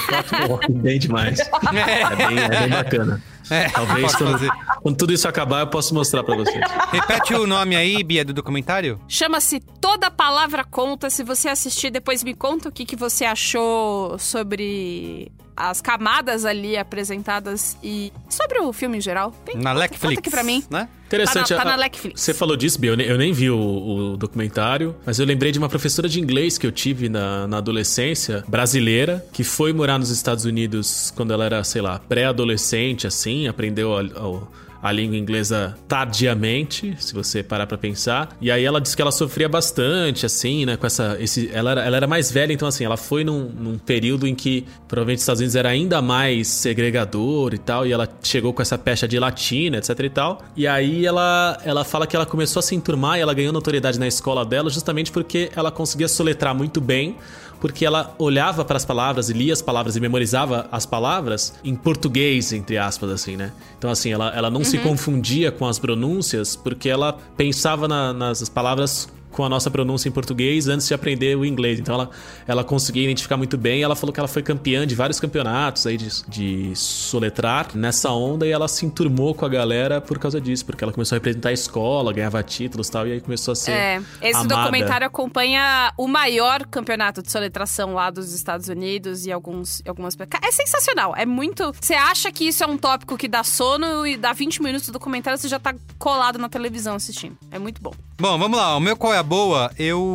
faço rock bem demais. É bem, é bem bacana. É, Talvez posso quando, fazer. quando tudo isso acabar, eu posso mostrar pra vocês. Repete o nome aí, Bia, do documentário. Chama-se Toda Palavra Conta. Se você assistir, depois me conta o que, que você achou sobre as camadas ali apresentadas e sobre o filme em geral. Bem, Na Netflix. aqui pra mim. Né? Interessante. Tá na- tá a- na Netflix. Você falou disso, Bia, eu nem, eu nem vi o, o documentário, mas eu lembrei de uma professora de inglês que eu tive na, na adolescência, brasileira, que foi morar nos Estados Unidos quando ela era, sei lá, pré-adolescente, assim, aprendeu a... a a língua inglesa tardiamente, se você parar pra pensar. E aí ela disse que ela sofria bastante, assim, né? Com essa. Esse, ela, era, ela era mais velha, então assim, ela foi num, num período em que provavelmente os Estados Unidos era ainda mais segregador e tal. E ela chegou com essa pecha de latina, etc e tal. E aí ela, ela fala que ela começou a se enturmar e ela ganhou notoriedade na escola dela justamente porque ela conseguia soletrar muito bem porque ela olhava para as palavras e lia as palavras e memorizava as palavras em português, entre aspas, assim, né? Então, assim, ela, ela não se confundia com as pronúncias porque ela pensava na- nas palavras com a nossa pronúncia em português antes de aprender o inglês. Então, ela, ela conseguia identificar muito bem. Ela falou que ela foi campeã de vários campeonatos aí de, de soletrar nessa onda e ela se enturmou com a galera por causa disso, porque ela começou a representar a escola, ganhava títulos e tal, e aí começou a ser. É, esse amada. documentário acompanha o maior campeonato de soletração lá dos Estados Unidos e alguns, algumas... Cara, É sensacional, é muito... Você acha que isso é um tópico que dá sono e dá 20 minutos do documentário você já tá colado na televisão assistindo. É muito bom. Bom, vamos lá. O meu qual é a boa,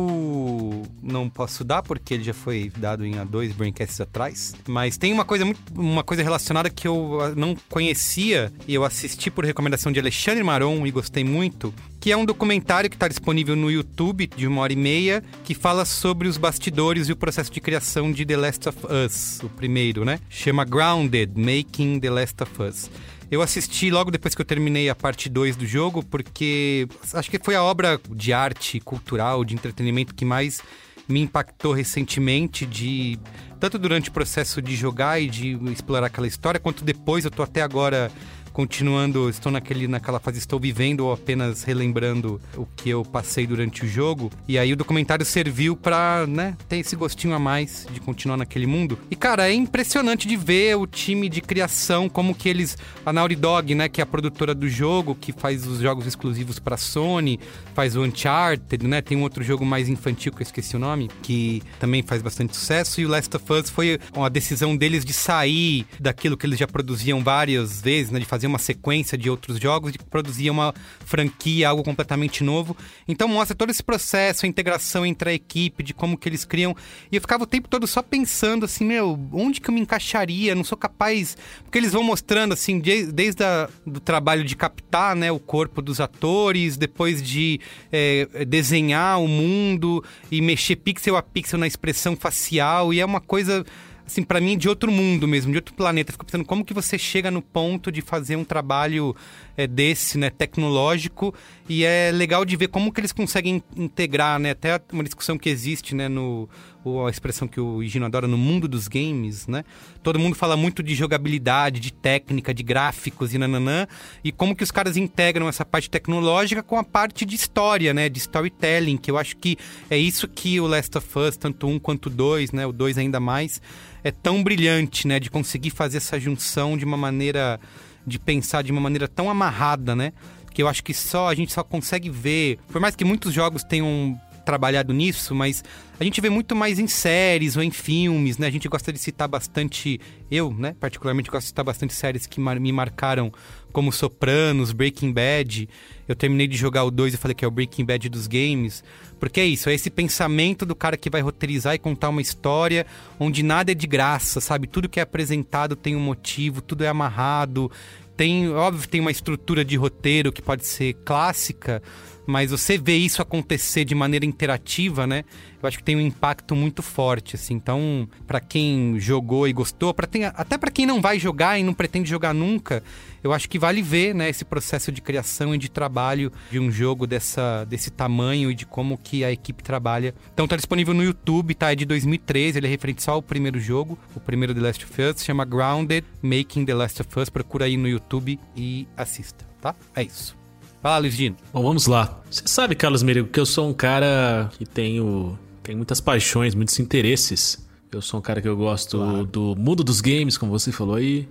eu não posso dar porque ele já foi dado em há dois braincasts atrás. Mas tem uma coisa muito, uma coisa relacionada que eu ah, não conhecia e eu assisti por recomendação de Alexandre Maron e gostei muito, que é um documentário que está disponível no YouTube de uma hora e meia que fala sobre os bastidores e o processo de criação de The Last of Us, o primeiro, né? Chama Grounded: Making The Last of Us. Eu assisti logo depois que eu terminei a parte 2 do jogo, porque acho que foi a obra de arte, cultural, de entretenimento que mais me impactou recentemente de tanto durante o processo de jogar e de explorar aquela história, quanto depois eu tô até agora continuando, estou naquele, naquela fase, estou vivendo ou apenas relembrando o que eu passei durante o jogo. E aí o documentário serviu pra, né, ter esse gostinho a mais de continuar naquele mundo. E, cara, é impressionante de ver o time de criação, como que eles... A Naughty Dog, né, que é a produtora do jogo, que faz os jogos exclusivos pra Sony, faz o Uncharted, né, tem um outro jogo mais infantil que eu esqueci o nome, que também faz bastante sucesso. E o Last of Us foi uma decisão deles de sair daquilo que eles já produziam várias vezes, né? De fazer uma sequência de outros jogos, de produzir uma franquia, algo completamente novo. Então mostra todo esse processo, a integração entre a equipe, de como que eles criam. E eu ficava o tempo todo só pensando assim, meu, onde que eu me encaixaria? Não sou capaz. Porque eles vão mostrando, assim, de- desde a, do trabalho de captar, né? O corpo dos atores, depois de é, desenhar o mundo e mexer pixel a pixel na expressão facial. E é uma coisa assim, pra mim, de outro mundo mesmo, de outro planeta. Eu Fico pensando como que você chega no ponto de fazer um trabalho é, desse, né, tecnológico. E é legal de ver como que eles conseguem integrar, né, até uma discussão que existe, né, no... Ou a expressão que o Gino adora, no mundo dos games, né? Todo mundo fala muito de jogabilidade, de técnica, de gráficos e nananã. E como que os caras integram essa parte tecnológica com a parte de história, né? De storytelling, que eu acho que é isso que o Last of Us, tanto um quanto dois, né? O dois ainda mais, é tão brilhante, né? De conseguir fazer essa junção de uma maneira. de pensar de uma maneira tão amarrada, né? Que eu acho que só a gente só consegue ver. Por mais que muitos jogos tenham trabalhado nisso, mas a gente vê muito mais em séries ou em filmes, né? A gente gosta de citar bastante, eu, né, particularmente gosto de citar bastante séries que mar- me marcaram, como Sopranos, Breaking Bad. Eu terminei de jogar o 2 e falei que é o Breaking Bad dos games, porque é isso, é esse pensamento do cara que vai roteirizar e contar uma história onde nada é de graça, sabe? Tudo que é apresentado tem um motivo, tudo é amarrado, tem, óbvio, tem uma estrutura de roteiro que pode ser clássica, mas você vê isso acontecer de maneira interativa, né? Eu acho que tem um impacto muito forte, assim. Então, pra quem jogou e gostou, para até pra quem não vai jogar e não pretende jogar nunca, eu acho que vale ver, né, esse processo de criação e de trabalho de um jogo dessa, desse tamanho e de como que a equipe trabalha. Então tá disponível no YouTube, tá? É de 2013, ele é referente só ao primeiro jogo, o primeiro The Last of Us, chama Grounded Making The Last of Us. Procura aí no YouTube e assista, tá? É isso. Vai lá, Luiz Dino. Bom, vamos lá. Você sabe, Carlos Merigo, que eu sou um cara que tenho, tenho muitas paixões, muitos interesses. Eu sou um cara que eu gosto do mundo dos games, como você falou aí.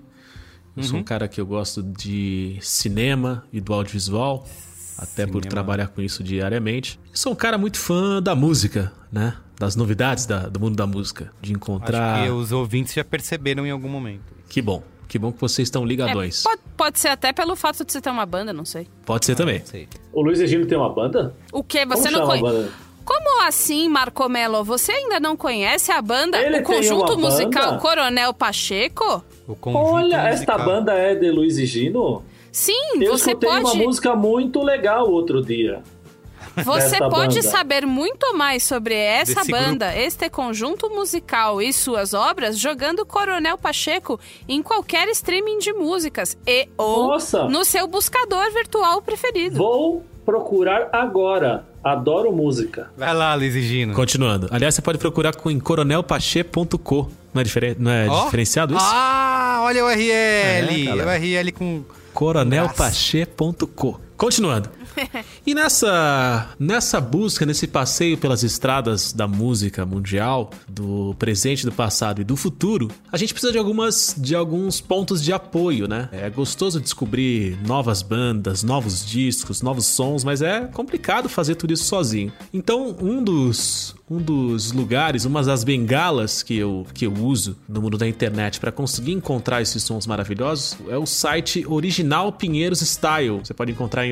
Eu Uhum. sou um cara que eu gosto de cinema e do audiovisual, até por Cinema. trabalhar com isso diariamente. E sou um cara muito fã da música, né? Das novidades da- do mundo da música. De Acho encontrar. que os ouvintes já perceberam em algum momento. Que bom. Que bom que vocês estão É, ligadões. po- pode, pode ser até pelo fato de você ter uma banda, não sei. Pode ser também. O Luiz Egino tem uma banda? O que? Como Você não chama a conhece. banda? Como assim, Marco Melo? Você ainda não conhece a banda? Ele o tem conjunto uma musical banda? Coronel Pacheco? O conjunto Olha, esta musical. banda é de Luiz e Gino? Sim, Eu você escutei uma pode. música muito legal outro dia. Você dessa pode banda. saber muito mais sobre essa Desse banda, este conjunto musical e suas obras jogando Coronel Pacheco em qualquer streaming de músicas e ou Nossa! no seu buscador virtual preferido. Vou procurar agora. Adoro música. Vai lá, Luiz e Gino. Continuando. Aliás, você pode procurar com em coronelpache.co. Não é, diferen... não é Ó. diferenciado isso? Ah, olha o RL. É, cara. URL com... coronelpache.co. Continuando. E nessa, nessa busca, nesse passeio pelas estradas da música mundial, do presente, do passado e do futuro, a gente precisa de algumas de alguns pontos de apoio, né? É gostoso descobrir novas bandas, novos discos, novos sons, mas é complicado fazer tudo isso sozinho. Então, um dos um dos lugares, uma das bengalas que eu, que eu uso no mundo da internet para conseguir encontrar esses sons maravilhosos é o site Original Pinheiros Style. Você pode encontrar em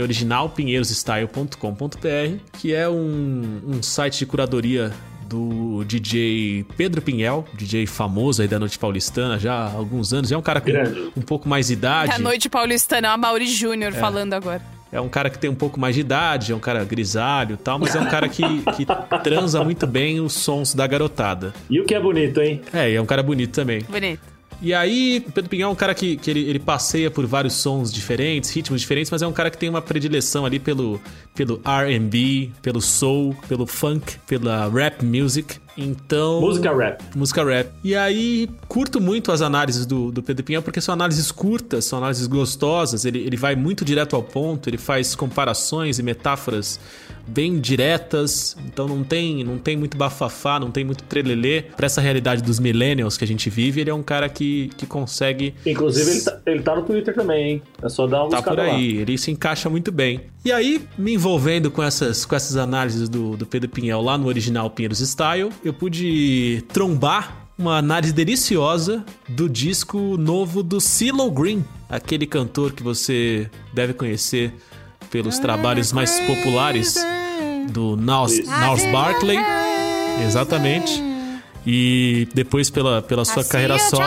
originalpinheirosstyle.com.br, que é um, um site de curadoria do DJ Pedro Pinhel, DJ famoso aí da Noite Paulistana já há alguns anos, já é um cara com Grande. um pouco mais de idade. Da noite paulistana, é a Mauri Júnior falando agora. É um cara que tem um pouco mais de idade, é um cara grisalho e tal, mas é um cara que, que transa muito bem os sons da garotada. E o que é bonito, hein? É, e é um cara bonito também. Bonito. E aí, Pedro Pinhão é um cara que, que ele, ele passeia por vários sons diferentes, ritmos diferentes, mas é um cara que tem uma predileção ali pelo, pelo RB, pelo soul, pelo funk, pela rap music. Então. Música rap. Música rap. E aí, curto muito as análises do, do Pedro Pinhão, porque são análises curtas, são análises gostosas, ele, ele vai muito direto ao ponto, ele faz comparações e metáforas bem diretas, então não tem, não tem muito bafafá, não tem muito trelelê. Pra essa realidade dos millennials que a gente vive, ele é um cara que, que consegue Inclusive, ele tá, ele tá no Twitter também, hein? É só dar uma tá por buscada lá. aí, ele se encaixa muito bem. E aí, me envolvendo com essas, com essas análises do, do Pedro Pinhel lá no original Pinheiros Style, eu pude trombar uma análise deliciosa do disco novo do CeeLo Green, aquele cantor que você deve conhecer pelos trabalhos mais populares do Nals, Isso. Nals Barkley. Exatamente. E depois pela, pela sua carreira solo,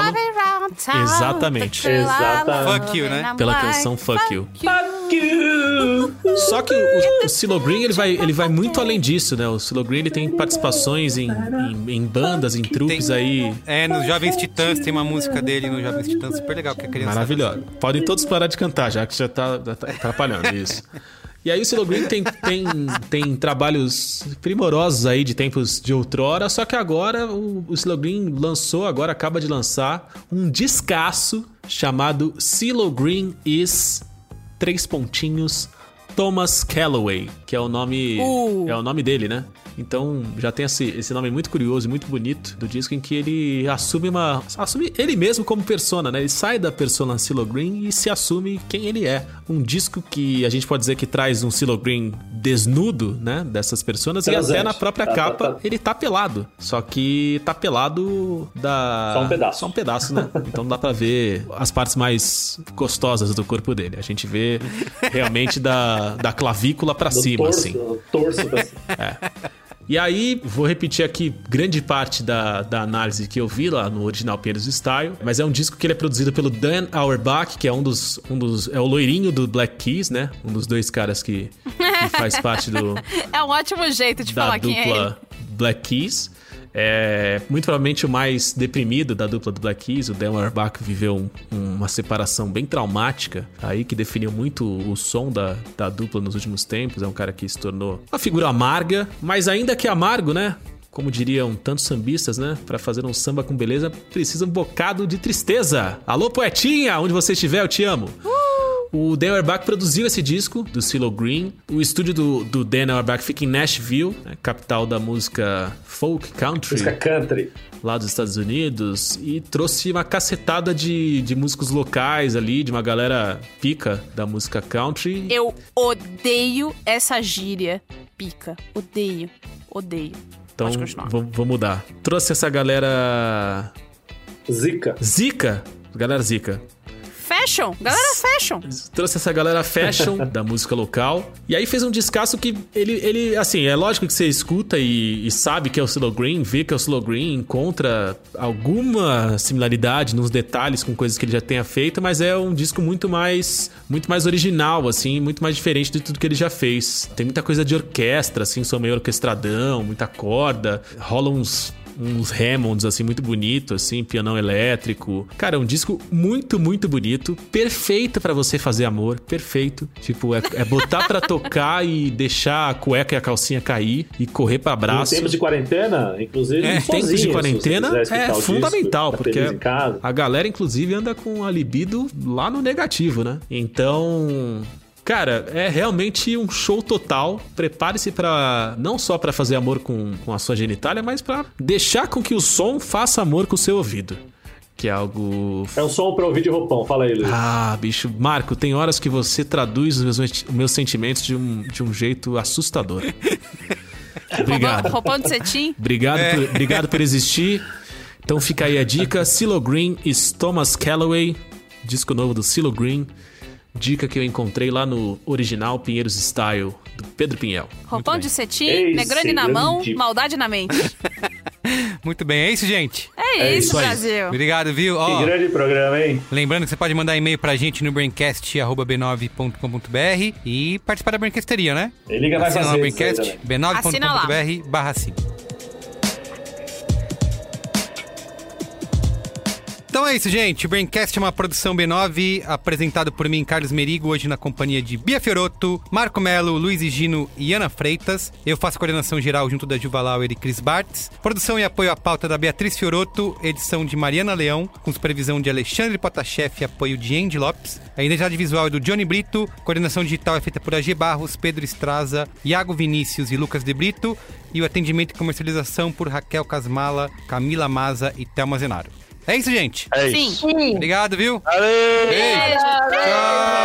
Exatamente. Fuck you, né? pela canção Fuck You. Fuck you! Só que o, o Cilo Green ele vai, ele vai muito além disso, né? O Cilo Green ele tem participações em, em, em bandas, em trupes aí É, nos Jovens Titãs tem uma música dele no Jovens Titãs super legal, que a criança... maravilhosa. Podem todos parar de cantar, já que já tá, já tá atrapalhando isso. E aí o Cilo Green tem, tem, tem trabalhos primorosos aí de tempos de outrora, só que agora o, o Cilo Green lançou, agora acaba de lançar, um descasso chamado Cilo Green is... Três pontinhos... Thomas Calloway, que é o nome Uh. é o nome dele, né? Então já tem esse, esse nome muito curioso e muito bonito do disco em que ele assume uma assume ele mesmo como persona, né? Ele sai da persona Cilo Green e se assume quem ele é. Um disco que a gente pode dizer que traz um Cilo Green desnudo, né? Dessas personas e Transante. até na própria Tá, tá, capa tá. ele tá pelado, só que tá pelado da Só um pedaço. só um pedaço, né? Então dá pra ver as partes mais gostosas do corpo dele. A gente vê realmente da, da clavícula pra Do cima, torso, assim. do torso pra cima. E aí, vou repetir aqui grande parte da, da análise que eu vi lá no original Pinheiros Style, mas é um disco que ele é produzido pelo Dan Auerbach, que é um dos, um dos é o loirinho do Black Keys, né? Um dos dois caras que, que faz parte do, É um ótimo jeito de da falar quem é ele. dupla Black Keys. É, muito provavelmente o mais deprimido da dupla do Black Keys, o Dan Auerbach viveu um- uma separação bem traumática aí que definiu muito o som da, da dupla nos últimos tempos. É um cara que se tornou uma figura amarga, mas ainda que amargo, né? Como diriam tantos sambistas, né? Pra fazer um samba com beleza, precisa um bocado de tristeza. Alô, poetinha! Onde você estiver, eu te amo. O Dan Auerbach produziu esse disco do Silo Green. O estúdio do, do Dan Auerbach fica em Nashville, né, capital da música folk country Música country. lá dos Estados Unidos e trouxe uma cacetada de, de músicos locais ali, de uma galera pica da música country. Eu odeio essa gíria pica. Odeio. Odeio. Então Pode continuar. vou, vou mudar. Trouxe essa galera Zica. zica, galera zica, Fé fashion. Galera fashion. Trouxe essa galera fashion da música local. E aí fez um descasso que ele, ele assim, é lógico que você escuta e, e sabe que é o Silo Green, vê que é o Silo Green, encontra alguma similaridade nos detalhes com coisas que ele já tenha feito, mas é um disco muito mais muito mais original, assim, muito mais diferente de tudo que ele já fez. Tem muita coisa de orquestra, assim, som meio orquestradão, muita corda, rola uns uns Hammonds, assim, muito bonito, assim, pianão elétrico. Cara, é um disco muito, muito bonito, perfeito pra você fazer amor, perfeito. Tipo, é, é botar pra tocar e deixar a cueca e a calcinha cair e correr pra Em abraço. tempos de quarentena, inclusive. É, sozinho, tempos de se quarentena você quiser escutar é o disco, fundamental, tá porque- feliz Em casa. A galera, inclusive, anda com a libido lá no negativo, né? Então. Cara, é realmente um show total. Prepare-se pra não só pra fazer amor com, com a sua genitália, mas pra deixar com que o som faça amor com o seu ouvido. Que é algo. É um som pra ouvir de roupão, fala aí, Luiz. Ah, bicho. Marco, tem horas que você traduz os meus, os meus sentimentos de um, de um jeito assustador. Obrigado. Roupão- Roupão de cetim. Obrigado, por, obrigado por existir. Então fica aí a dica. Silo Green e Thomas Calloway, disco novo do Silo Green. Dica que eu encontrei lá no original Pinheiros Style, do Pedro Pinhel. Roupão Muito de bem. cetim, Ei, negrane na sei mão, grande. maldade na mente. Muito bem, é isso, gente. É, isso, isso aí. Brasil. Obrigado, viu? Ó, Que grande programa, hein? Lembrando que você pode mandar e-mail pra gente no braincast.b9.com.br e participar da Braincasteria, né? E liga mais Assina lá o vezes aí Braincast, Assina lá. b9.com.br barra assine. Então é isso, gente. O Braincast é uma produção B9, apresentado por mim, Carlos Merigo, hoje na companhia de Bia Fiorotto, Marco Melo, Luiz Gino e Ana Freitas. Eu faço coordenação geral junto da Juva Lauer e Cris Bartz. Produção e apoio à pauta da Beatriz Fiorotto, edição de Mariana Leão, com supervisão de Alexandre Potachef e apoio de Andy Lopes. A identidade visual é do Johnny Brito. Coordenação digital é feita por AG Barros, Pedro Estraza, Iago Vinícius e Lucas de Brito. E o atendimento e comercialização por Raquel Casmala, Camila Maza e Thelma Zenaro. É isso, gente. É Sim. isso. Sim. Obrigado, viu? Valeu! Beijo. Beijo. Tchau.